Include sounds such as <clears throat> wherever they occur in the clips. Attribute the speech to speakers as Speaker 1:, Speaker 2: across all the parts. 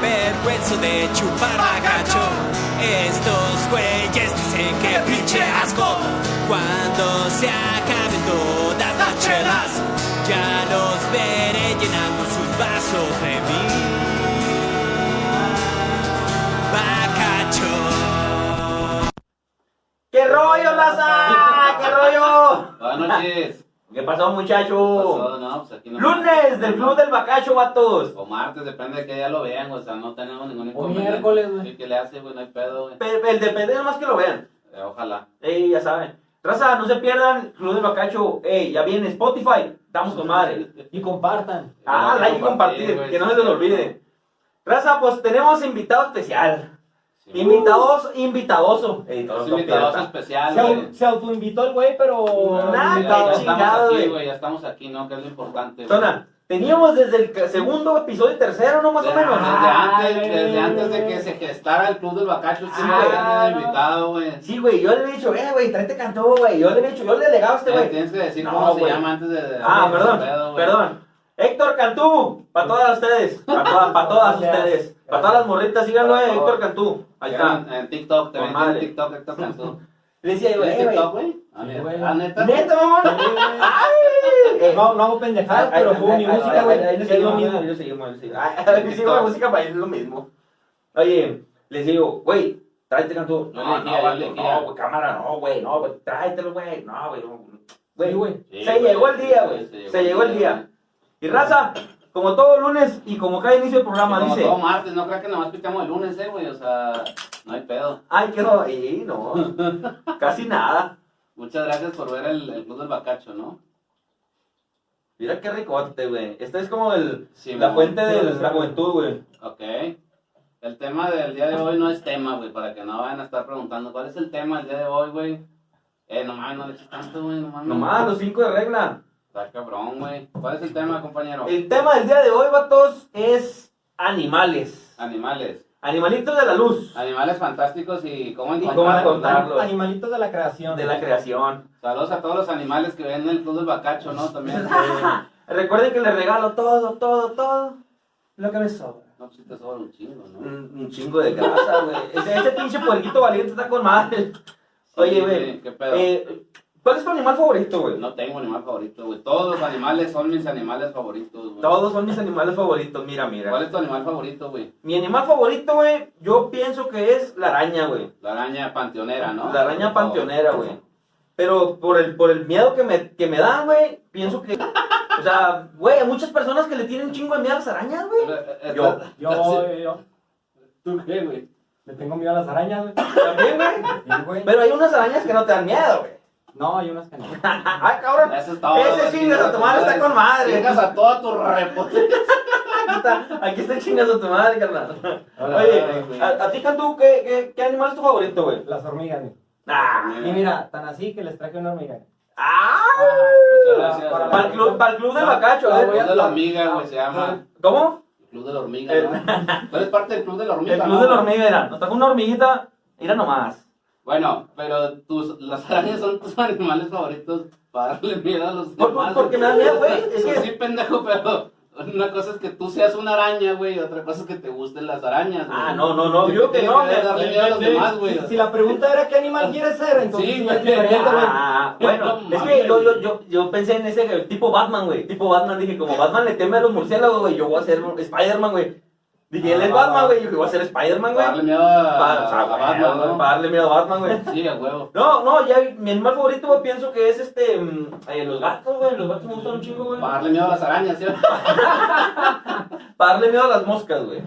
Speaker 1: vergüenzo de chupar a gacho. Estos güeyes dicen que pinche asco. Cuando se acaben todas las chelas, ya los veré llenando sus vasos de mí. Bacacho.
Speaker 2: ¡Qué rollo, raza! ¡Qué rollo! <laughs>
Speaker 3: Buenas noches.
Speaker 2: ¿Qué pasó, muchacho?
Speaker 3: Pasó, no, pues aquí no-
Speaker 2: Lunes del Club del Bacacho, vatos.
Speaker 3: O martes, depende de que ya lo vean, o sea, no tenemos ningún
Speaker 4: miércoles, güey.
Speaker 3: Sí, que le hace, güey, no hay pedo, güey.
Speaker 2: Pe- El depende nomás que lo vean.
Speaker 3: Eh, ojalá.
Speaker 2: Ey, ya saben. Raza, no se pierdan Club del Bacacho. Ey, ya viene Spotify. Estamos con
Speaker 3: <laughs>
Speaker 2: madre.
Speaker 4: Y compartan.
Speaker 2: Ah, like y compartir,
Speaker 3: güey,
Speaker 2: que no
Speaker 3: sí,
Speaker 2: se les
Speaker 3: sí,
Speaker 2: olvide. Raza, pues tenemos invitado especial.
Speaker 3: sí.
Speaker 2: Invitados, invitadoso. Ey,
Speaker 3: Es
Speaker 2: todos
Speaker 3: un invitado
Speaker 2: los
Speaker 3: especial,
Speaker 4: Se,
Speaker 3: güey.
Speaker 4: au- se autoinvitó el güey, pero.
Speaker 2: Nah, Ah,
Speaker 3: Ya- ya
Speaker 2: cabrón,
Speaker 3: estamos
Speaker 2: chingado,
Speaker 3: aquí,
Speaker 2: güey.
Speaker 3: güey, ya estamos aquí, ¿no? Que es lo importante, güey.
Speaker 2: Tona, teníamos desde el ca- segundo episodio, tercero, ¿no? Más o
Speaker 3: Desde-
Speaker 2: menos.
Speaker 3: Desde
Speaker 4: Ay,
Speaker 3: antes, desde antes de que se gestara el Club del Bacacho, sí
Speaker 2: Ah. Este,
Speaker 3: me habían invitado, güey.
Speaker 2: Sí, güey, yo le he dicho, eh, güey, tráete cantó, güey. Yo le he dicho, yo le he legado a este
Speaker 3: Eh,
Speaker 2: güey.
Speaker 3: Tienes que decir
Speaker 2: No,
Speaker 3: cómo se
Speaker 2: güey.
Speaker 3: llama antes de- de...
Speaker 2: Ah,
Speaker 3: de-
Speaker 2: perdón,
Speaker 3: de pedo, güey.
Speaker 2: perdón. Héctor Cantú, para todas ustedes, para todas, pa' todas
Speaker 4: Gracias.
Speaker 2: ustedes, para todas las morritas, síganlo, eh,
Speaker 3: Por favor.
Speaker 2: Héctor Cantú. Ahí está.
Speaker 3: En, en TikTok, te
Speaker 2: Con
Speaker 3: ven
Speaker 2: madre.
Speaker 3: en TikTok, Héctor
Speaker 2: <laughs>
Speaker 3: Cantú.
Speaker 2: Le decía, yo,
Speaker 3: ¿Tienes
Speaker 2: eh,
Speaker 3: TikTok,
Speaker 2: güey.
Speaker 3: güey? Ah,
Speaker 4: Sí,
Speaker 3: mira.
Speaker 4: güey.
Speaker 3: Ah, neta.
Speaker 2: Neta, mamón. Ay, eh,
Speaker 4: No, no hago pendejadas, Ah, pero
Speaker 2: Ay,
Speaker 4: juego mi
Speaker 2: ay, ay,
Speaker 4: música,
Speaker 2: ay,
Speaker 4: güey.
Speaker 2: ay,
Speaker 4: Es
Speaker 2: le
Speaker 4: lo
Speaker 2: seguimos,
Speaker 4: mismo.
Speaker 2: le seguimos, le
Speaker 4: Ah, <laughs>
Speaker 2: seguimos. Ay, le seguimos la música para ir lo mismo. Oye, les digo, güey, tráete cantú.
Speaker 3: Yo
Speaker 2: No, no,
Speaker 3: le dije, yo le
Speaker 2: vato,
Speaker 3: dije.
Speaker 2: no, güey, cámara, no, güey, no, güey, tráetelo, güey, no, güey, no.
Speaker 4: Sí, güey.
Speaker 3: Sí,
Speaker 2: se
Speaker 3: güey,
Speaker 2: llegó el
Speaker 3: sí,
Speaker 2: día, güey, se llegó el día. Y raza, como todo lunes y como cada inicio del programa,
Speaker 3: Como
Speaker 2: dice,
Speaker 3: todo martes, no creo que nomás picamos el lunes, eh, güey, o sea, no hay pedo.
Speaker 2: ay, qué no, y <laughs> no, casi nada.
Speaker 3: Muchas gracias por ver el, el Club del Bacacho, ¿no?
Speaker 2: Mira qué ricote, güey. Este es como el,
Speaker 3: Sí,
Speaker 2: la
Speaker 3: mo-
Speaker 2: fuente de la juventud, güey.
Speaker 3: Ok. El tema del día de hoy no es tema, güey, para que no vayan a estar preguntando cuál es el tema del día de hoy, güey. Eh, nomás, no le eches tanto, güey, nomás. no.
Speaker 2: Nomás, los cinco de regla.
Speaker 3: Está cabrón, güey. ¿Cuál es el tema, compañero?
Speaker 2: El tema del día de hoy, vatos, es animales.
Speaker 3: Animales.
Speaker 2: Animalitos de la luz.
Speaker 3: Animales fantásticos y cómo
Speaker 2: cómo
Speaker 3: encontrarlos.
Speaker 2: encontrarlos.
Speaker 4: An- Animalitos de la creación.
Speaker 2: De la creación.
Speaker 3: Saludos a todos los animales que ven el Club del Bacacho, ¿no?
Speaker 2: <laughs>
Speaker 3: También.
Speaker 2: Recuerden que les regalo todo, todo, todo.
Speaker 4: Lo que me sobra.
Speaker 3: No, pues sí te sobra un chingo, ¿no?
Speaker 2: Un, un chingo de grasa,
Speaker 3: <laughs>
Speaker 2: güey. Ese, ese pinche puerquito valiente está con madre. Oye,
Speaker 3: Sí,
Speaker 2: güey.
Speaker 3: ¿Qué pedo?
Speaker 2: Eh, ¿Cuál es tu animal favorito, güey?
Speaker 3: No tengo animal favorito, güey. Todos los animales son mis animales favoritos, güey.
Speaker 2: Todos son mis animales favoritos, mira, mira.
Speaker 3: ¿Cuál es tu animal favorito, güey?
Speaker 2: Mi animal favorito, güey, yo pienso que es la araña, güey.
Speaker 3: La araña panteonera, ¿no?
Speaker 2: La araña panteonera, güey. Pero por el, por el miedo que me, que me dan, güey, pienso que... O sea, güey, hay muchas personas que le tienen chingo de miedo a las arañas, güey. Yo.
Speaker 3: Yo.
Speaker 4: Yo, yo.
Speaker 3: ¿Tú qué, güey?
Speaker 4: Le tengo miedo a las arañas,
Speaker 2: <coughs>
Speaker 4: güey.
Speaker 2: También, güey.
Speaker 4: Sí, güey.
Speaker 2: Pero hay unas arañas que no te dan miedo,
Speaker 3: <laughs>
Speaker 2: güey.
Speaker 4: No, hay unas que no.
Speaker 2: Ay, cabrón.
Speaker 3: Eso es todo.
Speaker 2: Ese chingas a tu madre está con madre.
Speaker 3: Chingas a toda tu repote.
Speaker 2: Aquí está, aquí está el chingazo de tu madre, carnal. Oye, a, a ti, Cantú, ¿qué, qué, qué animal es tu favorito, güey?
Speaker 4: Las hormigas, güey.
Speaker 2: Ah,
Speaker 4: Y mira, tan así que les traje una hormiga.
Speaker 2: ah.
Speaker 3: Muchas gracias.
Speaker 4: Para-
Speaker 2: Para el club, para el club del bacacho,
Speaker 4: Ah,
Speaker 2: eh.
Speaker 3: El Club de la hormiga,
Speaker 4: Ah,
Speaker 3: güey, se llama.
Speaker 2: ¿Cómo?
Speaker 3: El Club de la hormiga, ¿no? Tú eres parte del Club de la hormiga,
Speaker 2: El
Speaker 3: ¿no?
Speaker 2: club de la hormiga era. Nos tocó una hormiguita, era nomás.
Speaker 3: Bueno, pero tus, las arañas son tus <laughs> animales favoritos para darle miedo a los
Speaker 2: Por-
Speaker 3: demás.
Speaker 2: porque me da miedo, güey, es que-
Speaker 3: Pues Sí, pendejo, pero una cosa es que tú seas una araña, güey, y otra cosa es que te gusten las arañas, güey.
Speaker 2: Ah, no, no, no,
Speaker 3: Sí,
Speaker 2: yo que
Speaker 3: tiene
Speaker 2: no,
Speaker 3: que
Speaker 2: me-
Speaker 3: darle miedo a los demás, güey.
Speaker 4: Si, si la pregunta era qué animal quieres ser, entonces
Speaker 3: Sí,
Speaker 4: ya es
Speaker 3: güey.
Speaker 4: diferente, güey.
Speaker 2: Ah, bueno,
Speaker 3: No
Speaker 2: es que
Speaker 3: mames.
Speaker 2: yo, yo, yo, yo pensé en ese eh, tipo Batman, güey. Tipo Batman, dije, como Batman le teme a los murciélagos, güey, yo voy a ser Spider-Man, güey. Dije, él es
Speaker 4: Ah.
Speaker 2: Batman, güey, yo voy a ser Spider-Man,
Speaker 3: Para
Speaker 2: güey.
Speaker 3: darle miedo a,
Speaker 2: Para, o sea,
Speaker 3: a
Speaker 2: güey,
Speaker 3: Batman,
Speaker 2: güey,
Speaker 3: ¿no?
Speaker 2: para darle miedo a Batman, güey.
Speaker 3: Sí, a huevo.
Speaker 2: No, no, ya mi animal favorito, güey, pienso que es este. mm, eh, los gatos, güey. Los gatos me gustan un chingo, güey.
Speaker 3: Para darle miedo a las arañas, ¿sí?
Speaker 2: Para darle miedo a las moscas, güey.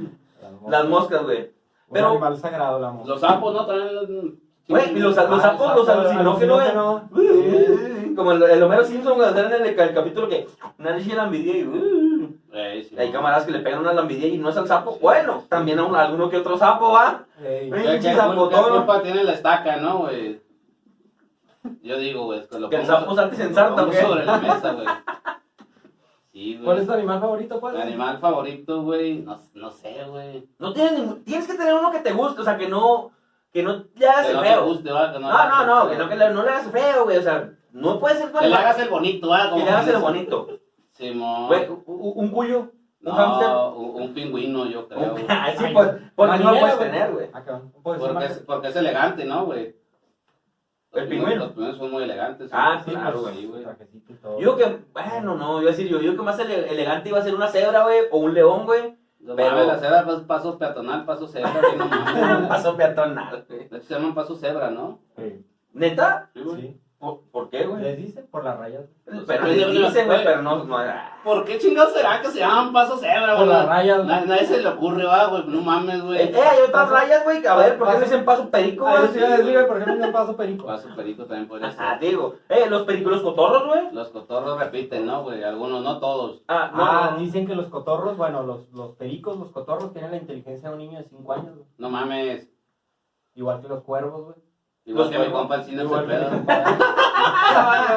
Speaker 2: Las moscas, güey.
Speaker 4: Un
Speaker 2: pero-
Speaker 4: animal sagrado, la mosca.
Speaker 3: Los sapos, ¿no? También...
Speaker 2: Güey, y los,
Speaker 3: Ah,
Speaker 2: los sapos, los
Speaker 4: sapos,
Speaker 2: alucinógenos,
Speaker 4: alucinógeno.
Speaker 2: güey. Como el, el Homero Simpson, güey, sale en el, el capítulo que. Una leche lambidía y. uh,
Speaker 3: Ey, sí,
Speaker 2: hay
Speaker 3: no.
Speaker 2: cámaras que le pegan una lambidía y no es al sapo.
Speaker 3: Sí.
Speaker 2: Bueno, también a, un- a alguno que otro sapo, va.
Speaker 4: Ey.
Speaker 2: Ey.
Speaker 3: ¿Qué,
Speaker 2: Pinche
Speaker 3: qué,
Speaker 2: sapotón.
Speaker 3: cul- qué culpa tiene la estaca, no, güey? Yo digo, güey, es que lo
Speaker 2: Que el
Speaker 3: pongo
Speaker 2: sapo
Speaker 3: so-
Speaker 2: salte sin
Speaker 3: lo
Speaker 2: sarta,
Speaker 3: pongo
Speaker 2: ¿o qué?
Speaker 3: sobre la mesa, güey. Sí, güey.
Speaker 4: ¿Cuál es tu animal favorito? ¿Cuál
Speaker 3: Mi
Speaker 4: es?
Speaker 3: animal favorito, güey? No, no sé, güey.
Speaker 2: No tienes ningún- Tienes que tener uno que te guste, o sea, que no. Que no te hagas
Speaker 3: Que
Speaker 2: el
Speaker 3: no te
Speaker 2: feo.
Speaker 3: guste, va, que no,
Speaker 2: No, no, no, que no, que le- no le hagas feo, güey. O sea, no puede ser tu
Speaker 3: Que le
Speaker 2: animal.
Speaker 3: hagas el bonito, va.
Speaker 2: Que
Speaker 3: como
Speaker 2: le hagas el
Speaker 3: dices.
Speaker 2: bonito.
Speaker 3: Simón.
Speaker 2: Güey, u- u- un cuyo.
Speaker 3: No,
Speaker 2: Un hámster.
Speaker 3: un, un pingüino, yo creo. güey.
Speaker 2: Ay, sí, pues, porque no lo puedes tener, güey.
Speaker 4: Ah, cabrón. Pues,
Speaker 3: Porque es, porque es elegante, ¿no, güey? Los
Speaker 2: ¿El
Speaker 3: pingüinos-
Speaker 2: pingüino?
Speaker 3: Los pingüinos son muy elegantes.
Speaker 2: Ah,
Speaker 3: güey.
Speaker 2: claro,
Speaker 3: Sí, güey.
Speaker 4: pues, Trajecito y todo.
Speaker 2: Yo digo que, bueno, no, yo iba a decir, yo digo que más ele- elegante iba a ser una cebra, güey, o un león, güey.
Speaker 3: No
Speaker 2: Pero-
Speaker 3: mames, la cebra, pues, paso peatonal, paso cebra, güey, no
Speaker 2: <laughs>
Speaker 3: mames.
Speaker 2: Paso peatonal, güey.
Speaker 3: De hecho, se llaman paso cebra, ¿no?
Speaker 4: Sí.
Speaker 2: ¿Neta?
Speaker 3: Sí, güey.
Speaker 4: Sí.
Speaker 2: ¿Por, por qué,
Speaker 4: ¿Les dice? Por las rayas.
Speaker 2: Pero le dicen, güey, pero no, ah. no.
Speaker 3: ¿Por qué chingados será que se llaman paso cebra,
Speaker 4: Por
Speaker 3: güey?
Speaker 4: las rayas, güey.
Speaker 3: Na- nadie se le ocurre, va, güey. No mames, güey.
Speaker 2: Eh, eh, hay otras rayas, güey, que a ver, ¿por qué no dicen paso perico,
Speaker 4: Ah, yo sí iba a
Speaker 2: güey?
Speaker 4: decir, güey, por ejemplo, yo paso perico.
Speaker 3: Paso perico también podría
Speaker 2: Ah,
Speaker 3: ser.
Speaker 2: digo, eh, los películas cotorros, güey.
Speaker 3: Los cotorros repiten, ¿no, güey? Algunos, no todos.
Speaker 2: Ah, no,
Speaker 4: Ah,
Speaker 2: no.
Speaker 4: dicen que los cotorros, bueno, los, los pericos, los cotorros tienen la inteligencia de un niño de 5 años, güey.
Speaker 3: No mames.
Speaker 4: Igual que los cuervos, güey.
Speaker 3: Igual
Speaker 2: Los
Speaker 3: que mi
Speaker 2: cuervos.
Speaker 3: compa el cine
Speaker 4: Igual que
Speaker 3: Cepeda.
Speaker 4: mi compadre.
Speaker 3: <laughs>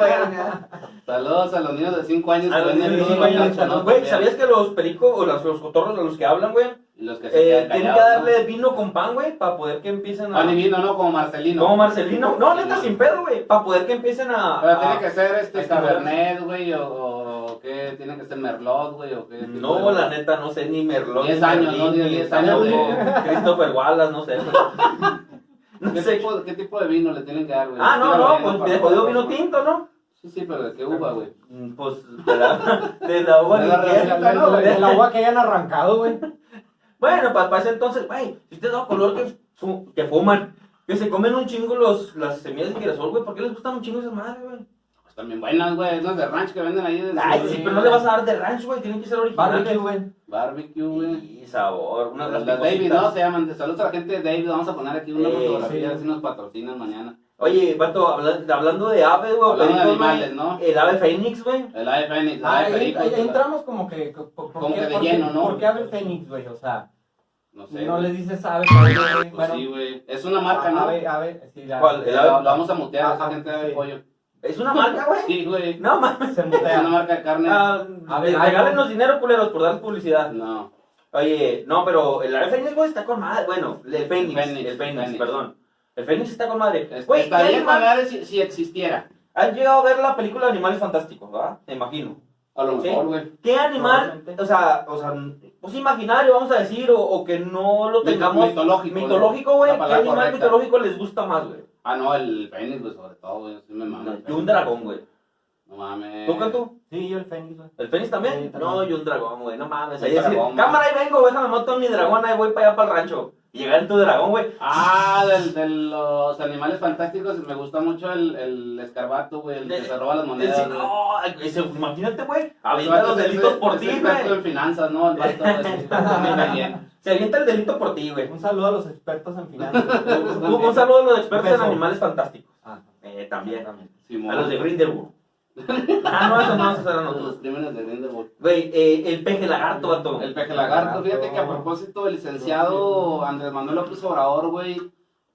Speaker 3: Saludos a los niños de 5 años
Speaker 2: A los
Speaker 3: que ven el
Speaker 2: niños de
Speaker 3: nido
Speaker 2: cinco años,
Speaker 3: macaco, ¿no?
Speaker 2: Güey, ¿sabías que los pericos o los, los cotorros a los que hablan, güey?
Speaker 3: Y los que se
Speaker 2: Eh,
Speaker 3: quedan
Speaker 2: tienen que
Speaker 3: callados, ¿no?
Speaker 2: darle vino con pan, güey, para poder que empiecen a.
Speaker 3: Pan y vino, ¿no? Como Marcelino.
Speaker 2: Como Marcelino. No, neta,
Speaker 3: Sí.
Speaker 2: sin pedo, güey. Para poder que empiecen a.
Speaker 3: Pero
Speaker 2: a-
Speaker 3: tiene que ser este
Speaker 2: Ahí está,
Speaker 3: Cabernet, güey, o, o- o qué, tiene que ser Merlot, güey, o qué. tipo
Speaker 2: No,
Speaker 3: de-
Speaker 2: la neta, no sé, ni Merlot.
Speaker 3: Diez
Speaker 2: ni
Speaker 3: años,
Speaker 2: Merlín,
Speaker 3: ¿no? Diez-
Speaker 2: ni
Speaker 3: diez años de-
Speaker 2: Samuel, Christopher Wallace, no sé.
Speaker 3: <laughs>
Speaker 2: güey.
Speaker 3: ¿Qué
Speaker 2: No sé.
Speaker 3: tipo, ¿Qué tipo de vino le tienen que dar, güey?
Speaker 2: Ah, no,
Speaker 3: Tira
Speaker 2: no,
Speaker 3: vino
Speaker 2: pues
Speaker 3: para
Speaker 2: de
Speaker 3: todos,
Speaker 2: jodido vino
Speaker 3: güey.
Speaker 2: tinto, ¿no?
Speaker 3: Sí, sí, pero ¿de qué uva, güey?
Speaker 2: Mm, Pues de la, <laughs> de la uva
Speaker 3: De la
Speaker 2: ni quién,
Speaker 3: receta,
Speaker 2: ¿no?
Speaker 3: <laughs> ¿no?
Speaker 2: De-
Speaker 4: El agua que hayan
Speaker 3: <laughs>
Speaker 4: arrancado, güey.
Speaker 2: Bueno, para ese entonces, güey, si te da color que, fu- que fuman, que se comen un chingo los, las semillas de girasol, güey, ¿por qué les gustan un chingo esas madres, güey?
Speaker 3: Pues también buenas, güey, es las de ranch que venden ahí. de-
Speaker 2: Ay, sí, pero no le vas a dar de ranch, güey, tienen que ser
Speaker 4: Barbecue,
Speaker 2: originales.
Speaker 4: güey.
Speaker 3: Barbecue, güey.
Speaker 2: Y sabor, unas
Speaker 3: Las
Speaker 2: las
Speaker 3: David,
Speaker 2: picositas.
Speaker 3: ¿no? Se llaman. De saludos a la gente de David. Vamos a poner aquí una
Speaker 2: Eh,
Speaker 3: fotografía,
Speaker 4: sí.
Speaker 3: a ver si nos patrocinan mañana.
Speaker 2: Oye, vato, habla- hablando de aves, güey,
Speaker 3: Hablando de
Speaker 2: pericos, güey,
Speaker 3: animales, ¿no?
Speaker 2: El ave fénix, güey.
Speaker 3: El ave Fénix, el
Speaker 4: Ah,
Speaker 3: ave
Speaker 4: ahí,
Speaker 3: Perico.
Speaker 4: ahí entramos como que. co- ¿por
Speaker 3: Como
Speaker 4: qué-
Speaker 3: que de
Speaker 4: por qué-
Speaker 3: lleno, ¿no? Pues
Speaker 4: ¿Por qué abre Fénix, güey? O sea,
Speaker 3: No sé.
Speaker 4: no
Speaker 3: güey.
Speaker 4: les dices ave, pollo, güey.
Speaker 3: Pues
Speaker 4: Bueno,
Speaker 3: sí, güey. Es una marca, ¿no?
Speaker 4: Ave, ave, sí, la-
Speaker 2: ¿Cuál? El
Speaker 3: Lo,
Speaker 2: ave-
Speaker 3: lo vamos a mutear a esa
Speaker 4: Ah,
Speaker 3: gente
Speaker 4: sí.
Speaker 3: de pollo.
Speaker 2: ¿Es
Speaker 3: <laughs>
Speaker 2: una marca, güey? <laughs>
Speaker 3: Sí, güey.
Speaker 2: No, mames.
Speaker 3: <laughs>
Speaker 4: Se
Speaker 3: Es una
Speaker 4: mutea.
Speaker 3: marca de carne.
Speaker 2: Ah,
Speaker 4: A
Speaker 2: le-
Speaker 4: ver,
Speaker 2: regálenos dinero, culeros, por dar publicidad.
Speaker 3: No.
Speaker 2: Oye, no, pero el ave fénix, güey, está con madre. Bueno, el fénix,
Speaker 3: El fénix,
Speaker 2: el fénix,
Speaker 3: fénix.
Speaker 2: perdón. El fénix está con madre.
Speaker 3: Es-
Speaker 2: Güey, ¿qué
Speaker 3: estaría con
Speaker 2: animal-
Speaker 3: madre si, si existiera.
Speaker 2: Han llegado a ver la película de Animales Fantásticos, ¿verdad? Me imagino.
Speaker 3: A lo
Speaker 2: Sí.
Speaker 3: mejor, güey.
Speaker 2: ¿Qué animal,
Speaker 4: Probablemente.
Speaker 2: o sea, o sea, pues imaginario, vamos a decir, o, o que no lo
Speaker 3: Mito-
Speaker 2: tengamos
Speaker 3: mitológico,
Speaker 2: mitológico,
Speaker 3: ¿no?
Speaker 2: güey?
Speaker 3: La
Speaker 2: ¿Qué
Speaker 3: palabra
Speaker 2: animal
Speaker 3: correcta.
Speaker 2: mitológico les gusta más, güey?
Speaker 3: Ah, no, el Fénix, güey, sobre todo, güey. Sí me mames.
Speaker 2: Yo un dragón, güey.
Speaker 3: No mames.
Speaker 2: ¿Tú, tú?
Speaker 4: Sí, yo el Fénix, güey.
Speaker 2: ¿El Fénix
Speaker 4: Sí,
Speaker 2: también?
Speaker 4: también.
Speaker 2: No, yo un dragón, güey, no mames.
Speaker 3: Un
Speaker 2: Ahí decir,
Speaker 3: dragón,
Speaker 2: cámara, ahí vengo, güey, déjame moto mi dragón, ahí voy para allá, para el rancho. Y Llega en tu dragón, güey.
Speaker 3: Ah, del- de los animales fantásticos me gusta mucho el, el escarbato, güey, el que
Speaker 2: De-
Speaker 3: se roba las
Speaker 2: Él
Speaker 3: monedas.
Speaker 2: sí,
Speaker 3: güey.
Speaker 2: no, ay, ese- imagínate, güey,
Speaker 3: El
Speaker 2: avienta
Speaker 3: vato
Speaker 2: los
Speaker 3: Ah, es-
Speaker 2: delitos
Speaker 3: es-
Speaker 2: por
Speaker 3: es
Speaker 2: ti,
Speaker 3: experto
Speaker 2: güey.
Speaker 3: en finanzas, ¿no? El vato
Speaker 2: <laughs>
Speaker 3: es- está bien.
Speaker 2: Se avienta el delito por ti, güey.
Speaker 4: Un saludo a los expertos
Speaker 3: <laughs>
Speaker 4: en finanzas.
Speaker 2: Un, <laughs> un saludo a los expertos en
Speaker 4: Beso.
Speaker 2: animales fantásticos.
Speaker 4: Ah,
Speaker 2: Eh, también.
Speaker 3: Simón.
Speaker 2: A los de
Speaker 3: <laughs>
Speaker 2: Grindelwald. ah, no, eso no, esos eran
Speaker 3: Los
Speaker 2: otros.
Speaker 3: crímenes de Grindelwald.
Speaker 2: Güey, eh, el peje lagarto, vato.
Speaker 3: El peje lagarto, fíjate que a propósito, el licenciado Andrés Manuel López Obrador, güey,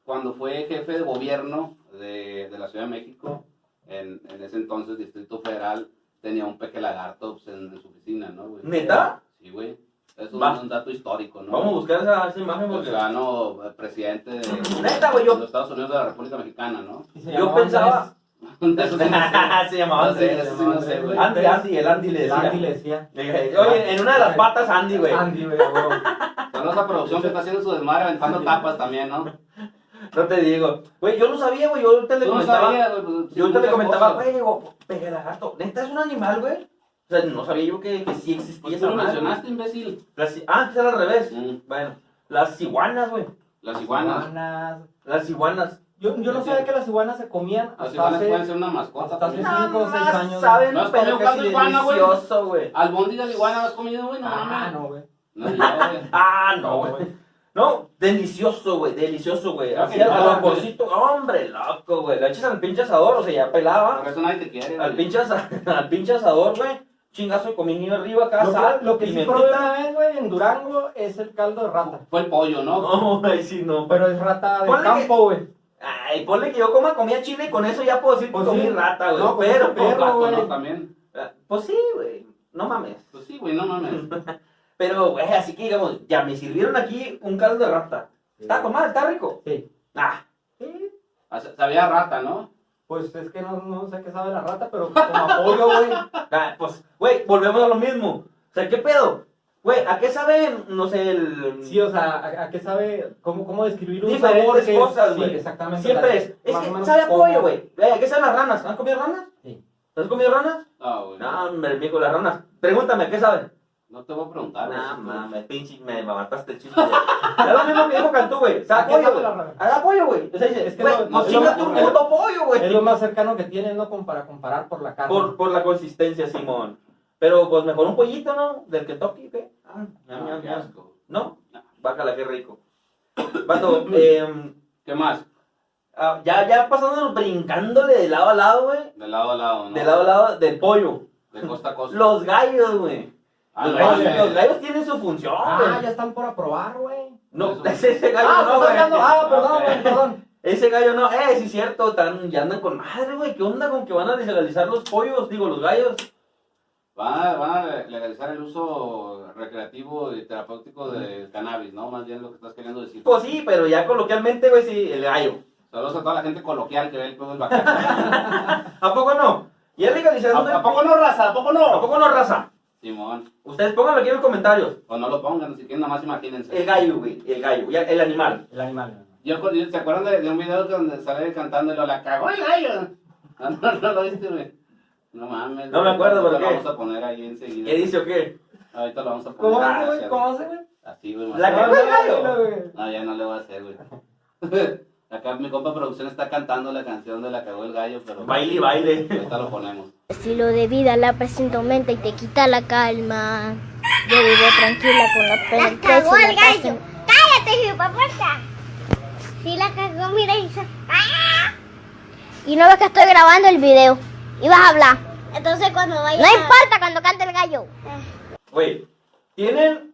Speaker 3: cuando fue jefe de gobierno de, de la Ciudad de México, en, en ese entonces Distrito Federal, tenía un peje lagarto pues, en, en su oficina, ¿no, güey?
Speaker 2: ¿Neta?
Speaker 3: Sí, güey. Eso
Speaker 2: Va.
Speaker 3: es un dato histórico, ¿no?
Speaker 2: Vamos a buscar esa, esa imagen
Speaker 3: El
Speaker 2: porque... <laughs>
Speaker 3: ciudadano eh, presidente de,
Speaker 2: Neta, güey, yo-
Speaker 3: de los Estados Unidos de la República Mexicana, ¿no? <laughs>
Speaker 4: y se
Speaker 2: Yo
Speaker 4: llamaba
Speaker 2: pensaba...
Speaker 3: Eso sí no sé.
Speaker 2: Ah, se llamaba
Speaker 3: No sé,
Speaker 2: Andrés.
Speaker 3: eso sí no sé, güey.
Speaker 2: Andy, Andy, el Andy le
Speaker 4: Andrés.
Speaker 2: decía.
Speaker 4: Andy le decía.
Speaker 2: Eh, Oye, en una
Speaker 3: Ah,
Speaker 2: de las patas Andy, güey.
Speaker 4: Andy, güey, a huevo.
Speaker 3: Saludos a producción que está haciendo su desmadre aventando tapas también, ¿no?
Speaker 2: No te digo. Güey, yo no sabía, güey. Yo ahorita le
Speaker 3: Tú no
Speaker 2: comentaba...
Speaker 3: sabías, güey, pues,
Speaker 2: Yo ahorita le
Speaker 3: muchas
Speaker 2: comentaba,
Speaker 3: cosas.
Speaker 2: güey, digo, peje lagarto. ¿Neta es un animal, güey? O sea, no sabía yo que, que sí existía
Speaker 3: Pues
Speaker 2: esa
Speaker 3: tú lo
Speaker 2: madre.
Speaker 3: mencionaste, imbécil.
Speaker 2: Las ci- ah, antes era al revés.
Speaker 3: Mm,
Speaker 2: Bueno, las iguanas, güey.
Speaker 3: Las
Speaker 4: Ah,
Speaker 3: iguanas.
Speaker 4: Iguanas.
Speaker 2: Las iguanas.
Speaker 4: Yo, yo no sabía que las iguanas se comían
Speaker 3: Las
Speaker 4: hasta
Speaker 3: iguanas
Speaker 4: hace...
Speaker 3: pueden ser una mascota. pues.
Speaker 4: hasta
Speaker 3: también.
Speaker 4: hace- Cinco o seis
Speaker 2: Nada más
Speaker 4: años,
Speaker 2: Saben,
Speaker 3: ¿No has
Speaker 2: pero
Speaker 3: comido
Speaker 2: que
Speaker 3: caldo
Speaker 2: sí
Speaker 3: iguana, güey?
Speaker 2: delicioso, güey.
Speaker 3: Albóndiga de iguana, ¿has comido, güey? No,
Speaker 4: Ah,
Speaker 3: mames.
Speaker 4: no, güey.
Speaker 3: No, yo, güey.
Speaker 2: Ah, no, güey. No, delicioso, güey, delicioso, güey.
Speaker 3: Creo
Speaker 2: Así
Speaker 3: que
Speaker 2: al
Speaker 3: no,
Speaker 2: vaporcito, hombre, loco, güey. La echas al pinche asador, o sea, ya pelaba.
Speaker 3: Por eso nadie te quiere.
Speaker 2: Al
Speaker 3: güey.
Speaker 2: pinche, asa- <laughs> al pinche asador, güey. Chingazo de comino arriba, acá,
Speaker 4: Lo
Speaker 2: sal,
Speaker 4: que, lo que sí
Speaker 2: pimentita.
Speaker 4: probé una vez, güey, en Durango es el caldo de rata.
Speaker 3: Fue el pollo, ¿no?
Speaker 2: No, güey, sí, no.
Speaker 4: Pero es rata de
Speaker 2: Ponle
Speaker 4: campo, güey.
Speaker 2: Ay, ponle que yo coma comida chile y con eso ya puedo decir que
Speaker 4: Pues
Speaker 2: comí
Speaker 4: sí.
Speaker 2: rata, güey.
Speaker 4: No, pues
Speaker 2: pero,
Speaker 4: sí, perro,
Speaker 3: Gato,
Speaker 4: güey.
Speaker 3: ¿no? También.
Speaker 2: Ah, Pues sí, güey. No mames.
Speaker 3: Pues sí, güey, no mames.
Speaker 2: Pero, güey, así que digamos, ya me sirvieron aquí un caldo de rata. Está con madre, está rico.
Speaker 4: Sí.
Speaker 2: Ah,
Speaker 4: Sí.
Speaker 3: Ah, se- Sabía a rata, ¿no?
Speaker 4: Pues es que no, no sé qué sabe
Speaker 2: <laughs>
Speaker 4: la rata, pero como apoyo, güey.
Speaker 2: ah, pues, güey, volvemos a lo mismo. O sea, ¿qué pedo? Güey, ¿a qué sabe, no sé, el...
Speaker 4: Sí, o sea, ¿a, a qué sabe? ¿Cómo, cómo describir un
Speaker 2: Diferentes
Speaker 4: sabor que es-
Speaker 2: cosas,
Speaker 4: sí,
Speaker 2: güey.
Speaker 4: exactamente.
Speaker 2: Siempre
Speaker 4: la-
Speaker 2: es. Es
Speaker 4: más o
Speaker 2: que
Speaker 4: menos
Speaker 2: sabe a
Speaker 4: cómo-
Speaker 2: pollo, güey. Güey, ¿A qué saben las ranas? ¿Han comido ranas?
Speaker 4: Sí.
Speaker 2: ¿Has comido ranas?
Speaker 3: No, güey.
Speaker 2: No,
Speaker 3: No,
Speaker 2: hombre, mijo, las ranas. Pregúntame, ¿a ¿qué saben?
Speaker 3: te voy a preguntar.
Speaker 2: No,
Speaker 3: güey.
Speaker 2: mames, pinche, me mataste el chiste, güey. Es lo mismo que dijo Cantú, güey. Sabe
Speaker 4: ¿A
Speaker 2: a
Speaker 4: qué
Speaker 2: pollo,
Speaker 4: sabe
Speaker 2: güey.
Speaker 4: la rana?
Speaker 2: A pollo, güey. O sea, dice,
Speaker 4: Es que
Speaker 2: güey,
Speaker 4: no-
Speaker 2: pues
Speaker 3: no-
Speaker 2: chinga
Speaker 3: no-
Speaker 2: tu
Speaker 3: no-
Speaker 2: puto pollo,
Speaker 4: Es lo
Speaker 2: güey.
Speaker 4: más cercano que tienen, ¿no? Como para comparar por la carne.
Speaker 2: Por, por la consistencia, Simón. Pero, pues, mejor un pollito, ¿no? Del Kentucky, ¿qué? Ah,
Speaker 3: No,
Speaker 2: ñam,
Speaker 3: qué
Speaker 2: ñam.
Speaker 3: asco.
Speaker 2: ¿No? Bájala, qué rico. Vato, eh,
Speaker 3: ¿Qué más?
Speaker 2: ah, ya, ya pasándonos, brincándole de lado a lado, güey.
Speaker 3: De lado a lado, ¿no?
Speaker 2: De lado a lado, del pollo.
Speaker 3: De costa a costa.
Speaker 2: Los gallos, güey.
Speaker 3: Ah,
Speaker 2: los,
Speaker 3: no,
Speaker 2: gallos,
Speaker 3: güey.
Speaker 2: los gallos tienen su función,
Speaker 4: Ah,
Speaker 2: güey.
Speaker 4: ya están por aprobar, güey.
Speaker 2: No, <laughs>
Speaker 3: Eso.
Speaker 2: ese gallo
Speaker 4: Ah,
Speaker 2: no,
Speaker 4: estás
Speaker 2: güey.
Speaker 4: hablando. Ah, perdón,
Speaker 3: Ok.
Speaker 4: güey, perdón.
Speaker 2: Ese gallo no. Eh, sí es cierto, tan, ya andan con madre, güey. ¿Qué onda con que van a deslegalizar los pollos? Digo, los gallos.
Speaker 3: Van a, van a legalizar el uso recreativo y terapéutico del cannabis, ¿no? Más bien lo que estás queriendo decir.
Speaker 2: Pues sí, pero ya coloquialmente, güey, sí, el gallo.
Speaker 3: Saludos a toda la gente coloquial que ve el juego
Speaker 2: <laughs>
Speaker 3: del bacán.
Speaker 2: ¿A poco no? Ya legalizando.
Speaker 3: ¿A, a poco no, raza? ¿A poco
Speaker 2: ¿A
Speaker 3: no?
Speaker 2: poco no, raza?
Speaker 3: Simón.
Speaker 2: Ustedes pónganlo aquí en los comentarios.
Speaker 3: O no lo pongan, si quieren, nada más imagínense.
Speaker 2: El gallo, güey. El gallo, ya, el animal.
Speaker 4: El animal.
Speaker 3: Yo, con- ¿Se acuerdan de, de un video donde sale cantándolo? La cagó el gallo. <laughs> No, no, no lo viste, güey. No mames.
Speaker 2: No me
Speaker 3: güey.
Speaker 2: acuerdo, ¿por
Speaker 3: Ahorita lo
Speaker 2: qué?
Speaker 3: vamos a poner ahí enseguida.
Speaker 2: ¿Qué dice o qué?
Speaker 3: Ahorita lo vamos a poner.
Speaker 4: ¿Cómo
Speaker 3: Ah,
Speaker 4: hace,
Speaker 3: sí,
Speaker 4: güey? ¿Cómo hace, güey?
Speaker 3: Así, güey. más
Speaker 2: La
Speaker 3: o
Speaker 2: cagó
Speaker 3: menos.
Speaker 2: el gallo.
Speaker 3: No, ya no le voy a hacer, güey. <laughs> Acá mi compa producción está cantando la canción de La cagó el gallo, pero.
Speaker 2: Baile y baile. <laughs>
Speaker 3: Ahorita lo ponemos.
Speaker 5: Estilo de vida la presión te aumenta y te quita la calma. Yo vivo tranquila con la pena.
Speaker 6: La cagó el gallo. Cállate, Jupa, puerta. Sí la cagó, mira, hizo. ¡Ah!
Speaker 5: Y no ves que estoy grabando el video. Y vas a hablar.
Speaker 6: Entonces cuando vaya.
Speaker 5: No importa cuando cante el gallo.
Speaker 2: Güey, tienen,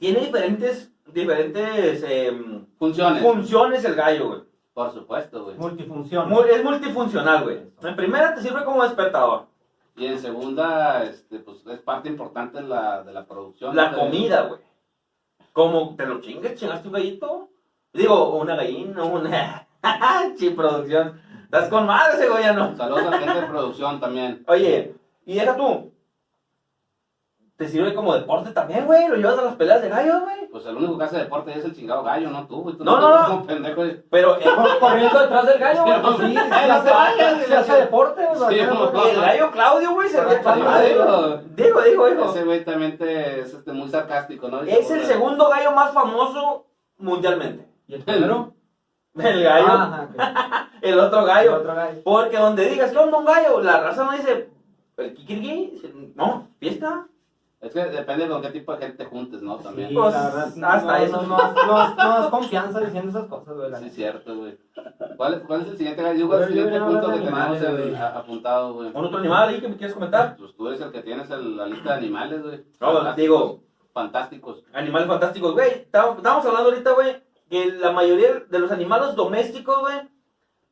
Speaker 2: tiene diferentes, diferentes em,
Speaker 3: Funciones.
Speaker 2: funciones el gallo, güey.
Speaker 3: Por supuesto, güey.
Speaker 4: Multifunción.
Speaker 2: Mu- Es multifuncional, güey. En primera te sirve como despertador.
Speaker 3: Y en segunda, este, pues es parte importante de la, de la producción.
Speaker 2: La
Speaker 3: de-
Speaker 2: comida, güey. Como te lo chingues, chingaste un gallito. Digo, una gallina, una. <laughs> Chi producción. Estás con madre, ese güey, ya no.
Speaker 3: Saludos a la gente de producción también.
Speaker 2: Oye, y deja tú. Te sirve como deporte también, güey. Lo llevas a las peleas de gallo, güey.
Speaker 3: Pues el único que hace deporte es el chingado gallo, no tú, güey. Tú
Speaker 2: No, no,
Speaker 3: eres
Speaker 2: no.
Speaker 3: un pendejo. güey.
Speaker 2: Pero
Speaker 4: <laughs>
Speaker 2: eh,
Speaker 4: Corriendo detrás del gallo, güey. pues Sí,
Speaker 3: Eh,
Speaker 4: sí,
Speaker 3: no
Speaker 4: hace-
Speaker 3: te vayas,
Speaker 4: sí hace deporte, güey.
Speaker 3: Sí,
Speaker 4: acá,
Speaker 3: no,
Speaker 4: güey.
Speaker 2: el gallo Claudio, güey, se ve con
Speaker 4: Sí,
Speaker 2: madre.
Speaker 3: digo.
Speaker 2: Digo, digo, digo.
Speaker 3: Ese güey también te- es este, muy sarcástico, ¿no?
Speaker 2: Es el
Speaker 3: Güey.
Speaker 2: segundo gallo más famoso mundialmente.
Speaker 4: ¿Y el primero?
Speaker 2: El gallo,
Speaker 4: Ah, ajá,
Speaker 2: el otro
Speaker 4: ok. El
Speaker 2: gallo.
Speaker 4: otro gallo.
Speaker 2: Porque donde digas, ¿qué onda un gallo? La raza no dice, el kikiriki, dice, no, fiesta.
Speaker 3: Es que depende con qué tipo de gente te juntes, ¿no? También.
Speaker 4: Sí,
Speaker 3: Sí,
Speaker 2: Pues,
Speaker 4: la verdad,
Speaker 2: hasta
Speaker 4: no,
Speaker 2: eso.
Speaker 4: No, no, no, no es confianza diciendo esas cosas, güey. la
Speaker 3: es
Speaker 4: neta.
Speaker 3: cierto, güey. ¿Cuál, es- ¿Cuál es el siguiente gallo? ¿Cuál es el
Speaker 4: Yo- yo
Speaker 3: siguiente
Speaker 4: quería
Speaker 3: punto que
Speaker 4: hablar de
Speaker 3: tenemos
Speaker 4: animales,
Speaker 3: en-
Speaker 4: güey.
Speaker 3: a- apuntado, güey?
Speaker 2: ¿Un otro animal ahí que me quieres comentar?
Speaker 3: Pues tú eres el que tienes el- la lista de animales, güey.
Speaker 2: No, digo,
Speaker 3: Fantásticos.
Speaker 2: animales fantásticos, güey. Estamos estamos hablando ahorita, güey, que la mayoría de los animales domésticos, güey,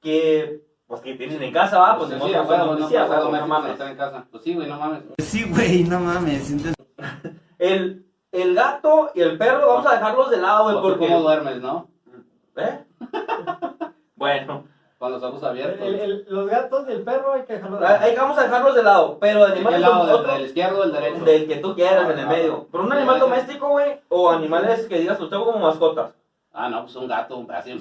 Speaker 2: que, pues, que tienen en casa, va, pues,
Speaker 3: Pues
Speaker 2: en
Speaker 3: sí,
Speaker 2: otra
Speaker 3: güey,
Speaker 2: cosa,
Speaker 3: no,
Speaker 2: no, sí,
Speaker 3: pasa
Speaker 2: güey,
Speaker 3: dos
Speaker 2: no
Speaker 3: meses
Speaker 2: mames.
Speaker 3: que están en casa. Pues sí, güey, no mames.
Speaker 1: Sí, güey, no mames.
Speaker 2: El, el gato y el perro, vamos a dejarlos de lado, güey,
Speaker 3: Pues tú cómo
Speaker 2: porque...
Speaker 3: duermes, ¿no?
Speaker 2: ¿Eh? <laughs> bueno.
Speaker 3: Con los ojos
Speaker 4: El-
Speaker 3: abiertos.
Speaker 4: el- el- los gatos y el perro hay que dejarlos. de-
Speaker 2: Ahí vamos a dejarlos de lado, pero
Speaker 3: ¿De
Speaker 2: animales
Speaker 3: qué lado? ¿Del,
Speaker 2: otro-
Speaker 3: del izquierdo o del derecho?
Speaker 2: del que tú quieras,
Speaker 3: Ah,
Speaker 2: en el
Speaker 3: ah,
Speaker 2: medio. Pero un animal
Speaker 3: Gracias.
Speaker 2: doméstico, güey, o animales que digas, usted como mascotas.
Speaker 3: Ah, no, pues un gato, un así.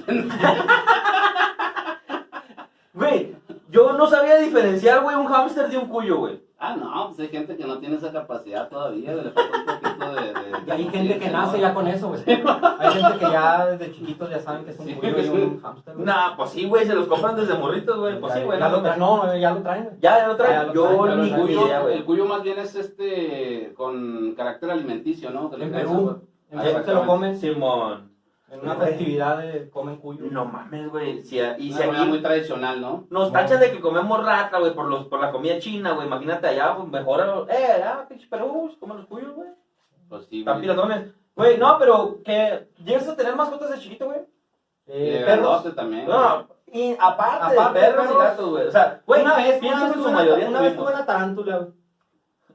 Speaker 2: Güey, yo no sabía diferenciar, güey, un hámster de un cuyo, güey.
Speaker 3: <laughs> ah, no, pues hay gente que no tiene esa capacidad todavía. Le falta un poquito de. de-
Speaker 4: Y hay gente que
Speaker 3: ¿no?
Speaker 4: nace ya con eso, güey. Hay gente que ya desde chiquitos ya saben que es un
Speaker 3: Sí.
Speaker 4: cuyo y un hámster. güey.
Speaker 2: Nah, pues sí, güey, se los compran desde morritos, güey. Pues sí, güey.
Speaker 4: Ya
Speaker 2: No,
Speaker 4: lo
Speaker 2: ya,
Speaker 4: traen, no, ya lo traen. güey.
Speaker 2: ya lo
Speaker 4: Ya
Speaker 2: traen.
Speaker 4: lo
Speaker 2: Yo
Speaker 4: traen,
Speaker 3: Pero
Speaker 2: ni
Speaker 3: el,
Speaker 4: ya lo traen.
Speaker 2: idea,
Speaker 3: cuyo,
Speaker 2: güey.
Speaker 3: el cuyo más bien es este. con carácter alimenticio, ¿no? Que le
Speaker 4: En
Speaker 3: crees, güey.
Speaker 4: Perú, en Perú se lo comen.
Speaker 2: Simón.
Speaker 4: En una festividad de comen cuyo.
Speaker 2: No mames, Ah, güey. Si a- y
Speaker 3: Una
Speaker 2: si
Speaker 3: comida muy
Speaker 2: aquí
Speaker 3: tradicional, ¿no?
Speaker 2: nos tachan de que comemos rata, güey, por, los- por la comida china, güey. Imagínate allá, pues mejor. Eh, ah, pinche Perú, se comen los cuyos, güey.
Speaker 3: Pues sí,
Speaker 2: Están
Speaker 3: güey.
Speaker 2: piratones. Güey, no, pero que llegas a tener mascotas de chiquito, güey.
Speaker 4: Eh,
Speaker 3: Y
Speaker 4: perros.
Speaker 3: grandote también. güey.
Speaker 2: No, y aparte,
Speaker 4: Aparte
Speaker 2: de
Speaker 4: de
Speaker 2: perros y
Speaker 4: perros,
Speaker 2: gatos, güey. O sea, güey,
Speaker 4: una vez,
Speaker 2: pienso
Speaker 4: una vez
Speaker 2: en su
Speaker 4: tuve una-
Speaker 2: mayoría
Speaker 4: Una vez
Speaker 2: tuvimos.
Speaker 4: tuve una tarántula, güey.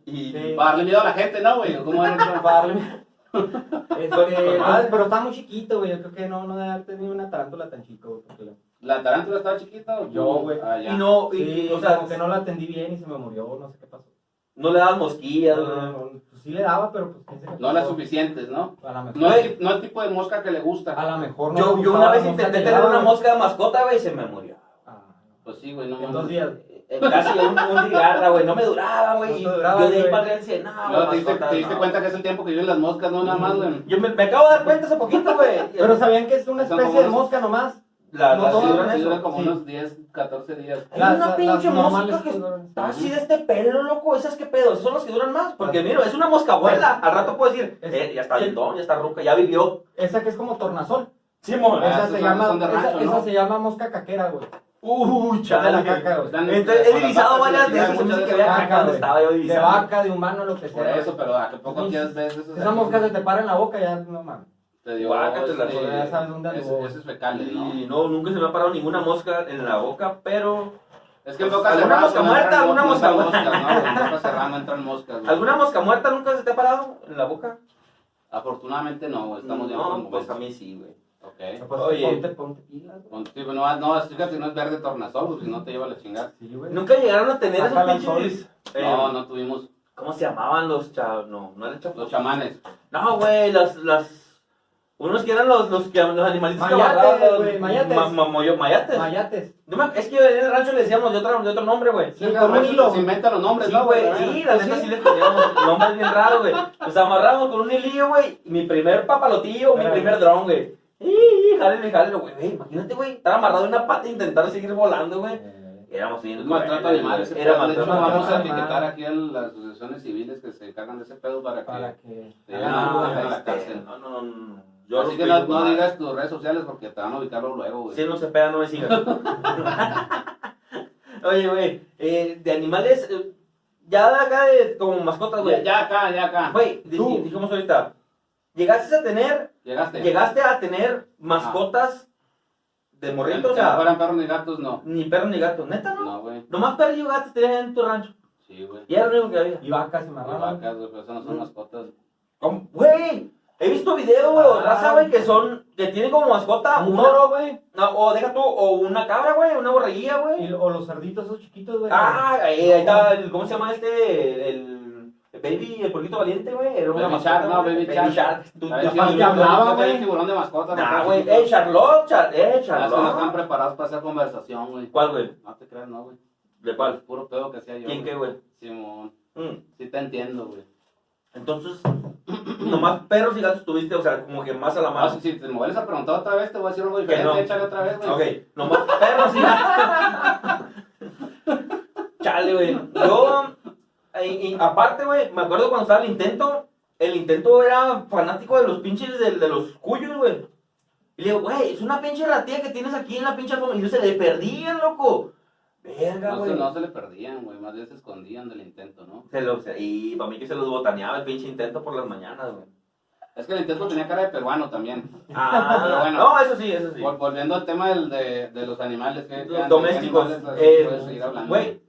Speaker 2: Y
Speaker 4: Sí.
Speaker 3: Para darle miedo a la gente, ¿no, güey?
Speaker 4: <laughs>
Speaker 3: ¿Cómo era?
Speaker 4: Para
Speaker 2: <laughs>
Speaker 4: darle- Este,
Speaker 2: con madre.
Speaker 4: pero está muy chiquito, güey. Yo creo que no, no debe haber tenido una tarántula tan chica, güey. porque la-
Speaker 3: ¿La tarántula estaba chiquita o tú?
Speaker 4: Yo, güey.
Speaker 3: Ah, ya.
Speaker 2: y no, y,
Speaker 4: Sí,
Speaker 2: o sea,
Speaker 4: como que no la atendí bien y se me murió, no sé qué pasó.
Speaker 2: No le daban mosquillas,
Speaker 4: No,
Speaker 2: güey.
Speaker 4: no, no, pues sí le daba, pero pues quién sabe
Speaker 3: No
Speaker 4: qué
Speaker 3: las
Speaker 4: pasó.
Speaker 3: suficientes, ¿no?
Speaker 4: A la mejor.
Speaker 3: No el, no el tipo de mosca que le
Speaker 4: A
Speaker 3: gusta.
Speaker 4: la mejor no
Speaker 2: Yo,
Speaker 4: le
Speaker 2: yo
Speaker 4: gustaba
Speaker 2: una
Speaker 4: la
Speaker 2: vez
Speaker 4: mosca
Speaker 2: intenté
Speaker 4: que
Speaker 2: tener
Speaker 4: daba,
Speaker 2: una
Speaker 4: güey.
Speaker 2: mosca de mascota, güey, y se me murió.
Speaker 4: Ah,
Speaker 3: Pues sí, güey, no
Speaker 4: En dos
Speaker 3: mames.
Speaker 4: días.
Speaker 2: Eh, Casi un, un cigarra, güey. No me duraba, güey.
Speaker 4: No te duraba,
Speaker 2: yo de ahí
Speaker 4: güey.
Speaker 2: para adelante decía, no, güey,
Speaker 3: Luego Ah, te diste,
Speaker 2: mascotas,
Speaker 3: te diste
Speaker 2: no.
Speaker 3: cuenta que es el tiempo que viven las moscas, ¿no? Nada más, güey.
Speaker 2: Yo me, me acabo de dar cuenta hace poquito, güey.
Speaker 4: <laughs> Pero sabían que es una
Speaker 3: Son
Speaker 4: especie de
Speaker 3: como unos-
Speaker 4: mosca nomás.
Speaker 2: La,
Speaker 4: no
Speaker 2: la-
Speaker 3: Así
Speaker 4: todas,
Speaker 2: sí,
Speaker 3: duran,
Speaker 2: eso.
Speaker 3: así duran como
Speaker 4: sí. Eh,
Speaker 3: unos 10, 14 días.
Speaker 2: Hay
Speaker 4: Las-
Speaker 2: una
Speaker 4: las
Speaker 2: pinche
Speaker 4: normales
Speaker 2: mosca que
Speaker 4: que duran.
Speaker 2: está así de este pelo, loco. Esas que pedo, esas son las que duran más. Porque, mira, es una mosca abuela. Al rato puedo decir,
Speaker 4: Es-
Speaker 2: eh, ya está
Speaker 4: sí.
Speaker 2: lindón, ya está ruca, ya vivió.
Speaker 4: Esa que es como tornasol.
Speaker 2: Simón.
Speaker 3: Ah,
Speaker 4: esa
Speaker 3: esas
Speaker 4: se
Speaker 3: son-
Speaker 4: llama.
Speaker 3: son de
Speaker 4: esa-
Speaker 3: rancho,
Speaker 4: esa
Speaker 3: ¿no?
Speaker 4: se llama mosca caquera, güey.
Speaker 2: Uy,
Speaker 4: Es de la
Speaker 2: chale.
Speaker 4: caca, güey.
Speaker 3: Dan-
Speaker 2: Entonces,
Speaker 3: con
Speaker 2: he
Speaker 3: las
Speaker 2: divisado
Speaker 3: vacas,
Speaker 2: varias
Speaker 3: sí,
Speaker 2: de
Speaker 3: hay
Speaker 2: esas.
Speaker 3: muchas
Speaker 2: Muchas
Speaker 3: de
Speaker 2: que
Speaker 3: esas.
Speaker 2: había
Speaker 4: Caca,
Speaker 2: caca donde
Speaker 4: güey.
Speaker 2: estaba yo
Speaker 4: De
Speaker 2: divisando.
Speaker 4: vaca, de humano, lo que sea.
Speaker 3: Por eso, pero a que poco
Speaker 4: eh, Entonces,
Speaker 3: días ves eso.
Speaker 4: Esa mosca se te para en la boca, ya no mames.
Speaker 3: Te dio.
Speaker 2: Guácatela,
Speaker 3: este,
Speaker 2: joder,
Speaker 4: ya sabes dónde
Speaker 3: ese-
Speaker 4: anduvo.
Speaker 3: Ese es fecales, ¿no?
Speaker 2: Y no, nunca se me ha parado ninguna mosca en la boca, pero
Speaker 3: Es que en boca
Speaker 2: ¿Alguna
Speaker 3: cerrada.
Speaker 2: mosca
Speaker 3: no
Speaker 2: muerta?
Speaker 3: entran
Speaker 2: ¿Alguna
Speaker 3: moscas,
Speaker 2: mosca
Speaker 3: no entran moscas, ¿no? En boca cerrada no entran moscas. güey.
Speaker 2: ¿Alguna mosca muerta nunca se te ha parado en la boca?
Speaker 3: Afortunadamente no, güey, estamos ya
Speaker 2: no,
Speaker 3: con
Speaker 2: pues a mí sí, güey.
Speaker 3: Ok.
Speaker 4: Pues,
Speaker 2: Oye.
Speaker 4: Ponte, ponte pilas, güey.
Speaker 3: Con- sí, pues, No, no, fíjate, no es verde tornasol, porque si no te lleva la chingada.
Speaker 4: Sí, güey.
Speaker 2: Nunca llegaron a tener esos
Speaker 4: Saca las
Speaker 2: pinches. eh,
Speaker 3: No, no tuvimos
Speaker 2: ¿Cómo se llamaban los chavos? No, no eran
Speaker 3: los
Speaker 2: chavos.
Speaker 3: chamanes.
Speaker 2: No, güey, las, las. Unos que eran los, los, que, los animalitos que
Speaker 4: Mayates,
Speaker 2: agarraban,
Speaker 4: güey,
Speaker 2: los-
Speaker 4: mayates.
Speaker 2: ma- ma- moyo- mayates.
Speaker 4: Mayates.
Speaker 2: No me- es que en el rancho le decíamos de otro, de otro nombre, güey.
Speaker 4: Sí, con un hilo.
Speaker 3: Se inventan los nombres,
Speaker 2: Sí,
Speaker 3: ¿no,
Speaker 2: güey,
Speaker 3: A ver.
Speaker 2: sí, la neta sí le poníamos nombres bien raros, güey. Nos amarramos con un hilillo, güey. y Mi primer papalotillo, mi
Speaker 4: Espérame.
Speaker 2: primer dron, güey. Y jálele, jálele, güey. güey, Imagínate, güey, estar amarrado en una pata e intentar seguir volando, güey. Éramos bien.
Speaker 3: Es maltrato
Speaker 2: crueles,
Speaker 3: animal. ese
Speaker 2: güey. Era
Speaker 3: pedo. De hecho,
Speaker 2: maltrato
Speaker 4: animal.
Speaker 3: vamos a
Speaker 2: animal.
Speaker 3: etiquetar aquí a las asociaciones civiles que se encargan de ese pedo para
Speaker 4: Para
Speaker 3: que.
Speaker 4: que.
Speaker 3: Sí,
Speaker 4: hagan algo,
Speaker 2: No,
Speaker 4: güey.
Speaker 3: a la
Speaker 2: este,
Speaker 3: cárcel.
Speaker 2: No, no, no. Yo
Speaker 3: Así
Speaker 2: los
Speaker 3: que no,
Speaker 2: pido,
Speaker 3: no
Speaker 2: madre.
Speaker 3: digas tus redes sociales porque te van a ubicarlo luego, güey.
Speaker 2: Si no se pega, no me
Speaker 3: <laughs>
Speaker 2: sigas. Oye, güey, eh, de animales, eh, ya de acá de, como mascotas,
Speaker 3: Ya,
Speaker 2: güey.
Speaker 3: ya acá, ya acá.
Speaker 2: Ah, Güey, di-
Speaker 4: Tú.
Speaker 2: dijimos ahorita, llegaste a tener
Speaker 3: Llegaste.
Speaker 2: ¿Llegaste a tener mascotas de
Speaker 3: Que
Speaker 2: morrito? O
Speaker 3: no
Speaker 2: sea,
Speaker 3: fueran perros ni gatos, no.
Speaker 2: ni perro ni gato, neta, ¿no?
Speaker 3: No, güey.
Speaker 2: Nomás perros y gatos tenías en tu rancho.
Speaker 3: Sí, güey.
Speaker 2: Y era lo único que había.
Speaker 4: Y vacas y
Speaker 3: Las
Speaker 4: marranas.
Speaker 3: vacas, güey, pero esas no
Speaker 2: Mm.
Speaker 3: son mascotas.
Speaker 2: ¿Cómo? Güey, he visto videos, güey, o
Speaker 4: Ah.
Speaker 2: raza, güey, que son, que tienen como mascota
Speaker 4: Un
Speaker 2: una-
Speaker 4: toro, güey.
Speaker 2: no, o deja tú, o una cabra, güey, una borreguilla,
Speaker 4: Y
Speaker 2: güey.
Speaker 4: lo- O los cerditos esos chiquitos, güey.
Speaker 2: Ah, ahí, ahí está, el, ¿cómo se llama este? El, el baby, el porquito valiente, güey. Era una
Speaker 3: Baby
Speaker 2: mascota,
Speaker 3: Shark, no,
Speaker 2: güey.
Speaker 3: Baby Shark.
Speaker 2: Tú-
Speaker 3: A ver,
Speaker 2: ya
Speaker 3: si
Speaker 4: capaz
Speaker 2: pa-
Speaker 3: un-
Speaker 4: que hablaba,
Speaker 3: capaz que
Speaker 4: güey.
Speaker 3: un tiburón de mascota.
Speaker 2: Nah,
Speaker 3: capaz
Speaker 2: güey,
Speaker 3: que-
Speaker 2: eh, Charlotte, Char- eh,
Speaker 3: Las que no están
Speaker 2: Charlotte.
Speaker 3: preparadas para hacer conversación, güey.
Speaker 2: ¿Cuál, güey?
Speaker 3: No te creas, no, güey.
Speaker 2: ¿De cuál?
Speaker 3: Puro pedo que hacía yo.
Speaker 2: ¿Quién qué, güey?
Speaker 3: Simón.
Speaker 2: Mm.
Speaker 3: Sí te entiendo, güey.
Speaker 2: Entonces, <clears throat> nomás perros y gatos tuviste, o sea, como que más a la
Speaker 3: Ah,
Speaker 2: mano.
Speaker 3: si- si te me vuelves a preguntar otra vez, te voy a decir algo
Speaker 2: Que
Speaker 3: diferente.
Speaker 2: no.
Speaker 3: Échale otra vez, güey.
Speaker 2: Ok, nomás perros y gatos. Chale, güey. Yo, y, y aparte, güey, me acuerdo cuando estaba el intento, el intento era fanático de los pinches, de, de los cuyos, güey. Y le digo, güey, es una pinche ratilla que tienes aquí en la pinche alfombra. Y yo se le perdían, loco. Verga,
Speaker 3: No
Speaker 2: güey.
Speaker 3: se, no se le perdían, güey. Más bien se escondían del intento, ¿no?
Speaker 2: Se los, y para mí que se los botaneaba el pinche intento por las mañanas, güey.
Speaker 3: Es que el intento tenía cara de peruano también.
Speaker 2: Ah,
Speaker 3: Pero bueno.
Speaker 2: No, eso sí, eso sí.
Speaker 3: Vol- volviendo al tema del, de, de los animales. que
Speaker 2: Los domésticos. eh, Güey,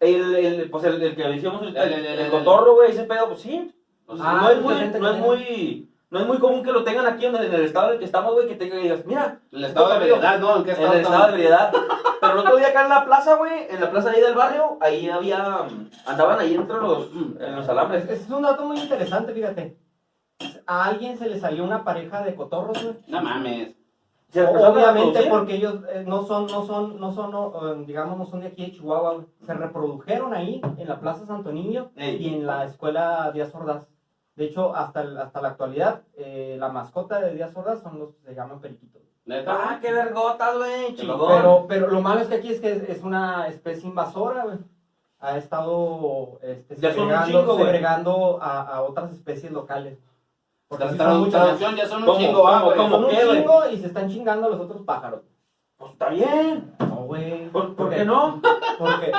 Speaker 2: el, el, pues el, el que decíamos ahorita, el,
Speaker 3: El- el-
Speaker 2: el
Speaker 3: el-
Speaker 2: cotorro, güey, ese pedo, pues sí.
Speaker 4: Ah,
Speaker 2: no, es
Speaker 4: pues,
Speaker 2: muy,
Speaker 4: la gente
Speaker 2: no,
Speaker 4: que
Speaker 2: es muy, no es muy común que lo tengan aquí en el, en el estado en el que estamos, güey, que tenga que digas, mira,
Speaker 3: el estado de veredad, ¿no? ¿En qué
Speaker 2: en
Speaker 3: estado?
Speaker 2: el estado de
Speaker 3: estamos?
Speaker 2: variedad. Pero el otro día acá en la plaza, güey, en la plaza ahí del barrio, ahí había, andaban ahí entre los, en los alambres.
Speaker 4: Ese es un dato muy interesante, fíjate. A alguien se le salió una pareja de cotorros, güey.
Speaker 3: No mames.
Speaker 2: Se empezaron a
Speaker 4: Obviamente
Speaker 2: reproducir.
Speaker 4: porque ellos eh, no son, no son, no son, no, eh, digamos, no son de aquí de Chihuahua, güey. Se reprodujeron ahí en la Plaza Santo Niño
Speaker 2: Ey.
Speaker 4: y en la escuela Díaz Ordaz. De hecho, hasta, el- hasta la actualidad, eh, la mascota de Díaz Ordaz son los que se llaman periquitos.
Speaker 2: Ah,
Speaker 3: Neta.
Speaker 2: qué vergotas, güey,
Speaker 3: Qué loco.
Speaker 2: chingón.
Speaker 4: Pero, pero lo malo es que aquí es que es, es una especie invasora, güey. Ha estado este,
Speaker 2: Ya son un
Speaker 4: segregando,
Speaker 2: chingo, güey.
Speaker 4: segregando a, a otras especies locales. Porque sí
Speaker 3: Tra-
Speaker 4: son
Speaker 3: tradu-
Speaker 4: muchas.
Speaker 3: Traducción, ya son un
Speaker 2: ¿Cómo?
Speaker 3: chingo, va,
Speaker 2: ¿Cómo?
Speaker 3: güey.
Speaker 2: ¿Cómo?
Speaker 4: Son un
Speaker 2: qué, güey?
Speaker 4: chingo y se están chingando a los otros pájaros.
Speaker 2: Pues está bien.
Speaker 4: No, güey.
Speaker 2: ¿Por, por qué no?
Speaker 4: Porque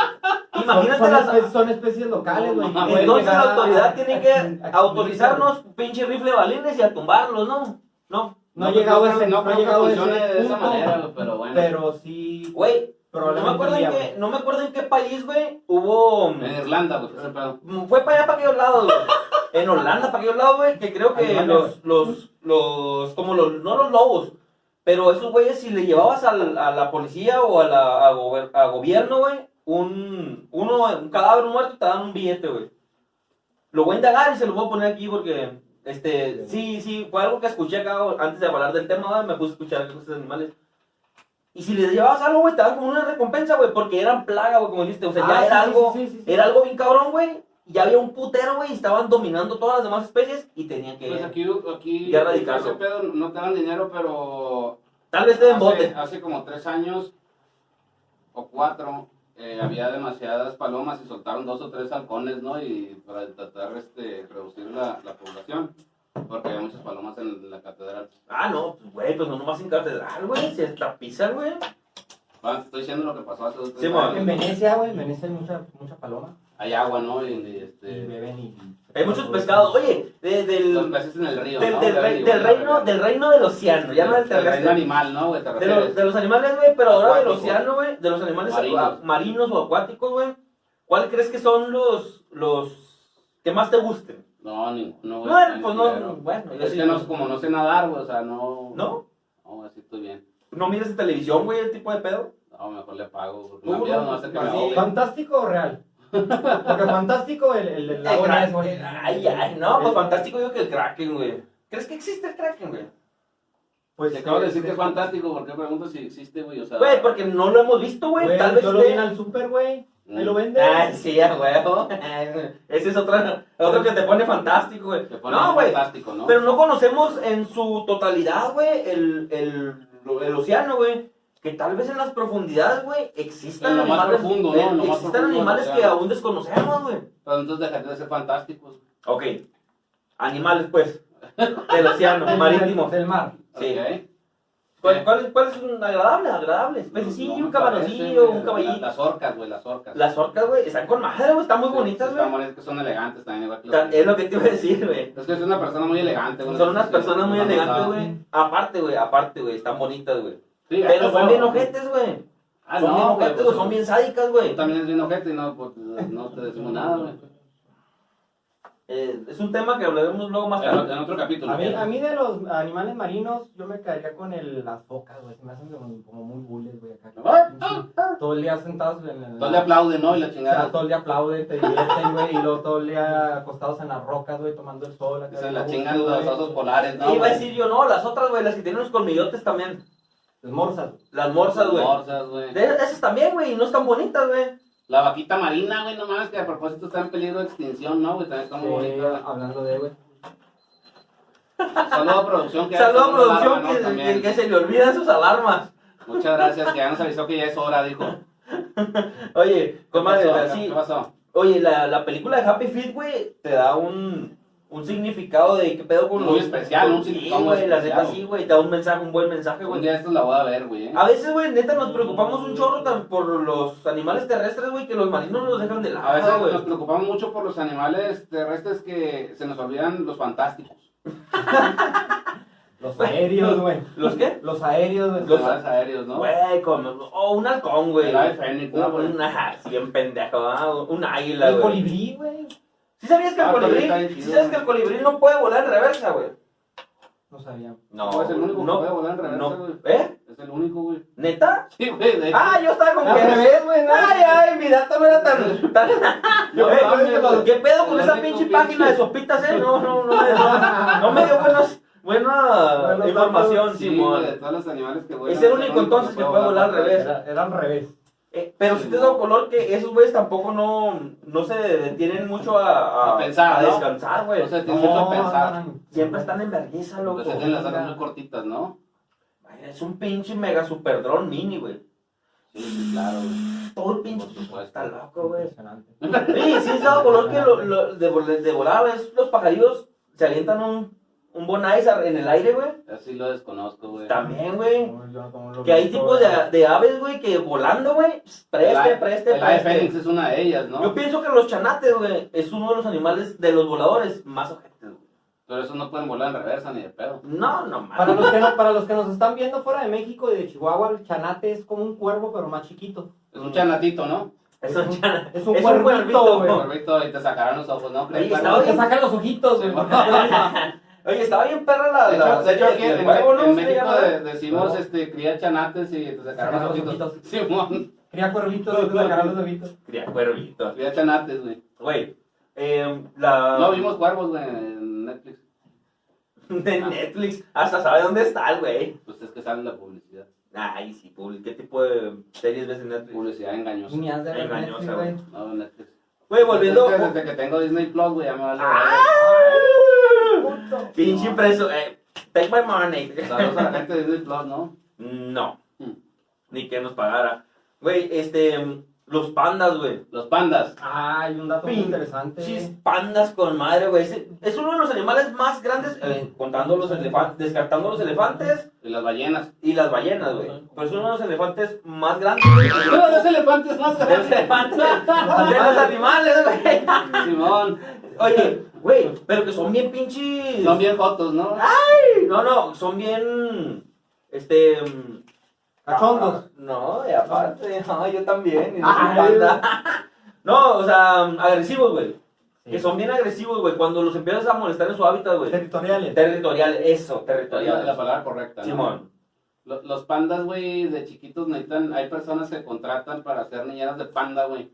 Speaker 4: son-
Speaker 2: Imagínate
Speaker 4: son,
Speaker 2: las...
Speaker 4: espe- son especies locales, güey.
Speaker 3: No,
Speaker 4: Pueden
Speaker 2: Entonces
Speaker 4: llegar
Speaker 2: la
Speaker 4: a-
Speaker 2: autoridad tiene
Speaker 4: a-
Speaker 2: que
Speaker 4: a- a-
Speaker 2: autorizarnos pinche rifle balines y a tumbarlos, ¿no? No.
Speaker 4: No ha llegado
Speaker 3: creo-
Speaker 4: ese, no
Speaker 3: no
Speaker 4: ha
Speaker 3: creo que
Speaker 4: llegado ese
Speaker 3: funcione de esa
Speaker 4: punto,
Speaker 3: manera, güey, pero bueno.
Speaker 4: Pero sí,
Speaker 2: Güey, no me,
Speaker 4: probablemente
Speaker 2: acuerdo
Speaker 4: un
Speaker 2: en
Speaker 4: día,
Speaker 2: qué,
Speaker 4: güey.
Speaker 2: no me acuerdo en qué país, güey, hubo...
Speaker 3: En Irlanda, güey, ese pedo.
Speaker 2: mm, Fue para allá, para aquellos lados, güey. En Holanda, para aquellos lados, güey, que creo que
Speaker 4: Animales.
Speaker 2: los, los, los, como los, no los lobos, pero esos güeyes, si le llevabas al- a la policía o a la a gober- a gobierno, güey, un, uno, un cadáver muerto, te dan un billete, güey. Lo voy a indagar y se lo voy a poner aquí porque, este, sí, sí, fue algo que escuché acá antes de hablar del tema, ¿verdad? me puse a escuchar cosas de animales. Y si les llevabas algo, güey, te daban como una recompensa, güey, porque eran plaga, güey, como dijiste, o sea, ya
Speaker 4: Ah,
Speaker 2: era
Speaker 4: sí, sí,
Speaker 2: algo,
Speaker 4: sí, sí, sí.
Speaker 2: era algo bien cabrón, güey, y había un putero, güey, y estaban dominando todas las demás especies y tenían que...
Speaker 3: Pues aquí, aquí,
Speaker 2: Ya erradicarlo.
Speaker 3: ese pedo no te dan dinero, pero
Speaker 2: Tal vez te den Este bote.
Speaker 3: hace, hace como tres años o cuatro eh, había demasiadas palomas y soltaron dos o tres halcones, ¿no? Y para tratar este reducir la, la población, porque había muchas palomas en la catedral.
Speaker 2: Ah, no, pues, güey, pues no nomás en catedral, güey, se tapizan, güey.
Speaker 3: Ah, te estoy diciendo lo que pasó hace dos tres
Speaker 2: Sí,
Speaker 3: años.
Speaker 4: En Venecia, güey, en Venecia hay mucha, mucha paloma.
Speaker 3: Hay agua, ¿no? Y, y,
Speaker 4: Y
Speaker 3: este,
Speaker 4: beben y...
Speaker 2: Hay muchos pescados, oye, de- del...
Speaker 3: los peces en el río,
Speaker 2: Del,
Speaker 3: Pues, ¿no?
Speaker 2: del
Speaker 3: Ya
Speaker 2: rei-
Speaker 3: digo,
Speaker 2: del
Speaker 3: ya
Speaker 2: reino,
Speaker 3: ves.
Speaker 2: del reino del océano, ya no del
Speaker 3: del reino
Speaker 2: terrestre.
Speaker 3: animal, ¿no? güey?
Speaker 2: De
Speaker 3: Te
Speaker 2: los,
Speaker 3: refieres.
Speaker 2: de los animales, güey, pero ahora del
Speaker 3: Acuáticos.
Speaker 2: océano, güey, de los animales
Speaker 3: Marinos.
Speaker 2: a- marinos o acuáticos, güey, ¿cuál crees que son los, los que más te gusten?
Speaker 3: No, ninguno, güey.
Speaker 2: Bueno, pues no,
Speaker 3: Pero-
Speaker 2: bueno, yo
Speaker 3: Es
Speaker 2: sí-
Speaker 3: que no, como no sé nadar, güey, o sea, no.
Speaker 2: ¿No?
Speaker 3: No, así estoy bien.
Speaker 2: ¿No miras en televisión, güey, el tipo de pedo?
Speaker 3: No, mejor le pago. Porque
Speaker 2: No,
Speaker 3: me miedo,
Speaker 2: no,
Speaker 3: no hace que me
Speaker 2: así.
Speaker 3: ahogue.
Speaker 4: ¿Fantástico o real? Porque fantástico el, el, el agua no es, güey.
Speaker 2: ay, ay, no, pues
Speaker 4: Es-
Speaker 2: fantástico yo que el Kraken, güey. ¿Crees que existe el Kraken, güey?
Speaker 4: Pues,
Speaker 3: Te acabo de decir
Speaker 4: este,
Speaker 3: que es fantástico, ¿por qué pregunto si existe, güey? O sea,
Speaker 2: Güey, porque no lo hemos visto, güey,
Speaker 4: Güey,
Speaker 2: tal vez
Speaker 4: yo lo
Speaker 2: esté-
Speaker 4: vi en el super, güey. Ahí lo venden.
Speaker 2: Ah, sí, a huevo. <laughs> Ese es otro, otro que te pone fantástico, güey.
Speaker 3: te pone
Speaker 2: No, güey,
Speaker 3: fantástico, ¿no?
Speaker 2: Pero no conocemos en su totalidad, güey, el, el, el océano, güey. Que tal vez en las profundidades, güey, existan
Speaker 3: En lo más
Speaker 2: animales,
Speaker 3: profundo, ¿no? En lo más
Speaker 2: existan
Speaker 3: profundo del
Speaker 2: animales que
Speaker 3: océano.
Speaker 2: aún desconocemos, güey.
Speaker 3: Pero entonces dejaría de ser fantásticos.
Speaker 2: Ok. Animales, pues. Del océano, <laughs>
Speaker 4: del-
Speaker 2: marítimo.
Speaker 4: Del mar.
Speaker 2: Sí. Pues
Speaker 3: Ok.
Speaker 2: ¿Cuál, cuál, es- cuál es un agradable? Agradable. Pececillo,
Speaker 3: Pues No me
Speaker 2: un cabaroncillo,
Speaker 3: parece,
Speaker 2: un
Speaker 3: la-
Speaker 2: caballito.
Speaker 3: Las orcas, güey, las orcas.
Speaker 2: Las orcas, güey, están con madre, güey. Están muy
Speaker 3: Sí,
Speaker 2: bonitas,
Speaker 3: Están
Speaker 2: güey.
Speaker 3: bonitas, que son elegantes también, igual que los-
Speaker 2: Tan- Es lo que te iba a decir, güey.
Speaker 3: Es que es una persona muy elegante, güey.
Speaker 2: Son unas personas muy
Speaker 3: Una
Speaker 2: elegantes,
Speaker 3: pasada.
Speaker 2: güey. Aparte, güey, aparte, güey. Están bonitas, güey.
Speaker 3: Sí,
Speaker 2: Pero
Speaker 3: ah,
Speaker 2: son bien
Speaker 3: bueno.
Speaker 2: ojetes, güey.
Speaker 3: Ah,
Speaker 2: son bien
Speaker 3: no, güey.
Speaker 2: ojetes,
Speaker 3: pues,
Speaker 2: güey, son bien sádicas, güey.
Speaker 3: Tú también es bien ojete y no, pues, no te decimos nada,
Speaker 2: <laughs>
Speaker 3: güey.
Speaker 2: Eh, es un tema que hablaremos luego más
Speaker 3: En,
Speaker 2: tarde.
Speaker 3: en otro capítulo.
Speaker 4: A mí,
Speaker 3: güey.
Speaker 4: a mí de los animales marinos, yo me caería con el, las focas, güey. Se me hacen como, como muy bulles, güey, acá.
Speaker 3: Ah,
Speaker 4: Todo el día sentados en el...
Speaker 3: No le aplauden, ¿no? Y la
Speaker 4: o sea,
Speaker 3: chingada.
Speaker 4: todo el día aplauden, te divierten, güey, y luego todo el día acostados en las rocas, güey, tomando el sol. acá,
Speaker 3: Se
Speaker 4: bien a
Speaker 3: la
Speaker 4: gusto,
Speaker 3: chingan los
Speaker 4: güey.
Speaker 3: osos polares, eh, ¿no?
Speaker 2: Y iba a
Speaker 3: güey?
Speaker 2: decir yo, no, las otras, güey, las que tienen los colmillotes también.
Speaker 4: Las morsas.
Speaker 2: Las morsas, güey.
Speaker 3: Morsas, güey.
Speaker 2: De- Esas también, güey, y no están bonitas, güey.
Speaker 3: La vaquita marina, güey, no mames, que a propósito está en peligro de extinción, ¿no? Güey, también está muy
Speaker 4: Eh,
Speaker 3: bonita.
Speaker 4: hablando de, güey.
Speaker 3: Saludos a producción. que ya
Speaker 2: Saludos a
Speaker 3: tenemos una
Speaker 2: producción
Speaker 3: alarma, ¿no?
Speaker 2: que, que-
Speaker 3: También.
Speaker 2: que se le olvidan sus alarmas.
Speaker 3: Muchas gracias, que ya nos avisó que ya es
Speaker 2: <laughs>
Speaker 3: hora, dijo. ¿Qué
Speaker 2: Oye, comadre,
Speaker 3: pasó?
Speaker 2: así.
Speaker 3: ¿Qué pasó?
Speaker 2: Oye, la, la película de Happy Feet, güey, te da un, un significado de qué pedo con
Speaker 3: Muy
Speaker 2: los-
Speaker 3: especial, un
Speaker 2: Sí,
Speaker 3: significado muy
Speaker 2: güey, la
Speaker 3: especial.
Speaker 2: neta sí, güey, te da un mensaje, un buen mensaje,
Speaker 3: Un
Speaker 2: güey.
Speaker 3: día Mm. esto la voy a ver, güey. ¿eh?
Speaker 2: A veces, güey, neta nos preocupamos un chorro tan por los animales terrestres, güey, que los marinos nos dejan de
Speaker 3: A veces
Speaker 2: lado, güey.
Speaker 3: nos preocupamos mucho por los animales terrestres que se nos olvidan los fantásticos.
Speaker 4: Los aéreos, güey.
Speaker 2: ¿Los qué?
Speaker 4: Los aéreos, güey.
Speaker 3: Los animales aéreos, ¿no?
Speaker 2: Güey, con... O un halcón, güey.
Speaker 3: El ave fénix, ¿no, güey?
Speaker 2: Un, un- ajá, sí, bien pendejo, ¿ah? un águila,
Speaker 4: El
Speaker 2: güey.
Speaker 4: colibrí, güey.
Speaker 2: ¿Sí sabías que el
Speaker 3: Ah, también
Speaker 2: colibrí,
Speaker 3: está bien
Speaker 2: ¿sí
Speaker 3: chido,
Speaker 2: sabes
Speaker 3: güey.
Speaker 2: que el colibrí no puede volar en reversa, güey?
Speaker 4: No sabía.
Speaker 2: No,
Speaker 3: No, es el único que
Speaker 2: no,
Speaker 3: puede volar en reversa,
Speaker 2: no.
Speaker 3: güey.
Speaker 2: ¿Eh?
Speaker 3: Es el único, güey. <laughs>
Speaker 2: ¿Neta?
Speaker 3: Sí, güey. de-
Speaker 2: Ah, yo estaba como
Speaker 4: Al
Speaker 3: pues.
Speaker 2: que...
Speaker 4: revés, güey. no.
Speaker 2: Ay, ay, mi dato no era tan...
Speaker 3: <laughs>
Speaker 2: tan...
Speaker 3: No
Speaker 2: Eh,
Speaker 3: mames,
Speaker 2: ¿qué-
Speaker 3: güey.
Speaker 2: ¿Qué pedo con
Speaker 3: El
Speaker 2: esa
Speaker 3: único
Speaker 2: pinche página de sopitas, eh? No, no, no me
Speaker 3: <laughs>
Speaker 2: dio, no me dio buenos, buena
Speaker 4: Buenos
Speaker 2: información,
Speaker 3: Sí,
Speaker 2: Simón.
Speaker 3: güey, de todos los animales que vuelan.
Speaker 2: Es el único entonces que puede volar al revés.
Speaker 4: Era, era al revés.
Speaker 2: Eh, pero si te da color que esos güeyes tampoco no, no se detienen mucho a,
Speaker 3: A pensar,
Speaker 2: a
Speaker 3: ¿no?
Speaker 2: descansar, güey.
Speaker 3: O sea, pues, tienes que pensar.
Speaker 2: Siempre están en vergüenza, loco.
Speaker 3: Entonces tienen las alas muy cortitas, ¿no?
Speaker 2: Es un pinche mega super dron mini, güey.
Speaker 3: Sí, sí, claro, güey.
Speaker 2: Todo el pinche.
Speaker 3: Por supuesto.
Speaker 2: Está loco, güey.
Speaker 4: Impresionante.
Speaker 2: Sí, sí, es dado color que lo, lo- de, vol- de volar, es- los pajarillos se avientan un, un bonais a- en el aire, güey.
Speaker 3: Así lo desconozco, güey.
Speaker 2: También, güey.
Speaker 4: No, yo como lo
Speaker 2: Que hay
Speaker 4: vi
Speaker 2: tipos
Speaker 4: todo,
Speaker 2: de,
Speaker 4: güey.
Speaker 2: de aves, güey, que volando, güey.
Speaker 3: El
Speaker 2: Preste,
Speaker 3: ave-
Speaker 2: preste,
Speaker 3: El ave fénix
Speaker 2: preste.
Speaker 3: es una de ellas,
Speaker 2: Yo
Speaker 3: ¿no?
Speaker 2: pienso que los chanates, güey, es uno de los animales de los voladores más ojetes, güey.
Speaker 3: Pero esos no pueden volar en reversa ni de pedo.
Speaker 2: No, no
Speaker 4: Para
Speaker 2: mames.
Speaker 4: los, que no- para los que nos están viendo fuera de México y de Chihuahua, el chanate es como un cuervo, pero más chiquito.
Speaker 3: Es un chanatito, ¿no?
Speaker 2: <laughs> Es un chana-
Speaker 4: Es un
Speaker 2: es un
Speaker 4: cuervito,
Speaker 2: cuervito,
Speaker 4: güey.
Speaker 2: güey.
Speaker 3: Correcto, y te sacarán los ojos, ¿no?
Speaker 2: Ahí está,
Speaker 3: Claro.
Speaker 2: oye.
Speaker 4: Te sacan los ojitos,
Speaker 3: Sí, <laughs>
Speaker 4: güey.
Speaker 2: <laughs> Oye, estaba bien perra la.
Speaker 3: De
Speaker 2: la
Speaker 3: hecho, de hecho,
Speaker 2: serie
Speaker 3: aquí
Speaker 2: del
Speaker 3: en,
Speaker 2: huevo, ¿no?
Speaker 3: en
Speaker 2: Se
Speaker 3: México
Speaker 2: llama. ¿eh?
Speaker 3: de- decimos este, cría chanates y te sacarán los
Speaker 4: Sacarán los
Speaker 3: ojitos. <laughs> Simón,
Speaker 4: Cría cuervitos, te sacarán los ojitos.
Speaker 2: Cría cuervito.
Speaker 3: cría chanates, güey.
Speaker 2: Güey, eh, la...
Speaker 3: No, vimos cuervos, güey, en Netflix.
Speaker 2: <laughs> De Netflix. Hasta sabe dónde está el güey.
Speaker 3: Pues es que sale la publicidad.
Speaker 2: Ay, sí, public. ¿Qué tipo de series ves en Netflix?
Speaker 3: Publicidad engañosa.
Speaker 4: Ni has de ver
Speaker 2: Engañosa,
Speaker 4: Netflix,
Speaker 2: güey.
Speaker 4: güey.
Speaker 3: No, Netflix.
Speaker 2: Güey, volviendo.
Speaker 3: Es que Desde que tengo Disney Plus, güey, ya me vale.
Speaker 2: Ay, Pinche impreso. Eh, take my money.
Speaker 3: Saludos a la gente de Disney Plus, ¿no?
Speaker 2: No.
Speaker 3: Hmm.
Speaker 2: Ni que nos pagara. Güey, este. Los pandas, güey.
Speaker 3: Los pandas.
Speaker 4: Ah, hay un dato muy interesante.
Speaker 2: Pinches pandas con madre, güey. Ese- Es uno de los animales más grandes, eh, contando los elefantes, descartando los elefantes
Speaker 3: Y las ballenas.
Speaker 2: y las ballenas, güey. Pero es uno de los elefantes más grandes.
Speaker 3: <laughs>
Speaker 2: güey.
Speaker 3: <laughs> No, los elefantes más
Speaker 2: De los elefantes, de los animales, güey.
Speaker 3: Simón.
Speaker 2: Oye, güey, pero que son bien pinches.
Speaker 3: Son bien fotos, ¿no?
Speaker 2: ¡Ay! No, no, son bien. Este. mm,
Speaker 4: Cachondos.
Speaker 2: ah, No, y aparte, <laughs> no, yo también. y no soy
Speaker 4: Ay.
Speaker 2: panda. Ah, No, o sea, agresivos, güey.
Speaker 4: Sí.
Speaker 2: Que son bien agresivos, güey. Cuando los empiezas a molestar en su hábitat, güey.
Speaker 4: territoriales.
Speaker 2: Territorial, eso,
Speaker 3: Es la,
Speaker 2: territorial.
Speaker 3: la palabra correcta. ¿no?
Speaker 2: Simón.
Speaker 3: Lo- Los pandas, güey, de chiquitos necesitan. Hay personas que contratan para hacer niñeras de panda, güey.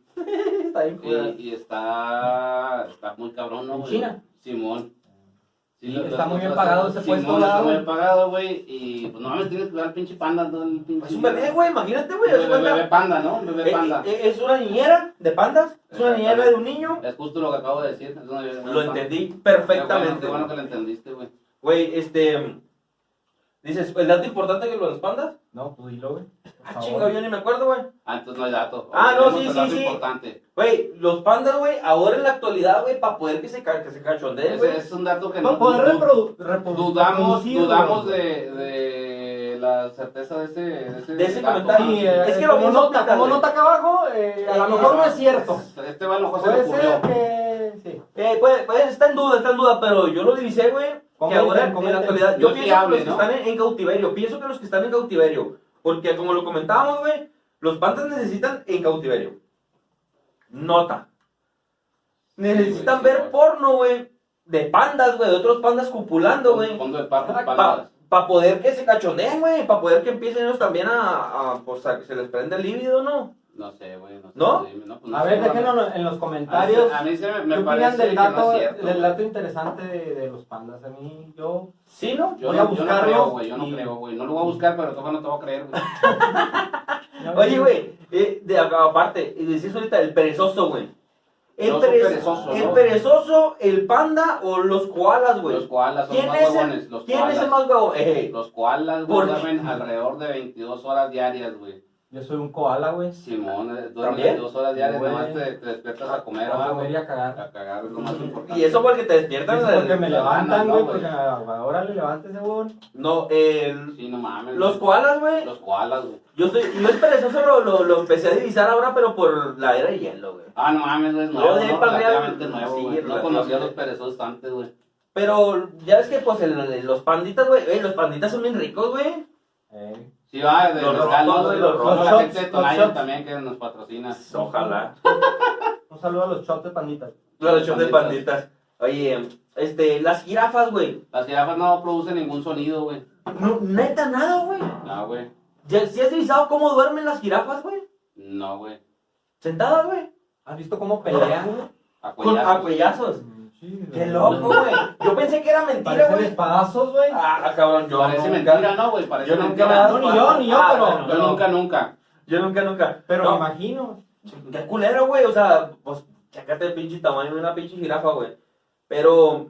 Speaker 2: Está bien,
Speaker 3: Y, y está. Está muy cabrón, ¿no,
Speaker 2: ¿En
Speaker 3: güey?
Speaker 2: China?
Speaker 3: Simón. Sí,
Speaker 4: Está
Speaker 3: lo- lo-
Speaker 4: muy
Speaker 3: lo-
Speaker 4: bien
Speaker 3: lo-
Speaker 4: pagado ese
Speaker 3: Simón, Está
Speaker 4: puesto, ¿verdad,
Speaker 3: muy
Speaker 4: güey?
Speaker 3: bien pagado, güey. Y pues no mames, tienes que dar al pinche panda, ¿no? El pinche...
Speaker 2: Es un bebé, güey, imagínate, güey. haz de
Speaker 3: Bebé,
Speaker 2: cuenta.
Speaker 3: bebé panda, ¿no? Un Bebé
Speaker 2: Eh,
Speaker 3: panda.
Speaker 2: eh, Es una niñera de pandas, es una niñera de un niño.
Speaker 3: Es justo lo que acabo de decir. es una- es una
Speaker 2: Lo
Speaker 3: panda.
Speaker 2: entendí
Speaker 3: Qué bueno,
Speaker 2: perfectamente.
Speaker 3: Qué bueno que lo entendiste, güey.
Speaker 2: Güey, este. Dices, el dato importante que lo de los pandas.
Speaker 4: No, tú dilo, güey. Por
Speaker 2: Ah,
Speaker 4: favor.
Speaker 2: chinga, yo ni me acuerdo, güey.
Speaker 3: Ah, entonces no hay dato.
Speaker 2: Ah, no,
Speaker 3: Tenemos
Speaker 2: sí,
Speaker 3: el
Speaker 2: sí, Eh,
Speaker 3: dato
Speaker 2: sí.
Speaker 3: importante.
Speaker 2: Güey, los pandas, güey, ahora en la actualidad, güey, para poder que se, ca- que se cachondeen,
Speaker 3: Ese
Speaker 2: güey.
Speaker 3: es un dato que
Speaker 4: Para poder reprodu- reprodu-
Speaker 3: dudamos,
Speaker 4: reproducir,
Speaker 3: dudamos
Speaker 4: güey.
Speaker 3: de, de la certeza de ese, de ese,
Speaker 2: De ese
Speaker 3: dato.
Speaker 2: comentario.
Speaker 4: Sí, eh,
Speaker 2: Es que lo
Speaker 4: como
Speaker 2: mismo
Speaker 4: nota,
Speaker 2: aplica,
Speaker 4: como
Speaker 2: güey.
Speaker 4: nota acá abajo, eh, a
Speaker 2: Eh,
Speaker 4: lo mejor no es cierto.
Speaker 3: Este balón se le
Speaker 4: Puede
Speaker 3: ocurrió.
Speaker 4: ser que sí.
Speaker 2: Eh, pues, pues, está en duda, está en duda, pero yo lo divisé, güey. Que
Speaker 4: Comenten,
Speaker 2: ahora en la
Speaker 4: comenten.
Speaker 2: actualidad,
Speaker 3: No
Speaker 2: yo pienso
Speaker 3: es
Speaker 2: que
Speaker 3: fiable,
Speaker 2: los que
Speaker 3: ¿no?
Speaker 2: están en, en cautiverio, pienso que los que están en cautiverio, porque como lo comentábamos, güey, los pandas necesitan en cautiverio. Nota. Necesitan
Speaker 3: Sí, güey,
Speaker 2: ver
Speaker 3: sí, güey.
Speaker 2: porno, güey, de pandas, güey, de otros pandas copulando, güey.
Speaker 3: Fondo de papas,
Speaker 2: Para
Speaker 3: palabras.
Speaker 2: poder que se cachoneen, güey. Para poder que empiecen ellos también a, a, pues, a que se les prenda el líbido, ¿no?
Speaker 3: No sé, güey. No.
Speaker 2: ¿No?
Speaker 3: sé, dime, pues,
Speaker 4: A
Speaker 3: sé,
Speaker 4: ver,
Speaker 3: güey.
Speaker 4: déjenos en los
Speaker 3: A mí se-
Speaker 4: comentarios.
Speaker 3: A mí se me,
Speaker 4: ¿Qué
Speaker 3: me
Speaker 4: opinan
Speaker 3: parece
Speaker 4: del
Speaker 3: que no
Speaker 4: dato,
Speaker 3: es cierto,
Speaker 4: del
Speaker 3: güey.
Speaker 4: dato interesante de, de los pandas? A mí, yo
Speaker 2: ¿Sí, no?
Speaker 3: Yo
Speaker 4: Voy
Speaker 3: no-
Speaker 4: a
Speaker 3: yo no
Speaker 4: buscarlo
Speaker 3: creo, güey. Yo no
Speaker 4: y-
Speaker 3: creo, güey. No lo voy a buscar, pero todavía no te voy a creer, güey.
Speaker 2: Oye, güey, eh, de acá, aparte, y decís ahorita el perezoso, güey. El,
Speaker 3: No son
Speaker 2: perez-
Speaker 3: perezosos,
Speaker 2: el
Speaker 3: ¿no?
Speaker 2: perezoso, el panda o los koalas, güey.
Speaker 3: Los koalas son
Speaker 2: ¿Quién
Speaker 3: más
Speaker 2: es
Speaker 3: huevones,
Speaker 2: el,
Speaker 3: los
Speaker 2: ¿quién es el
Speaker 3: koalas.
Speaker 2: más huevón? Eh,
Speaker 3: Los koalas, güey,
Speaker 2: ¿Por qué?
Speaker 3: duermen alrededor de 22 horas diarias, güey.
Speaker 4: yo soy un koala, güey.
Speaker 3: Simón, eh, duermen
Speaker 2: ¿También?
Speaker 3: 22 horas diarias,
Speaker 4: Güey.
Speaker 3: nada más te, te despiertas a comer,
Speaker 4: A
Speaker 3: ah,
Speaker 4: comer
Speaker 3: güey.
Speaker 4: y a cagar.
Speaker 3: A cagar es lo más importante.
Speaker 2: eh, y eso porque te despiertan.
Speaker 4: Eso porque me
Speaker 3: la gana,
Speaker 4: levantan,
Speaker 3: ¿no,
Speaker 4: güey,
Speaker 3: güey?
Speaker 4: porque ahora le levántese, güey.
Speaker 2: No, el-
Speaker 3: Sí, no mames.
Speaker 2: los
Speaker 3: güey.
Speaker 2: koalas, güey.
Speaker 3: Los koalas, güey.
Speaker 2: Yo estoy, yo el perezoso lo, lo, lo empecé a divisar ahora, pero por la era de hielo, güey.
Speaker 3: Ah, no mames, güey, es
Speaker 2: No,
Speaker 3: nuevo,
Speaker 2: de ahí
Speaker 3: ¿no?
Speaker 2: para arriba,
Speaker 3: Relativamente
Speaker 2: güey.
Speaker 3: nuevo,
Speaker 2: Sí,
Speaker 3: güey. No
Speaker 2: relativamente.
Speaker 3: conocía a los perezosos antes, güey.
Speaker 2: Pero ya ves que pues el- los panditas, güey, eh, los panditas son bien ricos, güey.
Speaker 4: Eh,
Speaker 3: Sí, va, de
Speaker 2: Los
Speaker 3: los
Speaker 2: rojos,
Speaker 3: galos,
Speaker 2: güey,
Speaker 3: güey,
Speaker 2: los
Speaker 3: los rojos,
Speaker 4: shots,
Speaker 3: la gente de
Speaker 4: los
Speaker 3: Tonayan
Speaker 4: shots.
Speaker 3: también que nos patrocina.
Speaker 2: Ojalá.
Speaker 4: un saludo a los chotes panditas.
Speaker 2: Los shows de panditas. Oye, este, las jirafas, güey.
Speaker 3: Las jirafas pues, no producen ningún sonido, güey.
Speaker 2: No, neta, nada, güey.
Speaker 3: No, güey.
Speaker 2: ¿Ya- ¿Sí has divisado cómo duermen las jirafas, güey?
Speaker 3: No, güey.
Speaker 2: Sentadas, güey.
Speaker 4: ¿Has visto cómo pelean, güey?
Speaker 3: A
Speaker 2: Con
Speaker 3: cuellazos.
Speaker 2: acuellazos.
Speaker 4: Sí,
Speaker 2: Qué loco, güey. Yo pensé que era mentira,
Speaker 4: Parecen
Speaker 2: güey.
Speaker 4: espadazos, güey.
Speaker 2: Ah, cabrón, yo
Speaker 3: Parece mentira, ¿no, güey? Parece
Speaker 2: Yo nunca
Speaker 3: mentira.
Speaker 2: me he dado
Speaker 4: No, ni yo, ni yo,
Speaker 2: Ah,
Speaker 4: pero-
Speaker 2: bueno,
Speaker 3: Yo nunca, nunca.
Speaker 2: Yo nunca, nunca.
Speaker 4: Pero
Speaker 2: No,
Speaker 4: me imagino.
Speaker 2: Qué culero, güey. O sea, pues, chacate el pinche tamaño de una pinche jirafa, güey. Pero.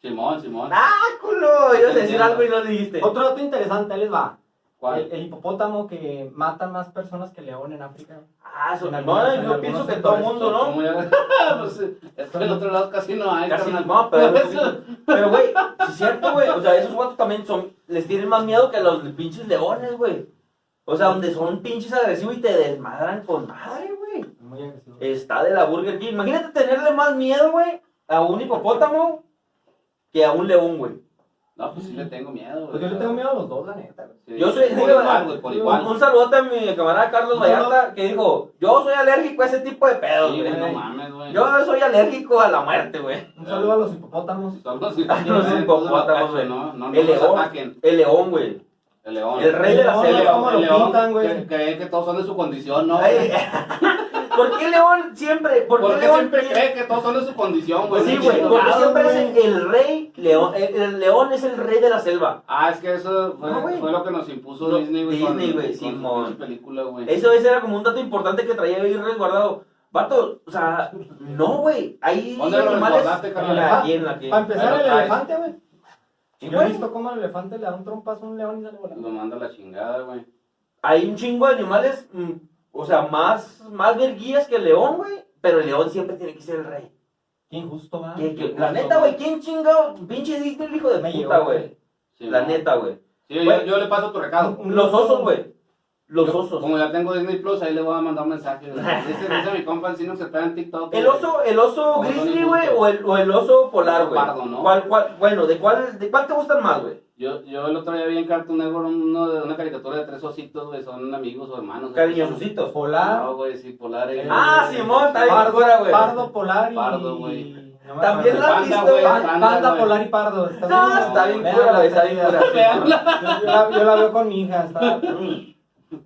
Speaker 3: Simón, Simón.
Speaker 2: ¡Ah, culo! Ibas a decir algo y no le dijiste.
Speaker 4: Otro dato interesante, ahí les va.
Speaker 3: ¿Cuál?
Speaker 4: El, el hipopótamo que mata más personas que león en África.
Speaker 2: Ah, eso
Speaker 4: En
Speaker 2: no,
Speaker 4: algunos- en
Speaker 2: yo pienso
Speaker 4: algunos
Speaker 2: que todo el
Speaker 4: sectores,
Speaker 2: mundo, ¿no?
Speaker 3: Como ya- <laughs> pues, es que en otro lado casi no hay.
Speaker 2: Casi
Speaker 3: carnal.
Speaker 2: no, pero-
Speaker 3: Eso-
Speaker 2: <laughs> Pero, güey, sí es cierto, güey. O sea, esos guatos también son. Les tienen más miedo que los pinches leones, güey. O sea, donde son pinches agresivos y te desmadran con madre, güey.
Speaker 4: Muy agresivo.
Speaker 3: Eh,
Speaker 2: Está de la Burger King. Imagínate tenerle más miedo, güey, a un hipopótamo que a un león, güey.
Speaker 3: No, pues sí le tengo miedo, güey.
Speaker 4: Pues yo le tengo miedo a los dos, la neta. güey.
Speaker 3: Sí,
Speaker 2: Yo soy-
Speaker 3: por
Speaker 2: digo,
Speaker 3: igual, güey, por
Speaker 4: un-
Speaker 2: Un,
Speaker 3: igual.
Speaker 2: un saludote a mi camarada Carlos
Speaker 4: No,
Speaker 2: Vallarta que dijo: Yo soy alérgico a ese tipo de pedos,
Speaker 3: Sí,
Speaker 2: güey.
Speaker 3: güey, no mames, güey.
Speaker 2: Yo soy alérgico a la muerte, güey.
Speaker 3: Eh.
Speaker 4: Un saludo a los hipopótamos.
Speaker 3: Son los-
Speaker 2: Ah, A los hipopótamos,
Speaker 3: Cacho,
Speaker 2: güey.
Speaker 3: No, no, no
Speaker 2: el
Speaker 3: nos
Speaker 2: león,
Speaker 3: ataquen.
Speaker 2: el león, güey.
Speaker 3: El león.
Speaker 2: El rey de la
Speaker 4: No,
Speaker 3: El
Speaker 2: selva.
Speaker 3: león,
Speaker 4: no, ¿cómo
Speaker 3: el
Speaker 4: lo
Speaker 3: león,
Speaker 4: pintan, güey?
Speaker 3: Que, cree que todos son de su condición, ¿no?
Speaker 2: Ay, <laughs> ¿Por qué León siempre? ¿Por,
Speaker 3: ¿Por
Speaker 2: qué
Speaker 3: qué
Speaker 2: León
Speaker 3: siempre cree que todos son de su condición, güey?
Speaker 2: Pues sí,
Speaker 3: No
Speaker 2: güey.
Speaker 3: entiendo
Speaker 2: ¿Por qué
Speaker 3: nada,
Speaker 2: siempre
Speaker 3: güey.
Speaker 2: es el rey León? El, el león es el rey de la selva.
Speaker 3: Ah, es que eso fue,
Speaker 2: No, güey.
Speaker 3: fue lo que nos impuso
Speaker 2: Lo-
Speaker 3: Disney, güey. con-
Speaker 2: Disney, güey,
Speaker 3: con su
Speaker 2: Simón.
Speaker 3: pinche película, güey.
Speaker 2: Eso ese era como un dato importante que traía ahí resguardado. Vato, o sea, no, güey. Hay
Speaker 3: ¿Dónde lo resguardaste, carnal?
Speaker 2: Aquí en la que.
Speaker 4: Para empezar,
Speaker 3: Ahí lo
Speaker 4: el
Speaker 3: traes.
Speaker 4: elefante, güey.
Speaker 2: Sí,
Speaker 4: Yo he
Speaker 2: güey.
Speaker 4: visto cómo el elefante le da un trompazo a un león y sale volando.
Speaker 3: Lo manda a la chingada, güey.
Speaker 2: Hay un chingo de animales, mm, o sea, más, más verguías que el león, güey. Pero el león siempre tiene que ser el rey.
Speaker 4: Qué injusto, va.
Speaker 2: Que- que- la neta, güey, ¿quién chingado? Pinche Disney, el hijo de
Speaker 4: Me
Speaker 2: puta,
Speaker 4: llevó,
Speaker 2: güey.
Speaker 3: Sí,
Speaker 2: La
Speaker 3: ¿no?
Speaker 2: neta, güey.
Speaker 3: Sí, yo,
Speaker 2: Güey.
Speaker 3: yo le paso tu recado.
Speaker 2: Los osos, güey. Los
Speaker 3: Yo,
Speaker 2: osos.
Speaker 3: Como ya tengo Disney Plus, ahí le voy a mandar un mensaje.
Speaker 2: <laughs>
Speaker 3: güey. Dice, dice mi compa, el no se está en TikTok.
Speaker 2: El
Speaker 3: güey.
Speaker 2: oso, el oso
Speaker 3: Como
Speaker 2: grizzly,
Speaker 3: Tony
Speaker 2: güey,
Speaker 3: Hawk.
Speaker 2: o el, o el oso polar,
Speaker 3: Oso
Speaker 2: güey.
Speaker 3: pardo, ¿no?
Speaker 2: ¿Cuál, cuál, bueno, ¿de cuál, de cuál te gustan más, güey?
Speaker 3: Yo, yo el otro día vi en Cartoon Network uno de, una caricatura de tres ositos, güey. Son amigos o hermanos.
Speaker 2: Cariñosositos.
Speaker 4: Polar,
Speaker 3: No, güey, sí, eh. polares.
Speaker 2: Ah, Simón, está bien.
Speaker 4: pardo,
Speaker 2: fuera, güey.
Speaker 4: pardo, polar y...
Speaker 3: Pardo, güey.
Speaker 4: No me
Speaker 2: También
Speaker 4: acuerdo.
Speaker 2: la
Speaker 3: Panda,
Speaker 2: visto,
Speaker 3: güey,
Speaker 2: güey.
Speaker 4: Pa-
Speaker 3: panda,
Speaker 4: Panda,
Speaker 3: güey.
Speaker 4: polar y pardo. Está
Speaker 2: No,
Speaker 4: bien,
Speaker 2: está bien
Speaker 4: Vean
Speaker 2: pura,
Speaker 4: la
Speaker 2: güey, está bien
Speaker 4: salida.
Speaker 3: <laughs>
Speaker 2: pura.
Speaker 4: Yo, yo la, yo la veo con mi hija.
Speaker 2: <laughs>
Speaker 4: Está...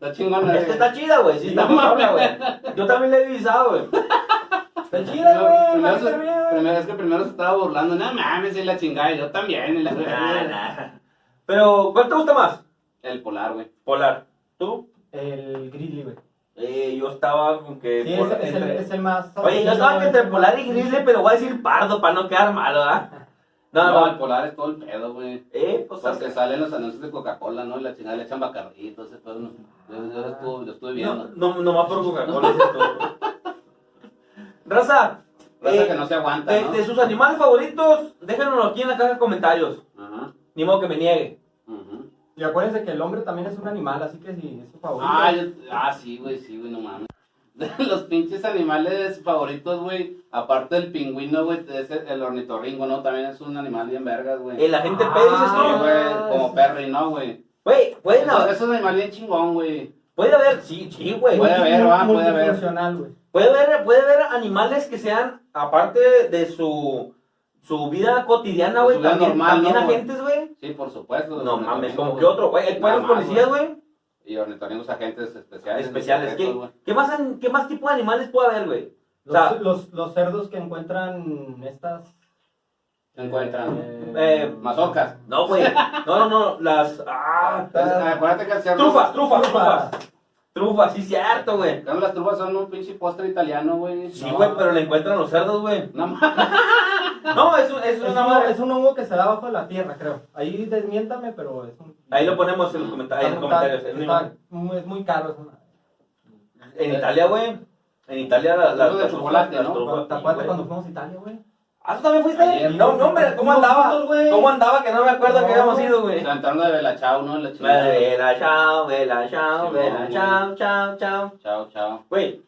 Speaker 3: Está chingona.
Speaker 2: Esta
Speaker 3: güey.
Speaker 2: está chida, güey. Sí, está
Speaker 3: No
Speaker 2: perra, güey. Yo también la he divisado, güey.
Speaker 4: Está
Speaker 3: Primero-
Speaker 4: chida, güey.
Speaker 3: primero
Speaker 4: la
Speaker 3: se-
Speaker 4: neta, bien.
Speaker 3: primero- es que primero se estaba burlando. No mames, y la chingada. y Yo también. y la-
Speaker 2: <laughs> Nah, nah. Pero, ¿cuál te gusta más?
Speaker 3: El polar, güey.
Speaker 2: Polar. ¿Tú?
Speaker 4: El grizzly, güey.
Speaker 2: Eh, yo estaba con que...
Speaker 4: Sí,
Speaker 2: por-
Speaker 4: es, es, el,
Speaker 2: entre-
Speaker 4: es el más...
Speaker 2: Oye, yo estaba que entre polar y grizzly, pero voy a decir pardo para no quedar malo, ¿ah? No, no.
Speaker 3: el polar es todo el pedo, güey.
Speaker 2: Eh, pues...
Speaker 3: Porque salen los anuncios de Coca-Cola, ¿no? Y la chingada le echan bacardi, todo ese pedo. ¿no? Yo, yo estuve, yo estuve
Speaker 2: No, eh,
Speaker 3: viendo.
Speaker 2: no, no más por Coca-Cola. es todo. Raza,
Speaker 3: Raza
Speaker 2: eh,
Speaker 3: que no se aguanta,
Speaker 2: de,
Speaker 3: ¿no?
Speaker 2: de sus animales favoritos, déjanoslo aquí en la caja de comentarios.
Speaker 3: Ajá,
Speaker 2: Ni modo que me niegue.
Speaker 3: ajá.
Speaker 4: Y acuérdense que el hombre también es un animal, así que si es su favorito.
Speaker 3: Ah, yo- ah, sí, güey, sí, güey, no mames. <laughs> Los pinches animales favoritos, güey. Aparte del pingüino, güey, es el, el ornitorrinco, ¿no? También es un animal bien vergas, güey.
Speaker 2: El agente
Speaker 4: Ah,
Speaker 2: P dices
Speaker 3: Sí,
Speaker 2: tú.
Speaker 3: güey, como Perry, ¿no, güey?
Speaker 2: Güey, pueden
Speaker 3: Eso,
Speaker 2: haber,
Speaker 3: es un animal bien chingón, güey.
Speaker 2: puede haber, sí, sí, güey.
Speaker 3: Puede haber,
Speaker 4: Multi-
Speaker 3: va, puede haber.
Speaker 4: multifuncional, güey.
Speaker 2: Puede haber, puede haber animales que sean, aparte de su, su vida cotidiana, güey,
Speaker 3: Su vida
Speaker 2: también,
Speaker 3: normal,
Speaker 2: también
Speaker 3: ¿no, güey?
Speaker 2: agentes, güey.
Speaker 3: Sí, por supuesto.
Speaker 2: No
Speaker 3: los
Speaker 2: mames,
Speaker 3: ornitorrincos,
Speaker 2: como que
Speaker 3: güey.
Speaker 2: otro, güey. Hay
Speaker 3: Nada
Speaker 2: buenos
Speaker 3: más,
Speaker 2: policías, güey.
Speaker 3: Y ornitorrincos agentes especiales.
Speaker 2: Especiales.
Speaker 3: secretos,
Speaker 2: ¿Qué,
Speaker 3: güey.
Speaker 2: qué más, an- ¿Qué más tipo de animales puede haber, güey? O
Speaker 4: Los,
Speaker 2: sea,
Speaker 4: los, los cerdos que encuentran estas...
Speaker 3: Se encuentran.
Speaker 2: eh,
Speaker 3: Mazorcas.
Speaker 2: No, güey. No, no, no. Las. Ah,
Speaker 3: Entonces,
Speaker 2: ta-
Speaker 3: acuérdate que el cerdo-
Speaker 2: Trufas, trufas,
Speaker 4: Trufas.
Speaker 2: trufas. Trufas, sí, cierto, güey.
Speaker 3: Claro, las trufas son un pinche postre italiano, güey.
Speaker 2: Sí,
Speaker 3: No.
Speaker 2: güey, pero le encuentran los cerdos, güey. <laughs>
Speaker 3: No mames.
Speaker 2: No, es, un- es
Speaker 4: Es,
Speaker 2: una
Speaker 4: un,
Speaker 2: madre.
Speaker 4: es un hongo que se da bajo la tierra, creo. Ahí desmiéntame, pero es un...
Speaker 2: Ahí lo ponemos en los
Speaker 4: Está
Speaker 2: comentarios. En, los
Speaker 4: monta-
Speaker 2: comentarios. Es una-
Speaker 4: está muy- es muy caro. Es una...
Speaker 2: en Italia, güey. En Italia, las. las
Speaker 3: Eso de
Speaker 2: las
Speaker 3: chocolate,
Speaker 2: las
Speaker 3: ¿no?
Speaker 2: trufas,
Speaker 4: ¿Te
Speaker 2: sí,
Speaker 4: acuerdas
Speaker 2: güey.
Speaker 4: cuando fuimos a Italia, güey?
Speaker 2: Ah, ¿tú también fuiste?
Speaker 3: Ayer,
Speaker 2: no, no, hombre, ¿cómo
Speaker 4: Fuimos
Speaker 2: andaba?
Speaker 4: juntos, güey.
Speaker 2: ¿Cómo andaba? Que no me acuerdo que
Speaker 4: No.
Speaker 2: habíamos ido,
Speaker 3: Se
Speaker 2: güey.
Speaker 3: levantaron de Bella Chao, ¿no? La chingada.
Speaker 2: Vela, chao, vela, chao,
Speaker 3: Sí,
Speaker 2: vela,
Speaker 3: güey.
Speaker 2: chao, chao, chao.
Speaker 3: Chao, chao.
Speaker 2: Güey,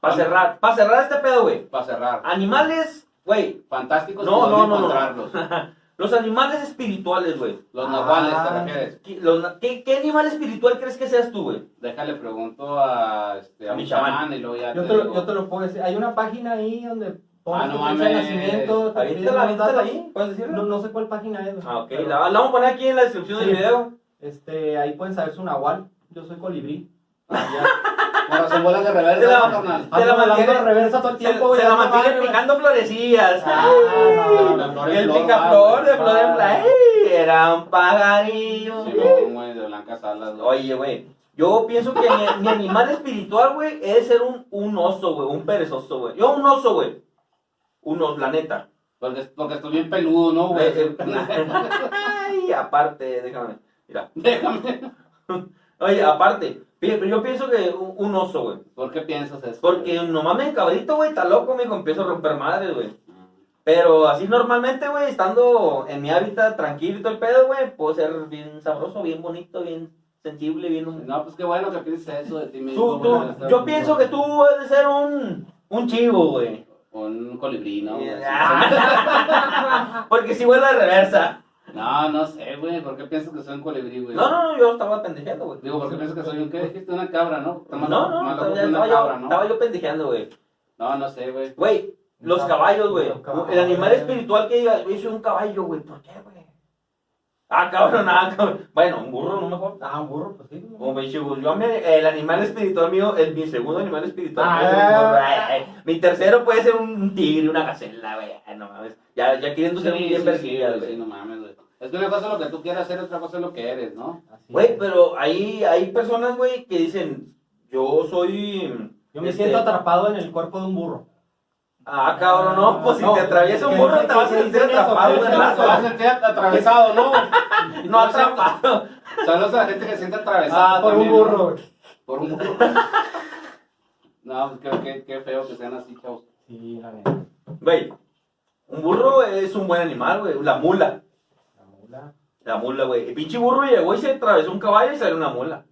Speaker 2: para cerrar, para cerrar este pedo, güey.
Speaker 3: Para cerrar.
Speaker 2: Animales, güey,
Speaker 3: Fantásticos
Speaker 2: Ah, No,
Speaker 3: por
Speaker 2: no,
Speaker 3: dónde
Speaker 2: no, no.
Speaker 3: encontrarlos.
Speaker 2: los animales espirituales, güey.
Speaker 3: Los nopales,
Speaker 4: Ah.
Speaker 3: te refieres.
Speaker 2: ¿Qué, los na- qué- qué animal espiritual crees que seas tú, güey?
Speaker 3: Déjale pregunto a, este, a
Speaker 2: A
Speaker 3: mi
Speaker 2: mi chamán.
Speaker 3: chamán y luego ya
Speaker 4: Yo
Speaker 3: te
Speaker 4: te, lo,
Speaker 3: digo.
Speaker 4: yo te lo puedo decir. Hay una página ahí donde
Speaker 3: Ah, no
Speaker 4: tu fecha de
Speaker 3: mames.
Speaker 4: nacimiento, te piden
Speaker 2: Aviéntala,
Speaker 4: los
Speaker 2: aviéntala
Speaker 4: datos.
Speaker 2: ahí, ¿puedes decirlo?
Speaker 4: No, no sé cuál página es. güey.
Speaker 2: Ah, ok,
Speaker 4: Pero,
Speaker 2: la, la vamos a poner aquí en la descripción
Speaker 4: Sí.
Speaker 2: del video.
Speaker 4: Este, ahí pueden saber su nahual. Yo soy colibrí.
Speaker 3: Por las bolas de
Speaker 2: Te
Speaker 3: reversa,
Speaker 2: la-
Speaker 3: carnal.
Speaker 4: Ando
Speaker 2: la
Speaker 4: volando
Speaker 2: mantiene-
Speaker 4: en reversa todo el
Speaker 2: Se,
Speaker 4: tiempo, güey.
Speaker 2: se la
Speaker 4: ando
Speaker 2: mantiene
Speaker 4: mal, güey.
Speaker 2: picando florecillas.
Speaker 4: Ah,
Speaker 2: <laughs>
Speaker 4: no, no, no.
Speaker 2: Ay,
Speaker 3: de
Speaker 2: el
Speaker 3: flor,
Speaker 2: picaflor
Speaker 3: va,
Speaker 2: de flor en
Speaker 3: va.
Speaker 2: plan. ¡Ey! Era un pajarillo.
Speaker 3: Simón, güey, de Blanca Salas. güey.
Speaker 2: Oye, güey, yo pienso que mi, mi animal espiritual, güey, es ser un, un oso, güey, un perezoso, güey. Yo un oso, güey. Un oso, la neta.
Speaker 3: Porque, porque estoy bien peludo, ¿no, güey?
Speaker 2: Eh, eh, Ay, aparte, déjame. Mira.
Speaker 3: Déjame.
Speaker 2: Oye, aparte, fíjate, yo pienso que un, un oso, güey.
Speaker 3: ¿Por qué piensas eso?
Speaker 2: Porque nomás me encabrito, güey, está loco, mijo, empiezo a romper madres, güey. Pero así normalmente, güey, estando en mi hábitat tranquilo y todo el pedo, güey, puedo ser bien sabroso, bien bonito, bien sensible, bien...
Speaker 3: No, pues qué bueno que pienses eso de ti mismo.
Speaker 2: Tú, tú,
Speaker 3: güey.
Speaker 2: yo pienso que tú has de ser un, un chivo, güey.
Speaker 3: Un colibrí, ¿no?
Speaker 2: Eh,
Speaker 3: güey?
Speaker 2: Ah, <laughs> Porque si vuelve de reversa.
Speaker 3: No, no sé, güey. ¿Por qué piensas que soy un colibrí, güey?
Speaker 2: No, no, no, yo estaba pendejeando, güey.
Speaker 3: Digo, ¿por qué piensas que soy un qué? Dijiste una cabra, ¿no? Está
Speaker 2: No,
Speaker 3: más-
Speaker 2: no,
Speaker 3: más
Speaker 2: estaba,
Speaker 3: loco que una
Speaker 2: estaba
Speaker 3: cabra,
Speaker 2: yo,
Speaker 3: ¿no?
Speaker 2: estaba yo pendejeando, güey.
Speaker 3: No, no sé, güey.
Speaker 2: Güey, los
Speaker 4: Los
Speaker 2: caballos, güey.
Speaker 4: caballos,
Speaker 2: El animal
Speaker 4: güey.
Speaker 2: espiritual que diga, yo soy un caballo, güey. ¿Por qué, güey? Ah, cabrón, ah, cabrón. Bueno, un burro, no mejor.
Speaker 4: Ah, un burro, pues sí. güey.
Speaker 2: Un pinche burro. Yo, mi- el animal espiritual mío, el, mi segundo animal espiritual.
Speaker 4: Ah.
Speaker 2: es un burro. Ay, ay. Mi tercero puede ser un tigre, una gacela, güey. Ay, No mames. Ya, ya queriendo ser
Speaker 3: Sí,
Speaker 2: bien
Speaker 3: sí, sí,
Speaker 2: perseguida,
Speaker 3: sí,
Speaker 2: güey.
Speaker 3: no mames, güey. Es que una cosa es lo que tú quieras hacer, otra cosa es lo que eres, ¿no?
Speaker 4: Así es.
Speaker 2: Güey, pero hay, hay personas, güey, que dicen, yo soy...
Speaker 4: Yo me
Speaker 2: este,
Speaker 4: siento atrapado en el cuerpo de un burro.
Speaker 2: Ah, cabrón, no, pues si
Speaker 4: No,
Speaker 2: te atraviesa un
Speaker 4: que-
Speaker 2: burro
Speaker 4: que-
Speaker 2: te vas
Speaker 4: que
Speaker 2: a sentir
Speaker 4: dicen eso,
Speaker 2: atrapado
Speaker 4: que
Speaker 2: en el
Speaker 4: dicen
Speaker 2: lazo.
Speaker 4: eso.
Speaker 3: a sentir atravesado, ¿no?
Speaker 2: <laughs> No Ah, atrapado.
Speaker 3: Saludos a la gente que se siente atravesada.
Speaker 4: Ah, por un
Speaker 3: también, ¿no?
Speaker 4: burro. güey.
Speaker 3: Por un burro. <laughs> No, pues qué, qué, qué feo que sean así, chavos.
Speaker 4: Sí, la neta.
Speaker 2: Güey, un burro es un buen animal, güey. La mula.
Speaker 4: La mula.
Speaker 2: La mula, güey. El pinche burro llegó y se atravesó un caballo y salió una mula.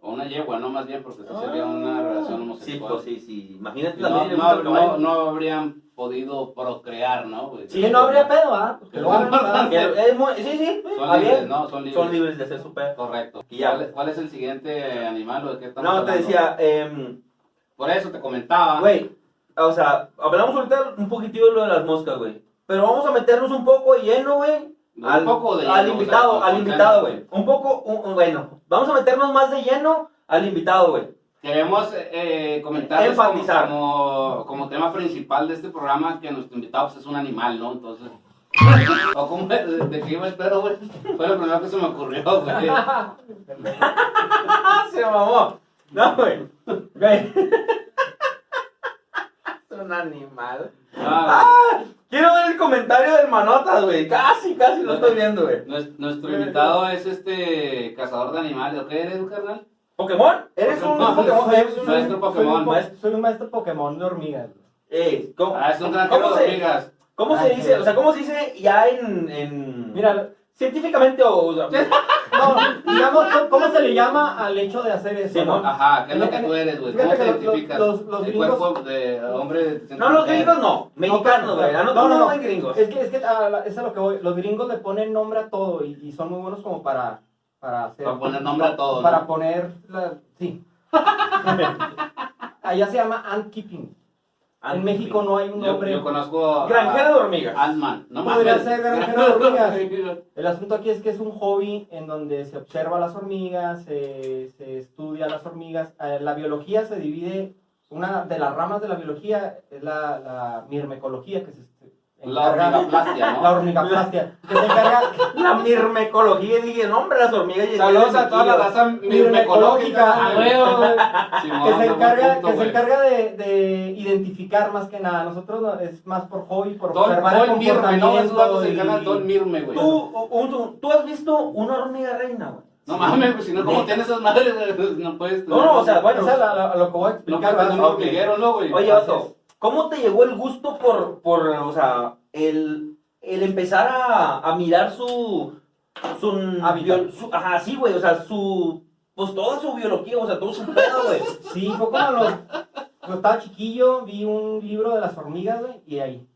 Speaker 3: O una yegua, ¿no? Más bien, porque si sería una relación homosexual.
Speaker 2: Ah, Sí, pues sí, sí. Imagínate la
Speaker 3: No,
Speaker 2: mula y el
Speaker 3: no,
Speaker 2: caballo.
Speaker 3: no, no habrían podido procrear, ¿no? güey?
Speaker 4: Sí, no habría pedo, ¿ah? Porque
Speaker 3: Que
Speaker 4: lo
Speaker 3: lo
Speaker 4: hagan, ¿verdad?
Speaker 2: Que- es muy- sí, sí.
Speaker 3: Son
Speaker 2: está
Speaker 3: libres,
Speaker 2: bien.
Speaker 3: ¿no? Son libres.
Speaker 2: Son libres de hacer su pedo.
Speaker 3: Correcto.
Speaker 2: Y ya.
Speaker 3: ¿Cuál, es- cuál es el siguiente animal o de qué estamos
Speaker 2: No, te
Speaker 3: hablando?
Speaker 2: decía,
Speaker 3: Ah.
Speaker 2: em,
Speaker 3: Por eso te comentaba.
Speaker 2: güey, o sea, hablamos ahorita un poquitito de lo de las moscas, güey. Pero vamos a meternos un poco de lleno, güey,
Speaker 3: Un
Speaker 2: al,
Speaker 3: poco de
Speaker 2: al
Speaker 3: lleno,
Speaker 2: invitado,
Speaker 3: o sea,
Speaker 2: al
Speaker 3: con-
Speaker 2: invitado, güey. Un poco, un- un- bueno, vamos a meternos más de lleno al invitado, güey.
Speaker 3: Queremos eh, comentarles como,
Speaker 2: Enfatizar.
Speaker 3: como, como tema principal de este programa que nuestro invitado pues, es un animal,
Speaker 2: <laughs>
Speaker 3: ¿no? Entonces... ¿O cómo es? ¿De de qué iba el perro, güey? Fue lo primero que se me ocurrió,
Speaker 2: <laughs>
Speaker 3: güey.
Speaker 2: ¡Ah, se mamó! No,
Speaker 3: <laughs>
Speaker 2: güey. Güey. es un animal.
Speaker 3: Ah,
Speaker 2: Quiero ver el comentario del Manotas, güey. Casi, casi lo estoy viendo, güey.
Speaker 3: nues- Nuestro invitado es este cazador de animales. ¿O qué eres, un carnal?
Speaker 2: ¿Pokémon? ¿Eres un
Speaker 3: Ah, Pokémon.
Speaker 2: Pokémon? ¿Eres un-
Speaker 3: Maestro Pokémon,
Speaker 4: Soy eh, un, po- soy un maestro Pokémon de hormigas. güey.
Speaker 2: Eh, ¿cómo,
Speaker 3: Ah, es ah, un gran
Speaker 2: ¿cómo
Speaker 3: de
Speaker 2: se,
Speaker 3: hormigas.
Speaker 2: ¿Cómo se
Speaker 4: Ángel.
Speaker 2: dice? O sea, ¿cómo se dice ya en. en...
Speaker 4: Mira,
Speaker 2: Científicamente o. o sea,
Speaker 4: no, digamos, ¿cómo- ¿cómo se le llama al hecho de hacer eso?
Speaker 2: Sí,
Speaker 4: no?
Speaker 2: ¿no?
Speaker 3: Ajá, ¿qué es lo que
Speaker 4: Fíjate
Speaker 3: tú eres, güey?
Speaker 4: que
Speaker 3: ¿Cómo te
Speaker 4: los- los-
Speaker 3: identificas?
Speaker 4: los- los
Speaker 3: el
Speaker 4: gringos-
Speaker 3: cuerpo de hombre... te
Speaker 2: no, los
Speaker 3: sientes-
Speaker 2: gringos no. Mexicanos, güey. A
Speaker 4: No,
Speaker 2: nosotros
Speaker 4: no, no.
Speaker 2: hay gringos.
Speaker 4: Es que, es que a la- es a lo que voy. Los gringos le ponen nombre a todo y, y son muy buenos como para, para hacer.
Speaker 3: Para poner nombre a todo,
Speaker 4: Para
Speaker 3: ¿no?
Speaker 4: poner. La, sí. <laughs> Allá se llama ant keeping.
Speaker 2: Ah,
Speaker 4: en México no hay un
Speaker 3: Yo,
Speaker 4: nombre.
Speaker 3: yo conozco a...
Speaker 2: Granjero de hormigas.
Speaker 3: Ant-Man. No
Speaker 4: Podría
Speaker 3: mames.
Speaker 4: ser granjero de
Speaker 3: <laughs>
Speaker 4: hormigas. El asunto aquí es que es un hobby en donde se observa a las hormigas, se, se estudia a las hormigas. Eh, La biología se divide, una de las ramas de la biología es la, la mirmecología, que se
Speaker 3: La hormigaplastia, ¿no?
Speaker 4: la hormigaplastia, que se encarga <laughs>
Speaker 2: La mirmecología, dije, no, hombre, las hormigas. y-
Speaker 3: Saludos a toda la raza Ah,
Speaker 4: mirmecológica,
Speaker 3: mirmecológica.
Speaker 4: güey,
Speaker 3: <laughs> Simón,
Speaker 4: que se
Speaker 3: Ah, buen
Speaker 4: encarga,
Speaker 3: punto,
Speaker 4: que se
Speaker 3: güey.
Speaker 4: encarga de, de identificar más que nada. Nosotros no- es más por hobby, por
Speaker 3: Todo el,
Speaker 4: observar
Speaker 3: todo
Speaker 4: el
Speaker 3: el mirme,
Speaker 4: comportamiento.
Speaker 3: no, esos vatos se
Speaker 4: y-
Speaker 3: encargan de todo el mirme, güey.
Speaker 2: Tú, un- un- tú has visto una hormiga reina, güey.
Speaker 3: No mames, pues si no, ¿cómo tienes esas madres? <laughs> güey? No puedes...
Speaker 2: No, no, o sea,
Speaker 4: Bueno,
Speaker 2: bueno.
Speaker 4: o sea, la- la- a lo que voy a
Speaker 3: No
Speaker 4: explicar.
Speaker 3: puedes tener un
Speaker 4: ¿verdad? Ok.
Speaker 3: hormiguero, ¿no, güey?
Speaker 2: Oye,
Speaker 4: Así
Speaker 2: Otto, ¿cómo te llegó el gusto por, por o sea, el, el empezar a, a mirar su, su,
Speaker 4: Hábitat.
Speaker 2: bio- su- ajá, sí, güey, o sea, su, pues toda su biología, o sea, todo
Speaker 4: <laughs>
Speaker 2: su pedo, güey.
Speaker 4: Sí, fue como los, cuando estaba chiquillo, vi un libro de las hormigas, güey, y ahí.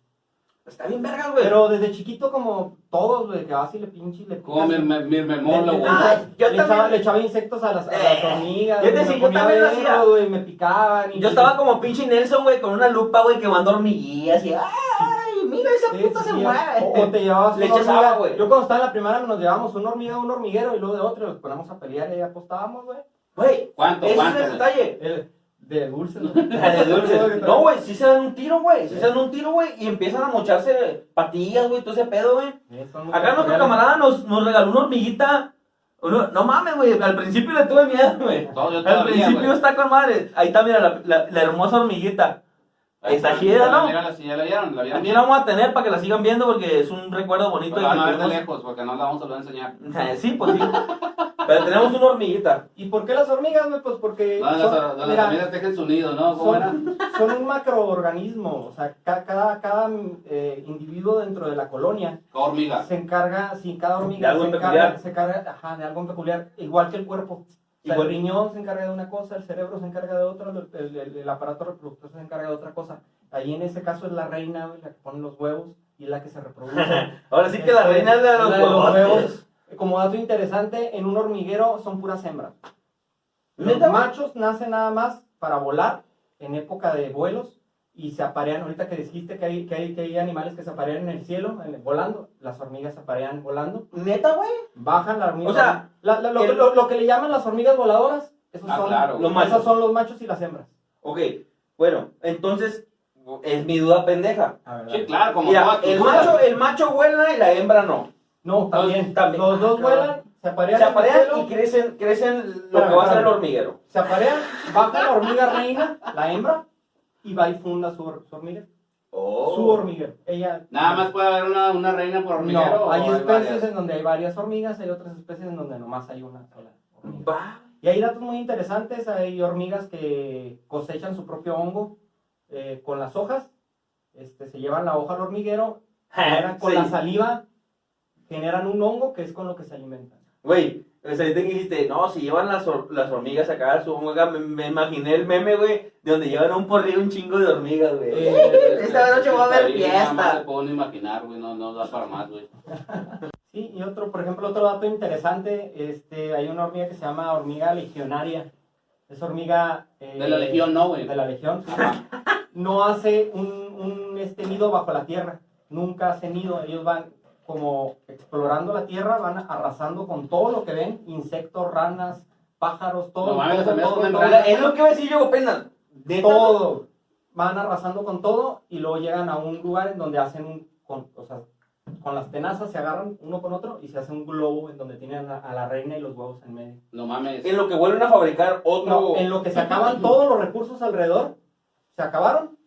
Speaker 2: Está bien verga, güey.
Speaker 4: Pero desde chiquito, como todos, güey, que vas y le pinche y le
Speaker 3: Como
Speaker 4: picas,
Speaker 3: mirme- mirmemólogo, güey.
Speaker 2: Ah,
Speaker 4: yo
Speaker 2: yo
Speaker 4: le,
Speaker 2: también-
Speaker 4: echaba, le echaba insectos a las, a las
Speaker 2: Eh,
Speaker 4: hormigas.
Speaker 2: yo
Speaker 4: güey,
Speaker 2: te-
Speaker 4: me
Speaker 2: yo
Speaker 4: ponía
Speaker 2: también lo
Speaker 4: negro,
Speaker 2: hacía.
Speaker 4: güey, me picaban. y-
Speaker 2: Yo estaba como pinche Nelson, güey, con una lupa, güey, que mandó hormiguillas y, ay, mira, esa puta
Speaker 4: Sí, sí,
Speaker 2: Este se
Speaker 4: sí,
Speaker 2: mueve.
Speaker 4: o- O te llevabas
Speaker 2: Le
Speaker 4: una
Speaker 2: echas
Speaker 4: hormiga.
Speaker 2: agua, güey.
Speaker 4: Yo cuando estaba en la primera nos llevábamos una hormiga, un hormiguero y luego de otro y los poníamos a pelear y ahí apostábamos, güey.
Speaker 2: <laughs> Güey,
Speaker 3: ¿Cuánto,
Speaker 2: ese
Speaker 3: cuánto,
Speaker 2: es el
Speaker 3: güey?
Speaker 2: detalle.
Speaker 4: El- De dulce.
Speaker 2: <laughs>
Speaker 4: ¿no?
Speaker 2: La de dulces. No, güey, sí se dan un tiro, güey. Sí se dan un tiro, güey, y empiezan a mocharse patillas, güey, todo ese pedo, güey.
Speaker 4: Sí, son muy
Speaker 2: Acá nuestro
Speaker 4: territoriales.
Speaker 2: camarada nos, nos regaló una hormiguita. Uno- no mames, güey. Al principio le tuve miedo, güey.
Speaker 3: Todo, yo
Speaker 2: Al
Speaker 3: todavía,
Speaker 2: principio
Speaker 3: güey.
Speaker 2: está con madre. Ahí está, mira, la, la- la hermosa hormiguita. Está chida, ¿no?
Speaker 3: Mira, si ya la vieron, la vieron.
Speaker 2: Aquí la vamos a tener para que la sigan viendo porque es un recuerdo bonito.
Speaker 3: Pero la van a
Speaker 2: que
Speaker 3: ver de
Speaker 2: tenemos.
Speaker 3: lejos porque no la vamos a poder enseñar.
Speaker 2: Eh, <laughs> Sí, pues sí. Pero tenemos una hormiguita.
Speaker 4: ¿Y por qué las hormigas, güey? Pues porque.
Speaker 3: No,
Speaker 4: son-
Speaker 3: las, las
Speaker 4: mira,
Speaker 3: hormigas dejen su nido, ¿no? ¿Cómo era?
Speaker 4: son, <laughs> son un macroorganismo, o sea, ca- cada, cada eh, individuo dentro de la colonia
Speaker 3: Hormiga.
Speaker 4: se encarga, si cada hormiga
Speaker 2: De algo
Speaker 4: se
Speaker 2: en
Speaker 4: encarga,
Speaker 2: peculiar.
Speaker 4: se encarga ajá, de algo en peculiar, igual que el cuerpo. O sea,
Speaker 2: Igual.
Speaker 4: el riñón se encarga de una cosa, el cerebro se encarga de otra, el, el- el- el aparato reproductor se encarga de otra cosa. Ahí en ese caso es la reina, güey, la que pone los huevos y es la que
Speaker 2: <laughs>
Speaker 4: se reproduce.
Speaker 2: Ahora sí que la
Speaker 4: Este,
Speaker 2: reina es la de los,
Speaker 4: la de los
Speaker 2: huevotes.
Speaker 4: huevos. Como dato interesante, en un hormiguero son puras hembras. Los
Speaker 2: ¿Neta?
Speaker 4: machos nacen nada más para volar en época de vuelos y se aparean, ahorita que dijiste que hay, que hay, que hay animales que se aparean en el cielo, en- volando, las hormigas se aparean volando,
Speaker 2: Neta, güey.
Speaker 4: bajan la hormiga.
Speaker 2: O sea,
Speaker 4: la- la- lo,
Speaker 2: el-
Speaker 4: lo- lo que le llaman las hormigas voladoras, esos,
Speaker 3: Ah,
Speaker 4: son,
Speaker 3: claro.
Speaker 2: Los machos.
Speaker 4: esos son los machos y las hembras.
Speaker 2: Ok, bueno, entonces es mi duda pendeja.
Speaker 4: A ver,
Speaker 3: Sí,
Speaker 4: dale.
Speaker 3: claro, como
Speaker 2: Mira,
Speaker 3: todas tus
Speaker 2: el
Speaker 3: dudas.
Speaker 2: macho, el macho vuela y la hembra no.
Speaker 4: No, también,
Speaker 2: también.
Speaker 4: Los dos
Speaker 2: Ah,
Speaker 4: vuelan, se
Speaker 2: Se
Speaker 4: aparean, en el
Speaker 2: aparean
Speaker 4: cielo,
Speaker 2: y crecen, crecen lo
Speaker 4: Espérame,
Speaker 2: que va a ser el
Speaker 4: espérame.
Speaker 2: hormiguero.
Speaker 4: se aparean, baja la hormiga reina, la hembra, y va y funda su, hor- su hormiga.
Speaker 2: Oh.
Speaker 4: Su hormiga. Ella.
Speaker 3: Nada más puede haber una, una reina por hormiguero.
Speaker 4: No,
Speaker 3: o
Speaker 4: hay especies
Speaker 3: varias? <laughs>
Speaker 4: en donde hay varias hormigas, hay otras especies en donde nomás hay una sola hormiga.
Speaker 2: Va.
Speaker 4: Y hay datos muy interesantes, hay hormigas que cosechan su propio hongo eh, con las hojas, este, se llevan la hoja al hormiguero,
Speaker 3: Ah,
Speaker 4: generan con
Speaker 2: Sí.
Speaker 4: la saliva, generan un hongo que es con lo que se alimentan.
Speaker 2: Güey, o sea, ahorita que dijiste, no, si llevan las, hor- las hormigas acá a su huelga, me, me imaginé el meme, güey, de donde llevan a un porrillo un chingo de hormigas, güey.
Speaker 4: Eh,
Speaker 2: Esta noche va a haber
Speaker 3: Ahí Este, nada más
Speaker 2: fiesta.
Speaker 3: se puede uno imaginar, güey, no, no da para más, güey.
Speaker 4: Sí, y otro, por ejemplo, otro dato interesante, este, hay una hormiga que se llama hormiga legionaria. Es hormiga... eh,
Speaker 3: De la legión no, güey.
Speaker 4: de la legión. No hace un, un, este nido bajo la tierra. Nunca hace nido. Ellos van como explorando la tierra, van arrasando con todo lo que ven, insectos, ranas, pájaros, todo.
Speaker 3: No mames,
Speaker 4: todo,
Speaker 3: también
Speaker 4: todo,
Speaker 3: comen
Speaker 4: todo,
Speaker 3: ranas.
Speaker 2: Es lo que iba a decir yo, apenas. De
Speaker 4: todo. Van arrasando con todo y luego llegan a un lugar en donde hacen un, con, o sea, con las tenazas se agarran uno con otro y se hace un globo en donde tienen a, a la reina y los huevos en medio.
Speaker 3: No mames.
Speaker 2: En lo que vuelven a fabricar otro.
Speaker 4: No, en lo que se acaban todos los recursos alrededor, se acabaron,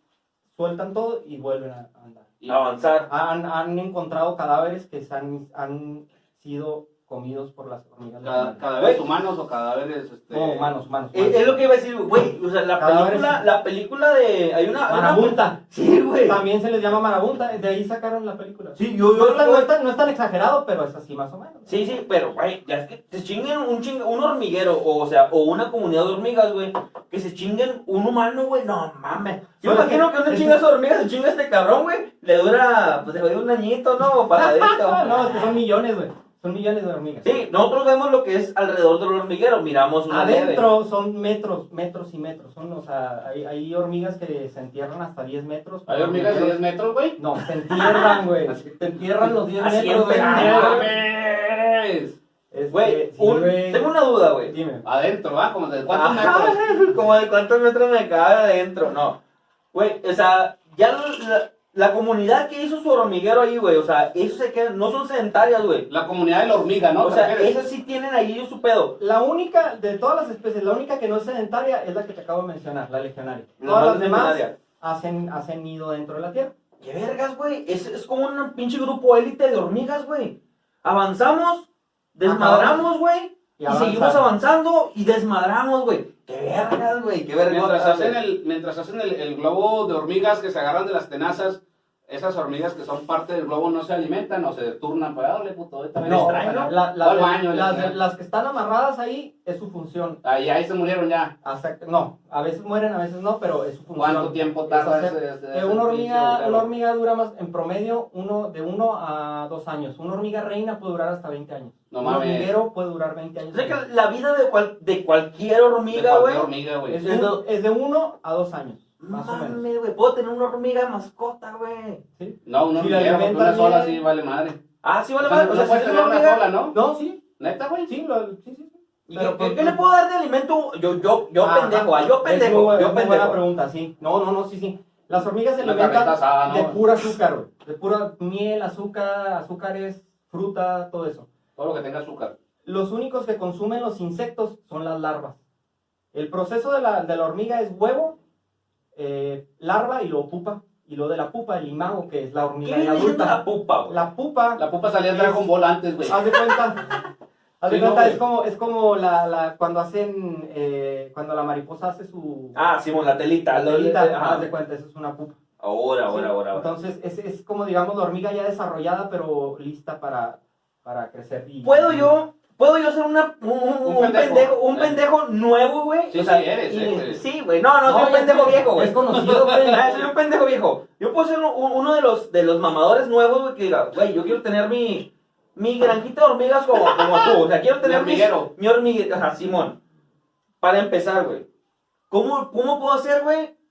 Speaker 4: sueltan todo y vuelven a a andar.
Speaker 3: Y-
Speaker 2: Avanzar.
Speaker 4: Han, han encontrado cadáveres que se han, han sido comidos por las hormigas.
Speaker 3: Cada,
Speaker 4: No,
Speaker 3: cadáveres humanos o cadáveres este,
Speaker 4: humanos, humanos.
Speaker 2: eh, Es, es lo que iba a decir, güey, o sea, la
Speaker 4: Cada
Speaker 2: película,
Speaker 4: vez-
Speaker 2: la película de... Hay una... una-
Speaker 4: Marabunta.
Speaker 2: Sí, güey.
Speaker 4: También se les llama marabunta. De ahí sacaron la película.
Speaker 2: Sí, yo,
Speaker 4: No
Speaker 2: yo
Speaker 4: es tan, no es tan- no es tan exagerado, pero es así más o menos.
Speaker 2: Sí, sí, pero, güey, ya es que se chinguen un, chinga- un hormiguero, o, o sea, o una comunidad de hormigas, güey, que se chinguen un humano, güey, no mames. Yo
Speaker 4: Pero es
Speaker 2: imagino
Speaker 4: que-
Speaker 2: que una
Speaker 4: es
Speaker 2: chinga
Speaker 4: que-
Speaker 2: esa hormiga se chinga este cabrón, güey, le dura, pues, le dura un añito,
Speaker 4: <laughs>
Speaker 2: ¿no? Paradito.
Speaker 4: no, es que son millones, güey. Son millones de hormigas.
Speaker 2: Sí, nosotros vemos lo que es alrededor del hormiguero, miramos una leve.
Speaker 4: Adentro son metros, metros y metros. Son, o sea, hay, hay hormigas que se entierran hasta 10 metros.
Speaker 3: Hay hormigas de
Speaker 4: Metros.
Speaker 3: 10 metros, güey.
Speaker 4: No, se entierran, güey.
Speaker 3: Así.
Speaker 4: Te entierran los 10
Speaker 2: Así
Speaker 4: metros, güey.
Speaker 2: en
Speaker 3: ¡No
Speaker 2: verano.
Speaker 3: mames!
Speaker 4: Este,
Speaker 2: Güey,
Speaker 4: sí,
Speaker 2: un-
Speaker 4: güey.
Speaker 2: tengo una duda, güey.
Speaker 4: Dime.
Speaker 3: Adentro, ¿va? Como de cuántos
Speaker 2: Ajá,
Speaker 3: metros.
Speaker 2: Como de cuántos metros me cabe adentro, no. Güey, o sea, ya la- la, la comunidad que hizo su hormiguero ahí, güey, o sea, eso se queda, no son sedentarias, güey.
Speaker 3: La comunidad de la hormiga, ¿no?
Speaker 2: o
Speaker 3: ¿Te
Speaker 2: sea,
Speaker 3: refieres?
Speaker 2: esas sí tienen ahí ellos su pedo.
Speaker 4: La única, de todas las especies, la única que no es sedentaria es la que te acabo de mencionar, la legionaria.
Speaker 2: La
Speaker 4: Todas
Speaker 2: más
Speaker 4: las demás
Speaker 2: sedentaria.
Speaker 4: hacen, hacen nido dentro de la tierra.
Speaker 2: ¿Qué vergas, güey? Es, es como un pinche grupo élite de hormigas, güey. Avanzamos, desmadramos, güey. Y,
Speaker 4: Y avanzan.
Speaker 2: seguimos avanzando y desmadramos, güey. ¿Qué vergas, güey? ¿Qué vergas?
Speaker 3: Mientras hacen, el, mientras hacen el, el globo de hormigas que se agarran de las tenazas, esas hormigas que son parte del globo no se alimentan o se turnan para darle puto. vete a ver
Speaker 4: No,
Speaker 3: esta, ¿no?
Speaker 4: la-
Speaker 3: Va al
Speaker 4: las,
Speaker 3: baño,
Speaker 4: las-
Speaker 3: la-
Speaker 4: las que están amarradas ahí es su función.
Speaker 3: Ahí, ahí se murieron ya.
Speaker 4: Hasta que- no, a veces mueren, a veces no, pero es su función.
Speaker 3: ¿Cuánto tiempo tarda
Speaker 4: Es hacer-
Speaker 3: ese- ese-
Speaker 4: eh,
Speaker 3: ese
Speaker 4: una,
Speaker 3: pinche
Speaker 4: hormiga,
Speaker 3: globo?
Speaker 4: una hormiga dura más, en promedio, uno, de 1 a 2 años. Una hormiga reina puede durar hasta 20 años.
Speaker 3: No
Speaker 4: un
Speaker 3: mames.
Speaker 4: hormiguero puede durar 20
Speaker 2: O
Speaker 4: años.
Speaker 2: sea que la vida de, cual- de cualquier
Speaker 3: De
Speaker 2: hormiga,
Speaker 3: cualquier
Speaker 2: güey.
Speaker 3: hormiga, güey.
Speaker 4: Es, un- es de 1 a 2 años, más o menos.
Speaker 2: Mames, güey. Puedo tener una hormiga mascota, güey.
Speaker 4: ¿sí?
Speaker 3: No, una
Speaker 4: Si la
Speaker 3: hormiga, porque una
Speaker 4: alimentan
Speaker 3: sola
Speaker 4: bien.
Speaker 3: sí vale madre.
Speaker 2: Ah, sí, vale,
Speaker 3: O sea,
Speaker 2: vale.
Speaker 3: no
Speaker 2: O sea,
Speaker 3: puedes
Speaker 2: si es
Speaker 3: tener
Speaker 2: una
Speaker 3: una
Speaker 2: hormiga-
Speaker 3: sola, ¿no?
Speaker 4: No, sí,
Speaker 3: ¿Neta, güey?
Speaker 4: sí, lo- sí, sí.
Speaker 2: ¿Y
Speaker 4: Pero,
Speaker 2: qué-
Speaker 4: pues,
Speaker 2: qué, qué le puedo dar de alimento? Yo, yo, yo
Speaker 4: Ajá.
Speaker 2: pendejo, ah, yo
Speaker 4: Es muy
Speaker 2: pendejo,
Speaker 4: buena-
Speaker 2: yo
Speaker 4: es muy buena
Speaker 2: pendejo.
Speaker 4: pregunta, sí. No, no, no, sí, sí. Las hormigas se
Speaker 3: Una carnita
Speaker 4: alimentan
Speaker 3: asada,
Speaker 2: ah,
Speaker 3: ¿no?
Speaker 4: de pura azúcar, güey. De pura miel, azúcar, azúcares, fruta, todo eso.
Speaker 3: Todo lo que tenga azúcar.
Speaker 4: Los únicos que consumen los insectos son las larvas. El proceso de la, de la hormiga es huevo, eh, larva y luego pupa. Y lo de la pupa, el imago, que es la
Speaker 2: ¿Qué
Speaker 4: hormiga
Speaker 2: viene siendo la
Speaker 4: adulta.
Speaker 2: pupa, güey?
Speaker 4: La pupa,
Speaker 3: La pupa salía de
Speaker 4: Ah, Es- Ah,
Speaker 3: Dragon Ball antes, güey.
Speaker 4: haz
Speaker 2: <laughs>
Speaker 4: de cuenta, haz de
Speaker 3: Sí, no,
Speaker 4: cuenta,
Speaker 3: güey.
Speaker 4: es como, es como la, la- cuando hacen, eh, cuando la mariposa hace su...
Speaker 2: Ah, Simón, la telita.
Speaker 4: la
Speaker 2: lo-
Speaker 4: telita,
Speaker 2: ajá.
Speaker 4: haz de cuenta, eso es una pupa.
Speaker 2: Ahora, ahora,
Speaker 4: Sí,
Speaker 2: ahora. ahora.
Speaker 4: Entonces, es, es como, digamos, la hormiga ya desarrollada, pero lista para, para crecer. y-
Speaker 2: ¿Puedo yo, puedo yo ser una, un, un-
Speaker 3: Un
Speaker 2: un pendejo,
Speaker 3: pendejo,
Speaker 2: un
Speaker 3: eh.
Speaker 2: pendejo nuevo, güey?
Speaker 3: Sí,
Speaker 2: O sea,
Speaker 3: sí, eres,
Speaker 2: y-
Speaker 3: eres.
Speaker 2: Sí, güey. No, no,
Speaker 4: No,
Speaker 2: soy un
Speaker 4: ya
Speaker 2: pendejo
Speaker 4: sé,
Speaker 2: viejo, güey.
Speaker 4: es
Speaker 2: <laughs>
Speaker 4: conocido, güey.
Speaker 2: Ah, soy un pendejo viejo. Yo puedo ser un- un- uno de los, de los mamadores nuevos, güey, que diga, güey, yo quiero tener mi, mi granjita de hormigas como, como tú. O sea, quiero tener mis-
Speaker 3: hormiguero.
Speaker 2: mi hormiguero. Ajá, Simón. Para empezar, güey. ¿Cómo, ¿Cómo puedo hacer, güey?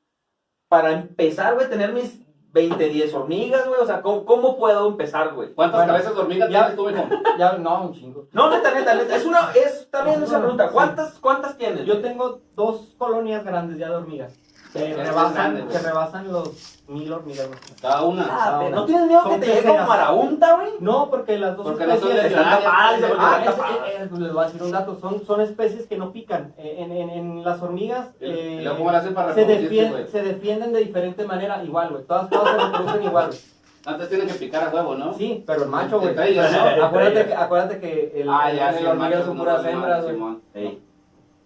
Speaker 2: para empezar, güey, tener mis 20, 10 hormigas, güey? O sea, ¿cómo, cómo puedo empezar, güey?
Speaker 3: ¿Cuántas
Speaker 4: Bueno.
Speaker 3: cabezas de hormiga
Speaker 4: Ya-
Speaker 3: tienes tú, mijo?
Speaker 4: <laughs> Ya, no, un chingo.
Speaker 2: No, neta, neta, neta. Es una, es también esa pregunta. ¿Cuántas, cuántas tienes?
Speaker 4: Yo tengo dos colonias grandes ya de hormigas. Que
Speaker 3: Es que es grande,
Speaker 4: rebasan,
Speaker 3: güey.
Speaker 4: que rebasan los mil hormigas. güey.
Speaker 3: Cada una.
Speaker 2: Ah, pero ¿No tienes miedo
Speaker 4: Son
Speaker 2: que te llegue
Speaker 4: terceras.
Speaker 2: como marabunta, güey?
Speaker 4: No, porque las dos
Speaker 3: Porque no son
Speaker 4: especies...
Speaker 3: de
Speaker 2: Están tapadas, güey,
Speaker 4: Ah,
Speaker 2: porque
Speaker 4: es-
Speaker 2: están tapadas.
Speaker 4: eh, eh, les voy a decir un dato, son, son especies que no pican. Eh, En, en- en las hormigas
Speaker 3: Y- y
Speaker 4: eh,
Speaker 3: luego, ¿cómo le hacen para
Speaker 4: se,
Speaker 3: reproducirse,
Speaker 4: defien-
Speaker 3: güey?
Speaker 4: se defienden de diferente manera, igual, güey. Todas, todas se reproducen igual. güey.
Speaker 3: Antes tienen que picar a huevo, ¿no?
Speaker 4: Sí, pero el macho, güey. Ah,
Speaker 3: Entre ellas, ¿no?
Speaker 4: Acuérdate que, acuérdate que el,
Speaker 3: Ah, ya,
Speaker 4: el
Speaker 3: sí,
Speaker 4: hormiguero
Speaker 3: macho,
Speaker 4: son
Speaker 3: no,
Speaker 4: puras
Speaker 3: vale,
Speaker 4: hembras, güey.
Speaker 3: Simón.
Speaker 2: Ey.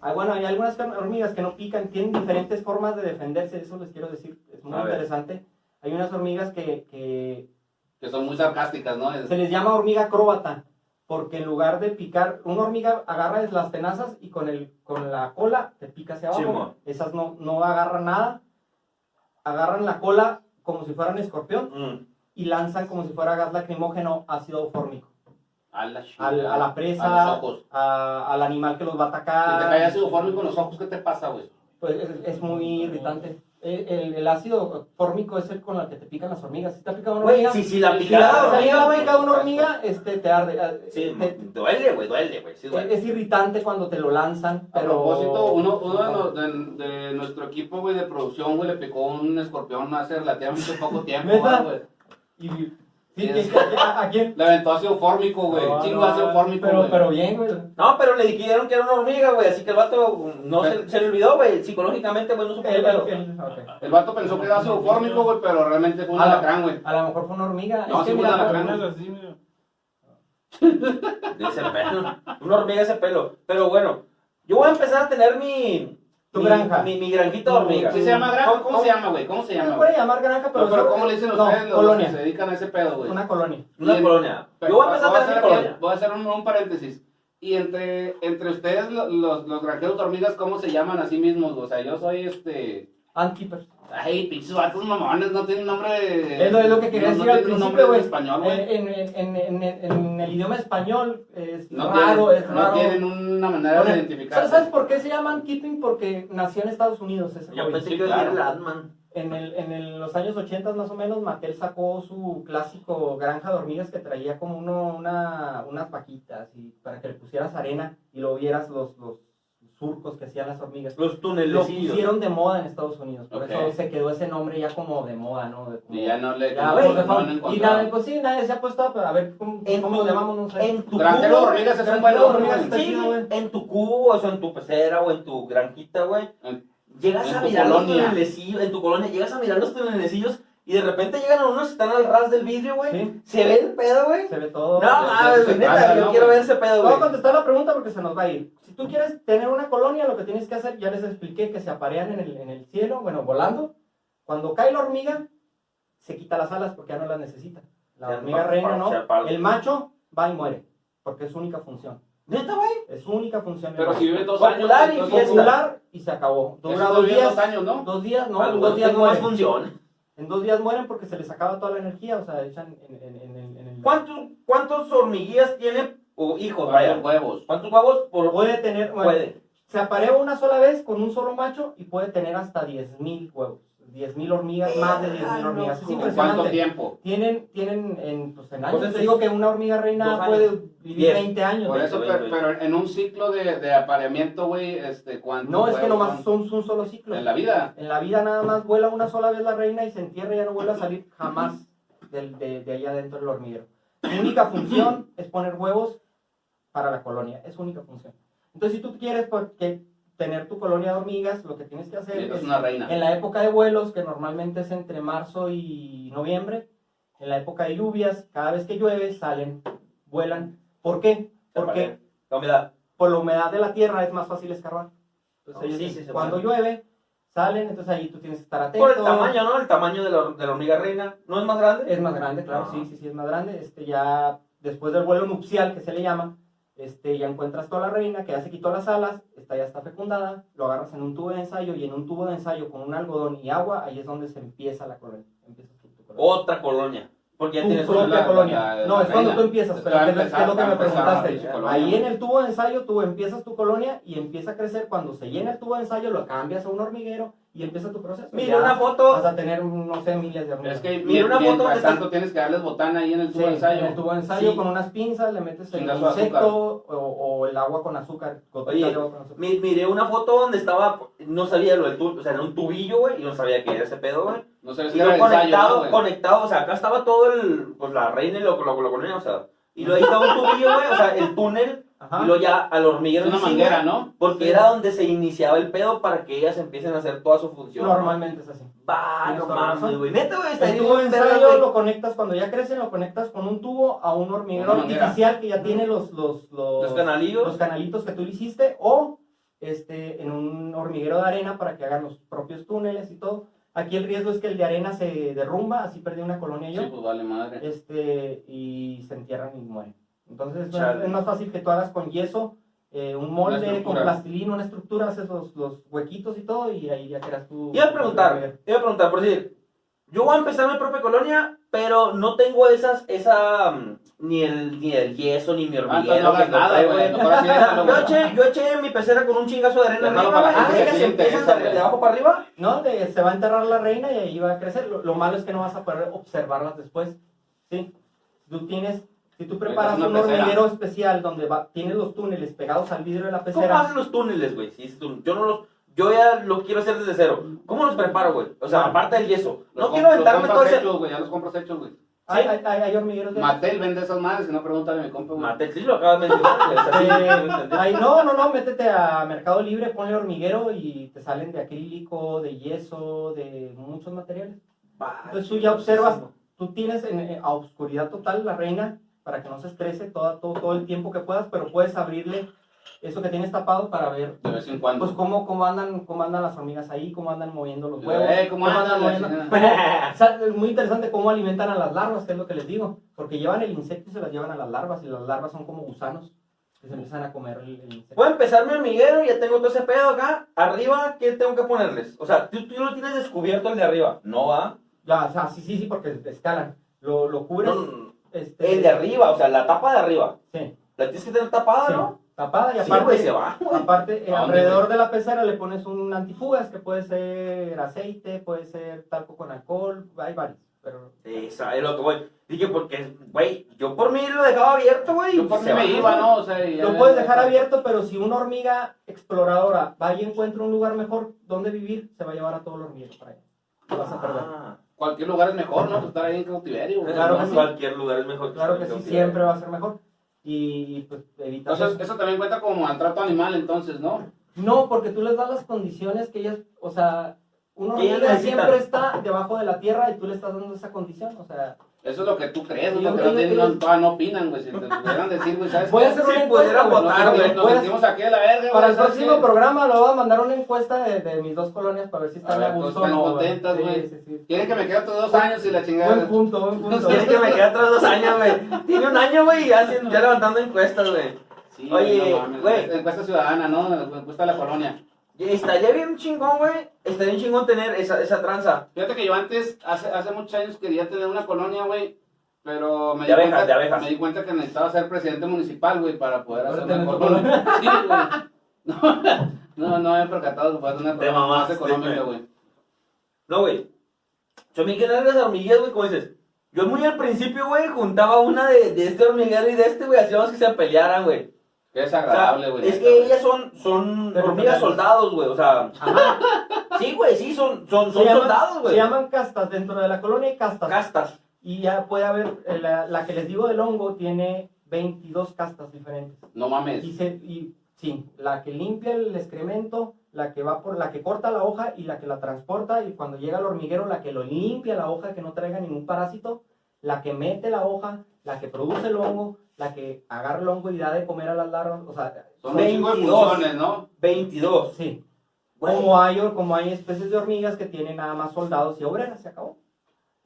Speaker 4: Ah, bueno, hay algunas hormigas que no pican, tienen diferentes formas de defenderse, eso les quiero decir, es muy
Speaker 2: A ver.
Speaker 4: interesante. Hay unas hormigas que, que
Speaker 3: Que son muy sarcásticas, ¿no? Es-
Speaker 4: se les llama hormiga acróbata, porque en lugar de picar, una hormiga agarra de las tenazas y con, el, con la cola te pica hacia abajo.
Speaker 2: Simón.
Speaker 4: Esas no, no agarran nada, agarran la cola como si fueran escorpión
Speaker 2: Mm.
Speaker 4: y lanzan como si fuera gas lacrimógeno ácido fórmico
Speaker 3: A la,
Speaker 4: a, la- a la presa,
Speaker 3: A los ojos.
Speaker 4: a- al animal que los va a
Speaker 3: Si te cae
Speaker 4: atacar.
Speaker 3: ácido fórmico en los ojos, ¿qué te pasa, güey?
Speaker 4: Pues es, es muy irritante. El, el- el ácido fórmico es el con el que te pican las hormigas. Si te ha picado una
Speaker 2: Güey,
Speaker 4: hormiga,
Speaker 2: si, si la
Speaker 3: Sí,
Speaker 4: Claro,
Speaker 2: picada,
Speaker 3: claro,
Speaker 4: si
Speaker 2: güey.
Speaker 4: te
Speaker 3: hormiga,
Speaker 4: ha
Speaker 3: güey.
Speaker 4: picado una hormiga, este, te arde. ah,
Speaker 2: Sí,
Speaker 4: te-
Speaker 2: duele, güey, duele, güey. Sí, duele.
Speaker 4: es irritante cuando te lo lanzan,
Speaker 3: A
Speaker 4: pero...
Speaker 3: propósito, uno, uno de, los- de- de nuestro equipo, güey, de producción, güey, le picó un escorpión hace relativamente
Speaker 4: <laughs>
Speaker 3: poco tiempo,
Speaker 4: ¿Neta?
Speaker 3: güey.
Speaker 4: Y, sí, sí,
Speaker 3: Sí,
Speaker 4: ¿a quién- ¿A, a quién?
Speaker 3: Le aventó ácido fórmico, güey.
Speaker 4: No,
Speaker 3: Chingo
Speaker 4: no,
Speaker 3: ácido fórmico,
Speaker 4: pero,
Speaker 3: güey.
Speaker 4: pero bien, güey.
Speaker 2: No, pero le dijeron que era una hormiga, güey, así que el vato mm, no se, se le olvidó, güey, psicológicamente, güey, no supo
Speaker 4: El-
Speaker 2: qué pedo.
Speaker 4: el- el- ok.
Speaker 3: El vato pensó que era ácido fórmico, güey, pero realmente fue un
Speaker 4: Ah, no.
Speaker 3: alacrán, güey.
Speaker 4: A lo mejor fue una hormiga.
Speaker 3: No,
Speaker 4: es que
Speaker 3: sí,
Speaker 4: mira,
Speaker 3: una
Speaker 4: güey,
Speaker 3: alacrán.
Speaker 7: así, mira.
Speaker 2: De ese pelo. <laughs> Una hormiga ese pelo. Pero bueno, yo voy a empezar a tener mi.
Speaker 4: Tu
Speaker 2: mi-
Speaker 4: granja.
Speaker 2: Mi, mi granjita de hormigas.
Speaker 3: ¿Sí se llama granja? ¿Cómo,
Speaker 2: ¿Cómo-
Speaker 3: se llama, güey? ¿Cómo se
Speaker 4: Se
Speaker 3: llama?
Speaker 4: puede
Speaker 3: güey?
Speaker 4: llamar granja, pero...
Speaker 3: No, pero
Speaker 4: eso-
Speaker 3: ¿cómo le dicen
Speaker 4: no,
Speaker 3: ustedes los que se
Speaker 4: colonia.
Speaker 3: dedican a ese pedo, güey?
Speaker 4: Una colonia.
Speaker 2: Una colonia.
Speaker 3: Pero,
Speaker 2: Yo voy a empezar
Speaker 3: voy
Speaker 2: a tener mi colonia.
Speaker 3: aquí- voy a hacer un, un paréntesis. Y entre, entre ustedes, lo- los, los granjeros de hormigas, ¿cómo se llaman a sí mismos? güey? O sea, yo soy este.
Speaker 4: Antkeeper.
Speaker 3: Ay, pinches vatos mamones, no tienen nombre. de-
Speaker 4: Es lo, es lo que quería
Speaker 3: no-
Speaker 4: decir
Speaker 3: no
Speaker 4: al
Speaker 3: tienen nombre
Speaker 4: principio,
Speaker 3: en
Speaker 4: güey.
Speaker 3: español, güey.
Speaker 4: Eh, En, en, en, en- en el idioma español es
Speaker 3: no
Speaker 4: raro,
Speaker 3: tienen,
Speaker 4: es
Speaker 3: no
Speaker 4: raro.
Speaker 3: tienen una manera
Speaker 4: Bueno,
Speaker 3: de identificarse.
Speaker 4: ¿Sabes ¿sabes por qué se llaman keeping? Porque nació en Estados Unidos ese
Speaker 2: Yo
Speaker 4: hobby.
Speaker 2: pensé
Speaker 3: Sí,
Speaker 2: que iba a
Speaker 3: claro.
Speaker 2: decir el Atman.
Speaker 4: En, el, en el- los años 80 más o menos, Mattel sacó su clásico granja de hormigas que traía como uno, una, unas vaquitas y para que le pusieras arena y lo vieras los, los surcos que hacían las hormigas.
Speaker 2: Los
Speaker 4: Lo
Speaker 2: tunelillos.
Speaker 4: pusieron de moda en Estados Unidos, por
Speaker 3: Ok.
Speaker 4: eso se quedó ese nombre ya como de moda, ¿no? De como-
Speaker 3: Y ya no le.
Speaker 4: Ya,
Speaker 3: no-
Speaker 4: güey,
Speaker 3: no
Speaker 4: no,
Speaker 3: han
Speaker 4: y
Speaker 3: encontrado.
Speaker 4: nadie, pues sí, nadie se ha puesto a a ver cómo,
Speaker 2: En
Speaker 4: cómo
Speaker 2: tu-
Speaker 4: lo llamamos, no sé.
Speaker 2: En tu
Speaker 3: Granjero de
Speaker 2: cubo.
Speaker 3: hormigas es un buen
Speaker 2: granjero de
Speaker 3: nombre,
Speaker 2: hormigas,
Speaker 3: güey.
Speaker 4: güey.
Speaker 2: sí,
Speaker 4: Sí,
Speaker 2: güey. En tu cubo, o sea, en tu pecera, o en tu granjita, güey.
Speaker 3: En-
Speaker 2: Llegas
Speaker 3: en
Speaker 2: a
Speaker 3: tu
Speaker 2: mirar los
Speaker 3: colonia.
Speaker 2: tunelillos, en tu colonia, llegas a mirar los tunelillos y de repente llegan a unos que están al ras del vidrio, güey.
Speaker 4: Sí.
Speaker 2: Se ve el pedo, güey.
Speaker 4: Se ve
Speaker 2: No
Speaker 4: todo.
Speaker 2: mames, güey, neta, yo quiero ver ese pedo,
Speaker 4: Voy a
Speaker 2: güey.
Speaker 4: contestar la pregunta porque se nos va a ir. Si tú quieres tener una colonia, lo que tienes que hacer, ya les expliqué que se aparean en el, en el cielo, bueno, volando. Cuando cae la hormiga, se quita las alas porque ya no las necesita. La
Speaker 2: Ya,
Speaker 4: hormiga
Speaker 2: para-
Speaker 4: reina,
Speaker 2: para echar
Speaker 4: ¿no?
Speaker 2: palo.
Speaker 4: El macho va y muere, porque es su única función.
Speaker 2: Neta, güey.
Speaker 4: Es su única función. el
Speaker 3: Pero
Speaker 4: macho.
Speaker 3: si vive dos años.
Speaker 2: Popular y
Speaker 3: entonces-
Speaker 2: fiesta.
Speaker 4: Popular y se acabó.
Speaker 3: Esos
Speaker 4: Dura
Speaker 3: dos
Speaker 4: dos
Speaker 3: viven
Speaker 4: días.
Speaker 3: dos años, ¿no?
Speaker 4: Dos días, no,
Speaker 2: No,
Speaker 4: en dos días
Speaker 2: tengo más
Speaker 4: mueren.
Speaker 2: función.
Speaker 4: En dos días mueren porque se les acaba toda la energía, o sea, echan en, en- en el- en el...
Speaker 2: ¿Cuántos, cuántos hormiguillas tiene o hijos,
Speaker 3: Vaya,
Speaker 2: vaya?
Speaker 3: huevos.
Speaker 2: ¿Cuántos huevos por
Speaker 4: Puede tener, bueno,
Speaker 2: puede?
Speaker 4: se aparea una sola vez con un solo macho y puede tener hasta 10.000 huevos. 10.000 hormigas, más de 10.000
Speaker 2: Ah,
Speaker 4: hormigas. Es
Speaker 2: loco.
Speaker 4: impresionante.
Speaker 3: ¿Cuánto tiempo?
Speaker 4: Tienen, tienen en, pues, en años.
Speaker 2: Pues
Speaker 4: te
Speaker 2: es-
Speaker 4: digo que una hormiga reina
Speaker 2: dos
Speaker 4: puede
Speaker 2: años.
Speaker 4: vivir
Speaker 2: Diez.
Speaker 4: 20 años.
Speaker 3: Por
Speaker 4: güey.
Speaker 3: eso, pero, pero en un ciclo de, de apareamiento, güey, este, cuando.
Speaker 4: No, es que nomás son un solo ciclo.
Speaker 3: En la vida.
Speaker 4: En la vida nada más vuela una sola vez la reina y se entierra y ya no vuelve a salir jamás del- de, de allá adentro del hormiguero. Su única función es poner huevos para la colonia, es su única función. Entonces, si tú quieres porque, tener tu colonia de hormigas, lo que tienes que hacer
Speaker 3: Es
Speaker 4: es,
Speaker 3: pues, una reina.
Speaker 4: en la época de vuelos, que normalmente es entre marzo y noviembre, en la época de lluvias, cada vez que llueve salen, vuelan. ¿Por qué? Porque
Speaker 2: Porque la humedad.
Speaker 4: por la humedad de la tierra es más fácil escarbar.
Speaker 2: No,
Speaker 4: Entonces, ellos
Speaker 2: Oh, sí, sí, se
Speaker 4: cuando
Speaker 2: puede.
Speaker 4: llueve, salen, entonces ahí tú tienes que estar atento.
Speaker 2: Por el tamaño, ¿no? El tamaño de la, de la hormiga reina. ¿No es más grande?
Speaker 4: Es más grande, claro,
Speaker 2: Ah.
Speaker 4: sí, sí, sí, es más grande. Este, ya después del vuelo nupcial, que se le llama, este, ya encuentras toda la reina, que ya se quitó las alas, está, ya está fecundada, lo agarras en un tubo de ensayo y en un tubo de ensayo con un algodón y agua, ahí es donde se empieza la colonia. Empieza tu- tu colonia.
Speaker 2: Otra colonia. Porque ya
Speaker 4: tu
Speaker 2: tienes
Speaker 4: propia
Speaker 2: una-
Speaker 3: la-
Speaker 4: colonia.
Speaker 3: la- la
Speaker 4: no, es cuando
Speaker 3: reina.
Speaker 4: tú empiezas, pero
Speaker 3: Estaba
Speaker 4: ¿qué es lo- qué es lo que me
Speaker 3: empezando, estaba
Speaker 4: preguntaste?
Speaker 3: empezando,
Speaker 4: Ahí
Speaker 3: colonia.
Speaker 4: en el tubo de ensayo tú empiezas tu colonia y empieza a crecer. Cuando se llena el tubo de ensayo lo cambias a un hormiguero y empieza tu proceso.
Speaker 2: Mira
Speaker 4: Ya
Speaker 2: una
Speaker 4: Vas
Speaker 2: foto.
Speaker 4: a tener, no sé, miles de
Speaker 3: Pero
Speaker 4: hormigas.
Speaker 3: es que
Speaker 2: Mira, una
Speaker 3: mien-
Speaker 2: foto donde
Speaker 3: mientras
Speaker 2: está-
Speaker 3: tanto tienes que darles botana ahí en el
Speaker 4: Sí,
Speaker 3: tubo de ensayo.
Speaker 4: en el tubo de ensayo
Speaker 2: Sí.
Speaker 4: con unas pinzas le metes el
Speaker 3: Chingazo de
Speaker 4: insecto o, o el agua con azúcar. gotitas
Speaker 2: Oye,
Speaker 4: de agua con azúcar.
Speaker 2: Mi- miré una foto donde estaba, no sabía lo del tubo, o sea, era un tubillo, güey, y no sabía que era ese pedo, güey.
Speaker 3: No sabes
Speaker 2: Y
Speaker 3: si era
Speaker 2: luego
Speaker 3: el ensayo,
Speaker 2: conectado,
Speaker 3: ¿no, güey?
Speaker 2: conectado, o sea, acá estaba todo el, pues la reina y lo, lo, lo colonia, o sea, y luego ahí estaba un tubillo, güey, o sea, el túnel,
Speaker 4: Ajá.
Speaker 2: y luego ya al hormiguero.
Speaker 3: Es una
Speaker 2: sí, güey,
Speaker 3: manguera, ¿no?
Speaker 2: Porque
Speaker 4: Sí.
Speaker 2: era donde se iniciaba el pedo para que ellas empiecen a hacer toda su función.
Speaker 4: Normalmente es así.
Speaker 2: Va, no
Speaker 4: Tienes toda la
Speaker 2: mames,
Speaker 4: razón.
Speaker 2: güey. Neta, güey, está
Speaker 4: El
Speaker 2: bien,
Speaker 4: tubo de
Speaker 2: verga,
Speaker 4: ensayo
Speaker 2: güey.
Speaker 4: lo conectas cuando ya crecen, lo conectas con un tubo a un hormiguero
Speaker 3: Una manguera.
Speaker 4: artificial que ya tiene los, los, los,
Speaker 2: Los canalillos.
Speaker 4: los canalitos que tú le hiciste o este, en un hormiguero de arena para que hagan los propios túneles y todo. Aquí el riesgo es que el de arena se derrumba, así perdí una colonia yo,
Speaker 3: Sí, pues vale madre.
Speaker 4: este, y se entierran y mueren. Entonces es más,
Speaker 2: Chale.
Speaker 4: es más fácil que tú hagas con yeso, eh, un molde, con
Speaker 3: estructura.
Speaker 4: plastilina, una estructura, haces los, los huequitos y todo y ahí ya creas tu...
Speaker 2: Iba a
Speaker 4: tu-
Speaker 2: preguntar, iba a preguntar, por decir, yo voy a empezar mi propia colonia, pero no tengo esas, esa, mm, ni el, ni el yeso, ni mi
Speaker 3: Ah, entonces no
Speaker 2: hormiguero. que
Speaker 3: hagas
Speaker 2: compré,
Speaker 3: nada, güey.
Speaker 2: güey. Ah,
Speaker 3: Mejor
Speaker 2: O
Speaker 3: así
Speaker 2: sea, <laughs>
Speaker 3: déjalo,
Speaker 2: yo
Speaker 3: güey.
Speaker 2: eché, yo eché mi pecera con un chingazo de arena
Speaker 3: Déjalo
Speaker 2: arriba,
Speaker 3: para
Speaker 2: güey,
Speaker 3: que
Speaker 2: ah, ellas
Speaker 3: crezca y
Speaker 2: empiezan
Speaker 3: interesa,
Speaker 2: de,
Speaker 3: güey.
Speaker 2: de abajo para arriba.
Speaker 4: No, de- se va a enterrar la reina y ahí va a crecer. Lo, lo malo es que no vas a poder observarlas después. ¿sí? Tú tienes, si tú preparas
Speaker 3: Una
Speaker 4: un
Speaker 3: pecera.
Speaker 4: hormiguero especial donde va, tienes los túneles pegados al vidrio de la
Speaker 2: ¿Cómo
Speaker 4: pecera,
Speaker 2: hacen los túneles, güey? Si es tú- yo no los, yo ya lo quiero hacer desde cero. ¿Cómo los preparo, güey? O sea,
Speaker 4: Bueno.
Speaker 2: aparte del yeso.
Speaker 3: Los
Speaker 2: No
Speaker 3: com-
Speaker 2: quiero
Speaker 3: los
Speaker 2: aventarme
Speaker 3: compras
Speaker 2: todo ese...
Speaker 3: hechos, güey, ya los compras hechos, güey.
Speaker 4: hay, hay- hay- hay hormigueros de...
Speaker 3: Matel vende esas madres, si no pregúntale a mi compa, güey.
Speaker 2: Mate, sí lo acabas de mencionar, güey, o sea, sí,
Speaker 4: Eh,
Speaker 2: sí, lo entendí.
Speaker 4: hay- no, no, no, métete a Mercado Libre, ponle hormiguero y te salen de acrílico, de yeso, de muchos materiales. Entonces Pues tú ya observas, tú tienes en, en- a oscuridad total la reina para que no se estrese toda- todo, todo el tiempo que puedas, pero puedes abrirle eso que tienes tapado para ver
Speaker 3: De vez en cuando.
Speaker 4: Pues cómo, cómo andan, cómo andan las hormigas ahí, cómo andan moviendo los huevos.
Speaker 3: Eh, ¿cómo andan la
Speaker 4: moviendo- <laughs>
Speaker 3: chingada?
Speaker 4: cómo- o sea, es muy interesante cómo alimentan a las larvas, que es lo que les digo. Porque llevan el insecto y se las llevan a las larvas, y las larvas son como gusanos que se empiezan a comer el, el insecto.
Speaker 2: Voy a empezar mi hormiguero, ya tengo todo ese pedo acá. Arriba, ¿qué tengo que ponerles? O sea, tú, tú lo tienes descubierto el de arriba. No va.
Speaker 4: Ya, o sea, sí, sí, sí, porque te escalan. Lo, lo cubres.
Speaker 2: No,
Speaker 4: este,
Speaker 2: el de arriba, o sea, la tapa de arriba.
Speaker 4: Sí,
Speaker 2: La tienes que tener tapada,
Speaker 4: sí,
Speaker 2: ¿no?
Speaker 4: Tapada y
Speaker 2: Sí, güey,
Speaker 4: aparte.
Speaker 2: se va. güey.
Speaker 4: Aparte, eh,
Speaker 3: ¿A dónde,
Speaker 4: alrededor de la pecera le pones un antifugas que puede ser aceite, puede ser talco con alcohol, hay varios, pero
Speaker 2: Esa es lo que voy. Dije, porque, güey, yo por mí lo dejaba abierto, güey.
Speaker 3: Yo por
Speaker 2: y
Speaker 3: mí
Speaker 2: se
Speaker 3: me
Speaker 2: va.
Speaker 3: iba, ¿no? O sea, y ya-
Speaker 4: Lo puedes dejar abierto, pero si una hormiga exploradora va y encuentra un lugar mejor donde vivir, se va a llevar a todos los hormigueros para allá. Lo vas a perder.
Speaker 2: Ah,
Speaker 3: Cualquier lugar es mejor, ¿no? Pues estar ahí en cautiverio, güey.
Speaker 4: Claro
Speaker 2: no,
Speaker 4: que sí.
Speaker 2: Cualquier lugar es mejor.
Speaker 4: Claro que sí, siempre va a ser mejor. Y pues evitas.
Speaker 3: Entonces,
Speaker 4: eso.
Speaker 3: eso también cuenta como maltrato animal, entonces, ¿no?
Speaker 4: No, porque tú les das las condiciones que ellas, o sea, una
Speaker 2: Que ellas
Speaker 4: hormiga
Speaker 2: necesitan.
Speaker 4: siempre está debajo de la tierra y tú le estás dando esa condición. O sea,
Speaker 3: Eso es lo que tú crees, lo
Speaker 4: Sí,
Speaker 3: que
Speaker 4: yo
Speaker 3: no,
Speaker 4: creo
Speaker 3: te-
Speaker 4: que-
Speaker 3: no, todavía no opinan, güey. Si te pudieran decir, güey, ¿sabes?
Speaker 4: voy a
Speaker 3: qué?
Speaker 4: hacer
Speaker 2: si
Speaker 4: una
Speaker 2: pudiera
Speaker 4: encuesta.
Speaker 3: Nos
Speaker 4: güey.
Speaker 2: votar,
Speaker 4: No,
Speaker 2: güey,
Speaker 3: sentimos- Nos
Speaker 4: voy a-
Speaker 3: sentimos aquí a la verga, güey,
Speaker 4: Para el
Speaker 3: ¿sabes
Speaker 4: próximo
Speaker 3: qué?
Speaker 4: programa lo voy a mandar una encuesta de, de mis dos colonias para ver si
Speaker 3: A
Speaker 4: están
Speaker 3: ver,
Speaker 4: a gusto o
Speaker 3: todos
Speaker 4: no.
Speaker 3: están
Speaker 4: güey.
Speaker 3: contentas,
Speaker 4: Sí,
Speaker 3: güey.
Speaker 4: sí, sí.
Speaker 3: Quieren que me quede otros dos años y la
Speaker 4: Buen
Speaker 3: chingada.
Speaker 4: punto, buen punto.
Speaker 2: Tienes que me quedé atrás dos años, güey. Tiene un año, güey, y ya, haciendo- ya levantando encuestas, güey.
Speaker 3: Sí,
Speaker 2: Oye,
Speaker 3: no mames,
Speaker 2: güey.
Speaker 3: Encuesta ciudadana, ¿no? Encuesta de la colonia.
Speaker 2: Y Estaría bien chingón, güey. Estaría bien chingón tener esa, esa tranza.
Speaker 3: Fíjate que yo antes, hace, hace muchos años, quería tener una colonia, güey. Pero
Speaker 2: De
Speaker 3: me di,
Speaker 2: abejas, de
Speaker 3: cuenta,
Speaker 2: abejas.
Speaker 3: me di cuenta que necesitaba ser presidente municipal, güey, para poder
Speaker 4: Para
Speaker 3: hacer
Speaker 4: tener
Speaker 3: una
Speaker 4: tu
Speaker 3: colonia. Sí, güey. No, <laughs> no, no me he percatado que pueda tener una
Speaker 2: Te
Speaker 3: colonia más
Speaker 2: mamaste,
Speaker 3: económica,
Speaker 2: güey.
Speaker 3: güey.
Speaker 2: No, güey. Yo me quedé en las hormiguillas, güey, como dices. Yo muy al principio, güey, juntaba una de, de este hormiguero y de este, güey, hacíamos que se pelearan, güey.
Speaker 3: Qué
Speaker 2: O sea,
Speaker 3: desagradable, güey.
Speaker 2: es
Speaker 3: neta,
Speaker 2: que
Speaker 3: güey.
Speaker 2: ellas son, son
Speaker 4: Pero
Speaker 2: hormigas
Speaker 4: totales.
Speaker 2: soldados, güey, o sea. Sí, güey, sí, son, son,
Speaker 4: Se
Speaker 2: son
Speaker 4: llaman-
Speaker 2: soldados, güey.
Speaker 4: Se llaman castas, dentro de la colonia hay castas.
Speaker 2: castas.
Speaker 4: y ya puede haber, eh, la, la que les digo del hongo tiene 22 castas diferentes.
Speaker 3: No mames.
Speaker 4: Y, se, y sí, la que limpia el excremento, la que va por, la que corta la hoja y la que la transporta y cuando llega al hormiguero, la que lo limpia la hoja, que no traiga ningún parásito, la que mete la hoja, la que produce el hongo, la que agarra el hongo y da de comer a las larvas, o sea,
Speaker 3: Son un chingo de
Speaker 2: 22.
Speaker 3: funciones, ¿no?
Speaker 2: 22.
Speaker 4: sí.
Speaker 2: Güey.
Speaker 4: Como hay, como hay especies de hormigas que tienen nada más soldados y obreras, se acabó.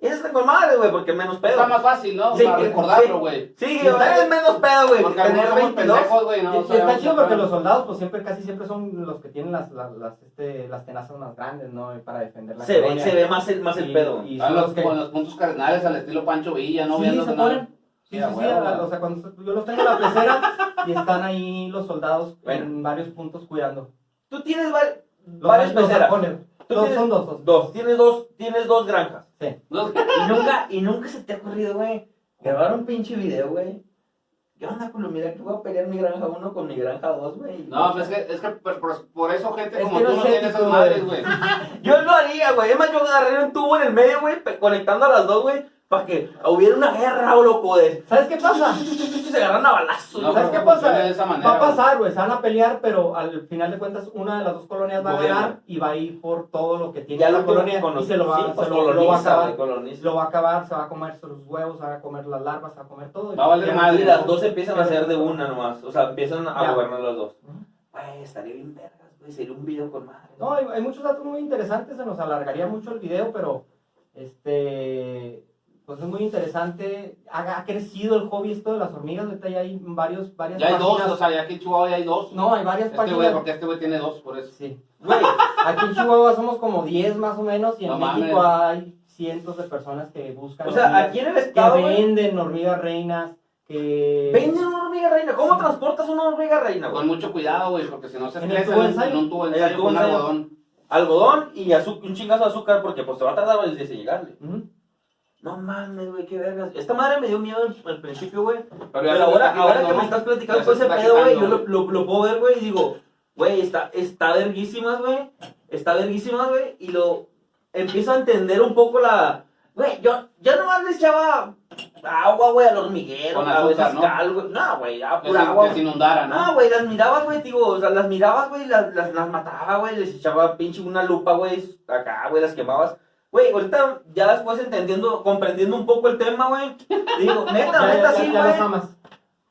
Speaker 2: Esa está con madre, güey, porque menos pedo.
Speaker 3: Está más fácil, ¿no?
Speaker 2: Sí,
Speaker 3: Para
Speaker 2: que-
Speaker 3: recordarlo,
Speaker 2: sí.
Speaker 3: güey.
Speaker 2: Sí, güey, es menos pedo, güey.
Speaker 3: Porque algunos
Speaker 2: Tener
Speaker 3: somos
Speaker 2: 22.
Speaker 3: pendejos, güey, no
Speaker 4: Y- y
Speaker 3: sabemos
Speaker 4: está chido porque
Speaker 3: hacer.
Speaker 4: los soldados, pues siempre, casi siempre son los que tienen las, las, las, este, las tenazas más grandes, ¿no? Y Para defender la
Speaker 2: Se ve,
Speaker 4: colonia.
Speaker 2: se ve más el, más el
Speaker 4: Y-
Speaker 2: pedo.
Speaker 4: Y
Speaker 3: A
Speaker 4: son
Speaker 3: los,
Speaker 4: los que.
Speaker 3: Con los puntos cardinales al estilo Pancho Villa, ¿no?
Speaker 4: sí,
Speaker 3: Viéndose
Speaker 4: se
Speaker 3: nada.
Speaker 4: ponen. Sí, sí,
Speaker 3: Sí, a
Speaker 4: sí,
Speaker 3: huevo,
Speaker 4: a-
Speaker 3: güey.
Speaker 4: o sea, cuando yo los tengo en la pecera y están ahí los soldados en
Speaker 2: Bueno.
Speaker 4: varios puntos cuidando.
Speaker 2: Tú tienes var-
Speaker 4: Los
Speaker 2: varias
Speaker 4: los
Speaker 2: peceras.
Speaker 4: arpones.
Speaker 2: Tú
Speaker 4: Dos,
Speaker 2: tienes-
Speaker 4: son dos, dos.
Speaker 2: Dos, tienes dos, tienes dos granjas.
Speaker 4: Sí.
Speaker 3: Dos-
Speaker 2: Y nunca, y nunca se te ha ocurrido, güey, grabar un pinche video, güey. ¿Qué onda, culo? Mira que voy a pelear mi granja 1 con mi granja 2, güey.
Speaker 3: No, pues es que, es que por, por- por eso gente
Speaker 4: Es
Speaker 3: como
Speaker 4: que
Speaker 3: tú
Speaker 4: no
Speaker 3: no
Speaker 4: sé,
Speaker 3: tiene esas
Speaker 4: tú,
Speaker 3: madres, güey.
Speaker 4: güey.
Speaker 2: <laughs> Yo lo haría, güey. Es más, yo agarraría un tubo en el medio, güey, pe- conectando a las dos, güey, para que hubiera una guerra, o loco, de...
Speaker 4: ¿Sabes qué pasa?
Speaker 2: Se agarran a balazos,
Speaker 3: No,
Speaker 2: güey.
Speaker 3: pues,
Speaker 4: ¿Sabes qué
Speaker 3: pero
Speaker 4: pasa?
Speaker 3: funciona de esa manera,
Speaker 4: va a
Speaker 3: güey.
Speaker 4: pasar, güey. Se van a pelear, pero al final de cuentas, una de las dos colonias va a
Speaker 3: Gobierno.
Speaker 4: ganar y va a ir por todo lo que tiene
Speaker 2: Ya
Speaker 4: la
Speaker 2: lo
Speaker 4: colonia.
Speaker 2: conoce-
Speaker 4: y se lo va,
Speaker 2: sí,
Speaker 4: se
Speaker 2: pues,
Speaker 4: lo- lo va a
Speaker 2: coloniza,
Speaker 4: acabar.
Speaker 2: güey, coloniza.
Speaker 4: Lo va a acabar, se va a comer sus huevos, se va a comer las larvas, se va a comer todo.
Speaker 3: Va a valer
Speaker 4: Ya-
Speaker 3: madre.
Speaker 2: Y las dos empiezan a ser de una nomás. O sea, empiezan
Speaker 4: Ya.
Speaker 2: a gobernar las dos.
Speaker 4: Ujú.
Speaker 2: Güey, estaría bien vergas, güey. Sería un video con madre.
Speaker 4: No, hay, hay muchos datos muy interesantes, se nos alargaría mucho el video, pero este pues es muy interesante. Ha, ha crecido el hobby esto de las hormigas, ahorita ya hay varios, varias
Speaker 3: Ya hay dos,
Speaker 4: páginas.
Speaker 3: o sea, ya aquí en Chihuahua ya hay dos.
Speaker 4: No, hay varias
Speaker 3: Este güey,
Speaker 4: páginas.
Speaker 3: porque este güey tiene dos, por eso.
Speaker 4: Sí.
Speaker 2: Güey,
Speaker 4: Aquí en Chihuahua somos como 10 más o menos y en
Speaker 3: No
Speaker 4: México
Speaker 3: mames.
Speaker 4: hay cientos de personas que buscan
Speaker 2: o sea,
Speaker 4: hormigas,
Speaker 2: aquí en el
Speaker 4: que
Speaker 2: estado, güey,
Speaker 4: venden hormigas reinas, que
Speaker 2: venden una hormiga reina. ¿Cómo transportas una hormiga reina,
Speaker 3: Con
Speaker 2: güey?
Speaker 3: mucho cuidado, güey, porque si no se
Speaker 4: ¿En el
Speaker 3: estresa
Speaker 4: tubo
Speaker 3: en,
Speaker 4: ensayo?
Speaker 3: en un tubo
Speaker 2: En
Speaker 3: de
Speaker 2: el
Speaker 3: ensayo
Speaker 2: tubo
Speaker 3: con un
Speaker 2: ensayo.
Speaker 3: algodón.
Speaker 2: Algodón y azu- un chingazo de azúcar porque pues te va a tardar varios días en llegarle.
Speaker 4: Ujú.
Speaker 2: No mames, güey, qué vergas. Esta madre me dio miedo al, al principio, güey.
Speaker 3: Pero
Speaker 2: Pero ahora,
Speaker 3: está
Speaker 2: ahora
Speaker 3: quitando,
Speaker 2: que me
Speaker 3: ¿no?
Speaker 2: estás
Speaker 3: Ya
Speaker 2: platicando
Speaker 3: se
Speaker 2: todo ese
Speaker 3: está
Speaker 2: pedo, güey, yo
Speaker 3: quitando,
Speaker 2: lo, lo- lo puedo ver, güey, y digo, güey, está, está verguísimas, güey. Está verguísimas, güey. Y lo empiezo a entender un poco la. Güey, yo, yo nomás le echaba agua, güey, al hormiguero,
Speaker 3: Con
Speaker 2: a
Speaker 3: azúcar,
Speaker 2: veces
Speaker 3: ¿no?
Speaker 2: cal, güey. No, güey, ah,
Speaker 3: Que
Speaker 2: pura
Speaker 3: se-
Speaker 2: agua.
Speaker 3: Que se inundara,
Speaker 2: No,
Speaker 3: ¿no?
Speaker 2: güey, las mirabas, güey, digo, o sea, las mirabas, güey, las, las, las mataba, güey, les echaba pinche una lupa, güey, acá, güey, las quemabas. Güey, ahorita ya después entendiendo, comprendiendo un poco el tema, güey,
Speaker 4: <laughs>
Speaker 2: digo,
Speaker 4: Ya-
Speaker 2: neta,
Speaker 4: ya-
Speaker 2: neta,
Speaker 4: ya-
Speaker 2: sí,
Speaker 4: ya las
Speaker 2: güey.
Speaker 4: amas.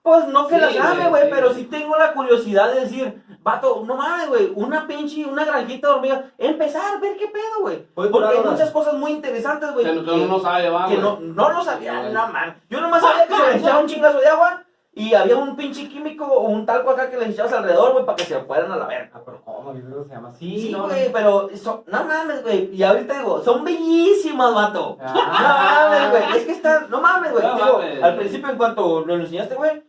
Speaker 2: Pues no que
Speaker 3: Sí,
Speaker 2: las ame,
Speaker 3: güey,
Speaker 2: güey,
Speaker 3: sí.
Speaker 2: pero sí tengo la curiosidad de decir, vato, no mames, güey, una pinche, una granjita de hormiga, empezar a ver qué pedo, güey.
Speaker 4: Puede
Speaker 2: Porque
Speaker 4: durar
Speaker 2: hay
Speaker 4: horas.
Speaker 2: muchas cosas muy interesantes, güey.
Speaker 3: Que no- que uno no sabe, va,
Speaker 2: Que
Speaker 3: güey.
Speaker 2: no, no lo sabía,
Speaker 3: Güey.
Speaker 2: no man. Yo nomás sabía que se le echaba un chingazo de agua y había un pinche químico o un talco acá que le echabas alrededor, güey, para que se fueran a la verga.
Speaker 4: Ah, pero ¿cómo? Yo creo que se llama así.
Speaker 2: Sí,
Speaker 4: no,
Speaker 2: güey, pero son- no mames, güey. Y ahorita digo, son bellísimas, vato.
Speaker 4: Ah.
Speaker 2: <laughs> No mames, güey. Es que están, no mames, güey.
Speaker 3: No
Speaker 2: Digo,
Speaker 3: mames.
Speaker 2: al principio, en cuanto lo enseñaste, güey,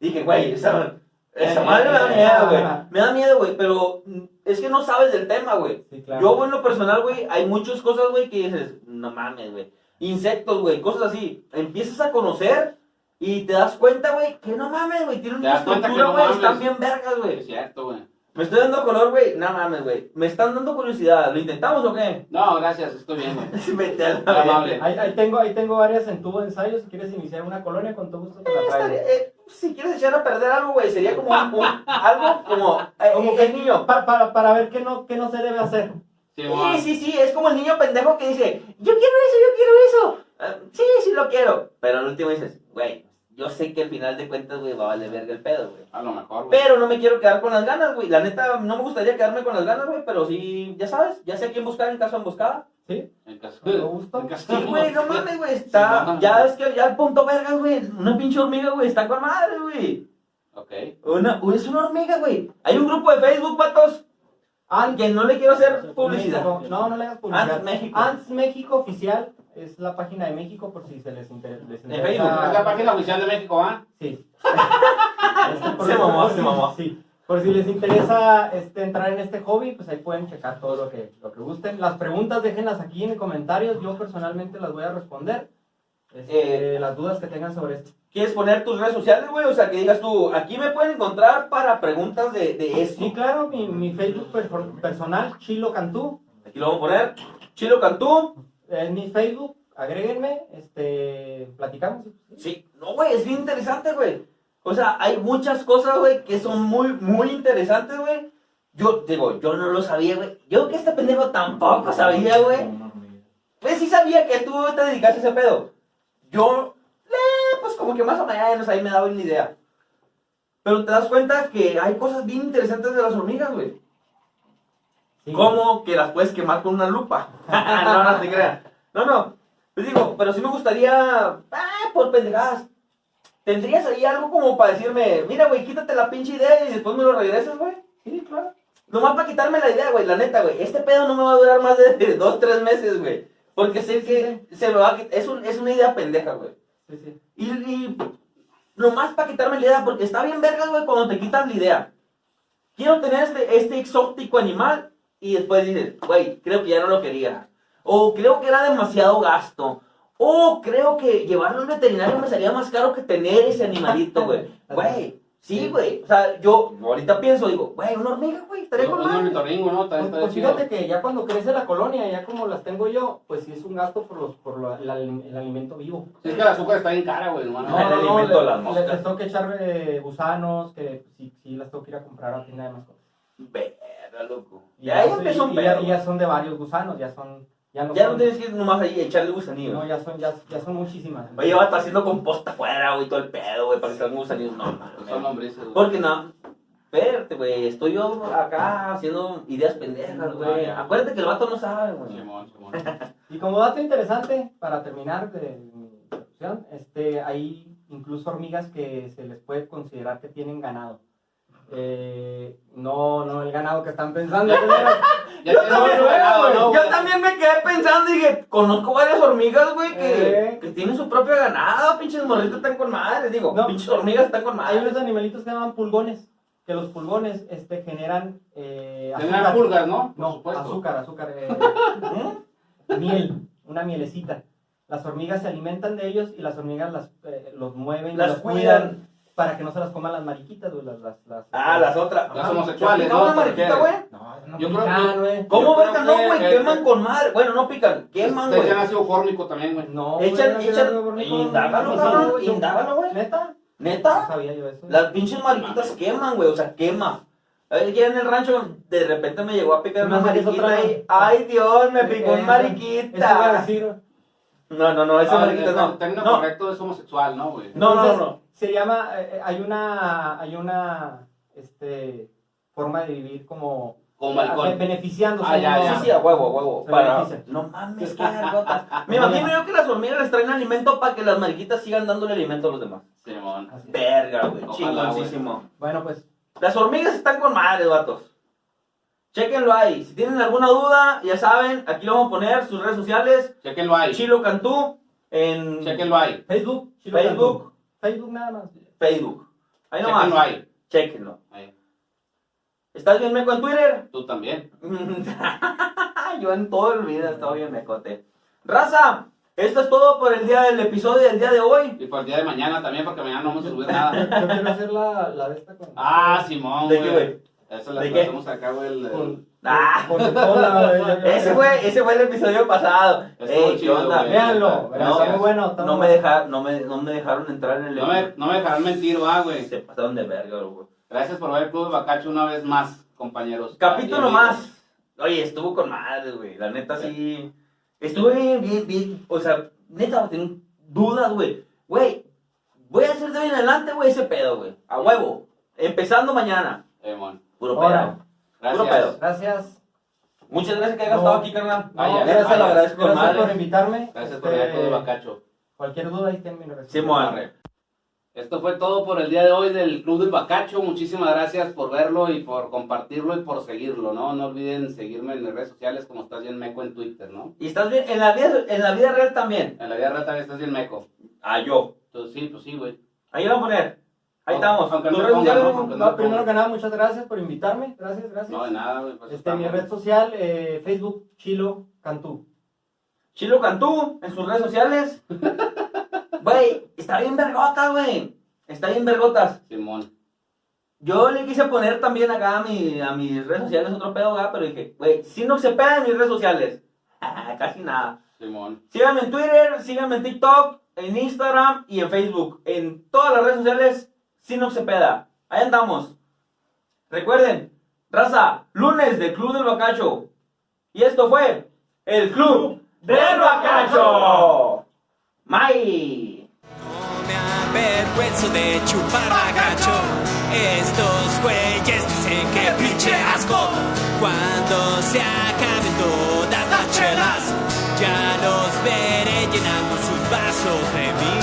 Speaker 2: dije, güey, esa, esa
Speaker 3: Eh,
Speaker 2: madre me da
Speaker 4: eh,
Speaker 2: miedo, güey.
Speaker 4: ah.
Speaker 2: Me da miedo, güey, pero mm, es que no sabes del tema, güey.
Speaker 4: Sí, claro.
Speaker 2: Yo, güey, en lo personal, güey, hay muchas cosas, güey, que dices, no mames, güey. Insectos, güey, cosas así. Empiezas a conocer y te das cuenta, güey, que no mames, güey. Tienen
Speaker 3: Te
Speaker 2: una
Speaker 3: das cuenta que
Speaker 2: estructura,
Speaker 3: no
Speaker 2: güey,
Speaker 3: mames.
Speaker 2: están bien vergas,
Speaker 3: Es
Speaker 2: güey.
Speaker 3: cierto, güey.
Speaker 2: Me estoy dando color, güey. No mames, güey. Me están dando curiosidad. ¿Lo intentamos o qué? <laughs>
Speaker 3: No, gracias, estoy bien, güey.
Speaker 2: Vete a la
Speaker 3: Está
Speaker 2: verga.
Speaker 3: amable.
Speaker 4: Ahí, ahí tengo, ahí tengo varias en tubo de ensayo. Si quieres iniciar una colonia, con todo gusto te la traigo.
Speaker 2: Estaría- eh, si quieres echar a perder algo, güey, sería como un- <laughs> un- algo como eh,
Speaker 4: Como
Speaker 2: el niño.
Speaker 4: Pa- para, para ver qué no, qué no se debe hacer.
Speaker 3: Sí,
Speaker 2: Sí,
Speaker 3: güey.
Speaker 2: sí, sí, es como el niño pendejo que dice, yo quiero eso, yo quiero eso. Ah, sí, sí lo quiero. Pero al último dices, güey, yo sé que al final de cuentas, güey, va a valer verga el pedo, güey.
Speaker 3: A lo mejor, güey.
Speaker 2: Pero no me quiero quedar con las ganas, güey. La neta, no me gustaría quedarme con las ganas, güey, pero sí, ya sabes, ya sé a quién buscar en caso de emboscada.
Speaker 4: ¿Sí?
Speaker 3: En caso
Speaker 4: Con todo gusto.
Speaker 3: en caso-
Speaker 2: Sí,
Speaker 3: <laughs>
Speaker 2: güey, no mames, güey, está, ya es que ya el punto vergas, güey, una pinche hormiga, güey, está con madre, güey.
Speaker 3: Ok.
Speaker 2: Una, es una hormiga, güey. Hay un grupo de Facebook, patos. Al que no le quiero hacer publicidad.
Speaker 4: México. No, no le hagas publicidad.
Speaker 2: Ants México.
Speaker 4: Ants México Oficial es la página de México por si se les inter- les interesa.
Speaker 2: Facebook.
Speaker 3: Es la página oficial de México, ¿ah?
Speaker 4: Sí. <laughs> Este,
Speaker 2: Se mamó, se mamó.
Speaker 4: Sí. Por si les interesa este, entrar en este hobby, pues ahí pueden checar todo lo que, lo que gusten. Las preguntas déjenlas aquí en comentarios. Yo personalmente las voy a responder. Este, las dudas que tengan sobre esto.
Speaker 2: ¿Quieres poner tus redes sociales, güey? O sea, que digas tú, aquí me pueden encontrar para preguntas de, de esto.
Speaker 4: Sí, claro, mi, mi Facebook per- personal, Chilo Cantú,
Speaker 2: Aquí lo vamos a poner. Chilo Cantú.
Speaker 4: es mi Facebook, agréguenme, este, platicamos.
Speaker 2: Sí. No, güey, es bien interesante, güey. O sea, hay muchas cosas, güey, que son muy, muy interesantes, güey. Yo, digo, yo no lo sabía, güey. Yo que este pendejo tampoco sabía, güey. Pues sí sabía que tú te dedicaste a ese pedo. Yo, eh, pues como que más o menos ahí me daba una idea. Pero te das cuenta que hay cosas bien interesantes de las hormigas, güey.
Speaker 4: Sí.
Speaker 2: <laughs> Ah, Como que las puedes quemar con una lupa. no, no te creas. No, no. Les digo, pero sí me gustaría. Ah, por pendejadas. ¿Tendrías ahí algo como para decirme, mira, güey, quítate la pinche idea y después me lo regresas, güey? Sí, claro. Nomás para quitarme la idea, güey, la neta, güey. Este pedo no me va a durar más de, <laughs> de dos, tres meses, güey. Porque sé que se me va a quitar. Es, un, es una idea pendeja, güey.
Speaker 4: Sí, sí.
Speaker 2: Y, y nomás para quitarme la idea, porque está bien vergas, güey, cuando te quitas la idea. Quiero tener este, este exótico animal y después dices, güey, creo que ya no lo quería. O creo que era demasiado gasto. O creo que llevarlo al veterinario me salía más caro que tener ese animalito,
Speaker 4: <laughs>
Speaker 2: güey. Güey, sí, güey. O sea, yo ahorita pienso, digo, güey, una hormiga, güey, estaría con
Speaker 3: Un
Speaker 2: madre.
Speaker 3: ornitorrinco, ¿no? También
Speaker 4: Pues,
Speaker 3: estaría
Speaker 4: pues
Speaker 3: chido.
Speaker 4: fíjate que ya cuando crece la colonia, ya como las tengo yo, pues sí es un gasto por los por la- el, alim- el alimento vivo.
Speaker 3: Sí, es que el azúcar está bien cara,
Speaker 4: <laughs>
Speaker 3: güey, hermano.
Speaker 2: No, El alimento
Speaker 4: le-
Speaker 2: a las
Speaker 4: le-
Speaker 2: moscas.
Speaker 4: les tengo que echar eh, gusanos, que sí, sí las tengo que ir a comprar a tienda de mascotas.
Speaker 2: Verga, loco.
Speaker 4: Y
Speaker 2: Ya ahí
Speaker 4: eso-
Speaker 2: empezó un
Speaker 4: y ya,
Speaker 2: pedo.
Speaker 4: y ya son de varios gusanos, ya son... Ya no,
Speaker 2: Ya
Speaker 4: son-
Speaker 2: no tienes que ir nomás ahí y echarle gusanillo.
Speaker 4: No, ya son, ya, ya son muchísimas.
Speaker 2: Oye, va a estar haciendo composta afuera, güey, todo el pedo, güey, para que salgan gusanillos. No, mames.
Speaker 3: Son lombrices, güey.
Speaker 2: Porque no. Espérate, güey. Estoy yo acá haciendo ideas pendejas,
Speaker 3: Ah,
Speaker 2: güey. Acuérdate que el vato no sabe, güey.
Speaker 3: Simón, Simón.
Speaker 2: <laughs>
Speaker 4: Y como dato interesante, para terminar de mi introducción, este, hay incluso hormigas que se les puede considerar que tienen ganado. Eh, no, no el ganado que están pensando. <laughs> señores.
Speaker 3: Ya tenemos
Speaker 4: también,
Speaker 3: un ganado,
Speaker 4: güey,
Speaker 3: ¿no,
Speaker 2: Yo
Speaker 3: güey?
Speaker 2: también me quedé pensando y dije, conozco varias hormigas, güey, que,
Speaker 4: Eh.
Speaker 2: que tienen su propia ganada, pinches morritos están con madres, digo,
Speaker 4: No.
Speaker 2: pinches hormigas están con
Speaker 4: hay
Speaker 2: madres.
Speaker 4: unos animalitos que llaman pulgones, que los pulgones este, generan eh,
Speaker 3: Tendrán pulgas, ¿no? Por
Speaker 4: No,
Speaker 3: supuesto.
Speaker 4: azúcar, azúcar.
Speaker 2: <laughs>
Speaker 4: eh, miel, una mielecita. Las hormigas se alimentan de ellos y las hormigas las, eh, los mueven,
Speaker 2: Las
Speaker 4: los
Speaker 2: cuidan.
Speaker 4: cuidan para que no se las coman las mariquitas, güey, las, las, las-
Speaker 2: Ah, las otras.
Speaker 3: Las homosexuales,
Speaker 2: ¿Pican
Speaker 3: ¿no?
Speaker 2: una mariquita, güey?
Speaker 4: No, no
Speaker 3: Yo
Speaker 4: pican,
Speaker 3: creo que-
Speaker 4: güey.
Speaker 2: ¿Cómo
Speaker 3: Yo
Speaker 2: verga
Speaker 3: creo
Speaker 2: no,
Speaker 3: que-
Speaker 2: güey?
Speaker 3: que-
Speaker 2: Queman con madre. Bueno, no pican, queman, güey.
Speaker 3: Tendrían ácido fórmico también, güey.
Speaker 4: No,
Speaker 2: Echan-
Speaker 4: güey,
Speaker 2: echan-
Speaker 4: no, no, no, no, no,
Speaker 2: indágalo,
Speaker 4: no,
Speaker 2: cabrón,
Speaker 4: no, no,
Speaker 2: indágalo, güey.
Speaker 4: ¿Neta? No
Speaker 2: ¿Neta?
Speaker 4: sabía yo eso.
Speaker 2: Las pinches mariquitas queman, güey, o sea, quema. A ver, ya en el rancho de repente me llegó a picar una
Speaker 4: No, es otra,
Speaker 2: mariquita y,
Speaker 4: no.
Speaker 2: ay Dios, me picó un
Speaker 4: Eh, Eso iba a
Speaker 2: mariquita.
Speaker 4: decir, güey.
Speaker 2: No, no, no, esa
Speaker 3: Ah,
Speaker 2: mariquita
Speaker 3: el-
Speaker 2: no.
Speaker 3: El término
Speaker 2: No,
Speaker 3: correcto es homosexual, ¿no, güey?
Speaker 2: No, no,
Speaker 4: Entonces,
Speaker 2: no.
Speaker 4: Se llama, eh, eh, hay una, hay una, este, forma de vivir como,
Speaker 3: Como
Speaker 4: be-
Speaker 3: maricón.
Speaker 4: beneficiándose.
Speaker 3: Ah, ya,
Speaker 4: ¿no?
Speaker 3: ya.
Speaker 2: Sí, sí, a huevo, a huevo.
Speaker 4: Se
Speaker 2: Para...
Speaker 4: beneficia.
Speaker 2: No mames, qué gargotas. Me imagino yo que las hormigas les traen alimento para que las mariquitas sigan dándole alimento a los demás.
Speaker 3: Simón.
Speaker 4: Así es.
Speaker 2: Verga, güey,
Speaker 3: Ojalá, güey.
Speaker 2: chingoncísimo.
Speaker 4: Bueno, pues,
Speaker 2: Las hormigas están con madre, vatos. Chequenlo ahí. Si tienen alguna duda, ya saben, aquí lo vamos a poner, sus redes sociales.
Speaker 3: Chequenlo ahí.
Speaker 2: Chilo Cantú en
Speaker 3: Chequenlo ahí.
Speaker 4: Facebook. Chilo
Speaker 2: Facebook,
Speaker 4: Cantú. Facebook nada más.
Speaker 2: Facebook. Ahí nomás.
Speaker 3: Chequenlo ahí.
Speaker 2: Chequenlo.
Speaker 3: Ahí.
Speaker 2: ¿Estás bien meco en Twitter? <laughs>
Speaker 3: Tú también.
Speaker 2: Yo en todo el video he estado bien mecote. Raza, esto es todo por el día del episodio del día de hoy.
Speaker 3: Y por el día de mañana también, porque mañana no vamos a subir nada.
Speaker 4: Yo quiero hacer la, la de esta con...
Speaker 3: Ah, Simón,
Speaker 2: ¿De qué,
Speaker 3: güey.
Speaker 2: güey?
Speaker 3: Eso la
Speaker 2: ¿De qué?
Speaker 3: hacemos acá, güey. el-
Speaker 4: Con-
Speaker 2: Ah.
Speaker 4: con el cola, güey, yo- yo-
Speaker 2: Ese fue, ese fue el episodio pasado.
Speaker 3: Estuvo
Speaker 2: Ey, ¿qué
Speaker 3: chido,
Speaker 2: onda?
Speaker 3: güey.
Speaker 4: Véanlo,
Speaker 2: Gracias.
Speaker 4: está muy bueno. está
Speaker 2: No
Speaker 4: muy
Speaker 2: me,
Speaker 4: bueno.
Speaker 2: deja, no, me, no me dejaron entrar en el
Speaker 3: No me, no me dejarán mentir, va, güey.
Speaker 2: Se pasaron de verga, güey.
Speaker 3: Gracias por ver el Club de Bacacho una vez más, compañeros.
Speaker 2: Capítulo
Speaker 3: Y
Speaker 2: más. Oye, estuvo con madre, güey. La neta sí. Estuve bien, bien, bien. O sea, neta, tengo dudas, güey. Güey, voy a hacer de hoy en adelante, güey, ese pedo, güey. A huevo. Empezando mañana.
Speaker 3: amigos. Simón.
Speaker 2: Puro pedo.
Speaker 4: Ahora.
Speaker 3: Gracias.
Speaker 2: pedo.
Speaker 4: Gracias.
Speaker 2: Muchas gracias que hayas
Speaker 4: No.
Speaker 2: estado aquí, carnal.
Speaker 3: Ah, ya,
Speaker 2: Neta, se lo
Speaker 3: ah,
Speaker 2: agradezco con
Speaker 4: Gracias por
Speaker 2: madre.
Speaker 4: invitarme.
Speaker 3: Gracias por ver
Speaker 4: Este,
Speaker 3: el Club de Bacacho.
Speaker 4: Cualquier duda, ahí tienen mi número.
Speaker 2: Simón.
Speaker 3: Arre. Esto fue todo por el día de hoy del Club del Bacacho. Muchísimas gracias por verlo y por compartirlo y por seguirlo, ¿no? No olviden seguirme en mis redes sociales como estás bien meco en Twitter, ¿no?
Speaker 2: Y estás bien, en la vida, en la vida real también.
Speaker 3: En la vida real también estás bien meco.
Speaker 2: Ah, yo.
Speaker 3: Entonces, sí, pues sí, güey.
Speaker 2: Ahí lo voy a poner. Ahí
Speaker 3: Aunque-
Speaker 2: estamos.
Speaker 3: aunque
Speaker 2: Tus
Speaker 3: no
Speaker 2: redes
Speaker 3: pongan,
Speaker 2: sociales,
Speaker 3: ¿no?
Speaker 2: ¿no?
Speaker 3: Aunque
Speaker 4: No, primero que nada, muchas gracias por invitarme. Gracias, gracias.
Speaker 3: No, de nada, güey. pues,
Speaker 4: este,
Speaker 3: estamos-
Speaker 4: mi red social, eh, Facebook, Chilo Cantú.
Speaker 2: Chilo Cantú en sus redes sociales. Güey, está bien vergota, güey. Está bien vergotas.
Speaker 3: Simón.
Speaker 2: Yo le quise poner también acá a, mi, a mis redes sociales otro pedo acá, pero dije, güey, si no se pega en mis redes sociales. <laughs> ah, Casi nada.
Speaker 3: Simón.
Speaker 2: Síganme en Twitter, síganme en TikTok, en Instagram y en Facebook. En todas las redes sociales, Sinox Cepeda. Ahí andamos. Recuerden, raza, lunes del Club del Bacacho. Y esto fue el Club del Bacacho. ¡May!
Speaker 1: No me avergüenzo de chupar agacho. Estos güeyes dicen que pinche asco. Cuando se acaben todas las chelas, ya los veré llenamos sus vasos de vino.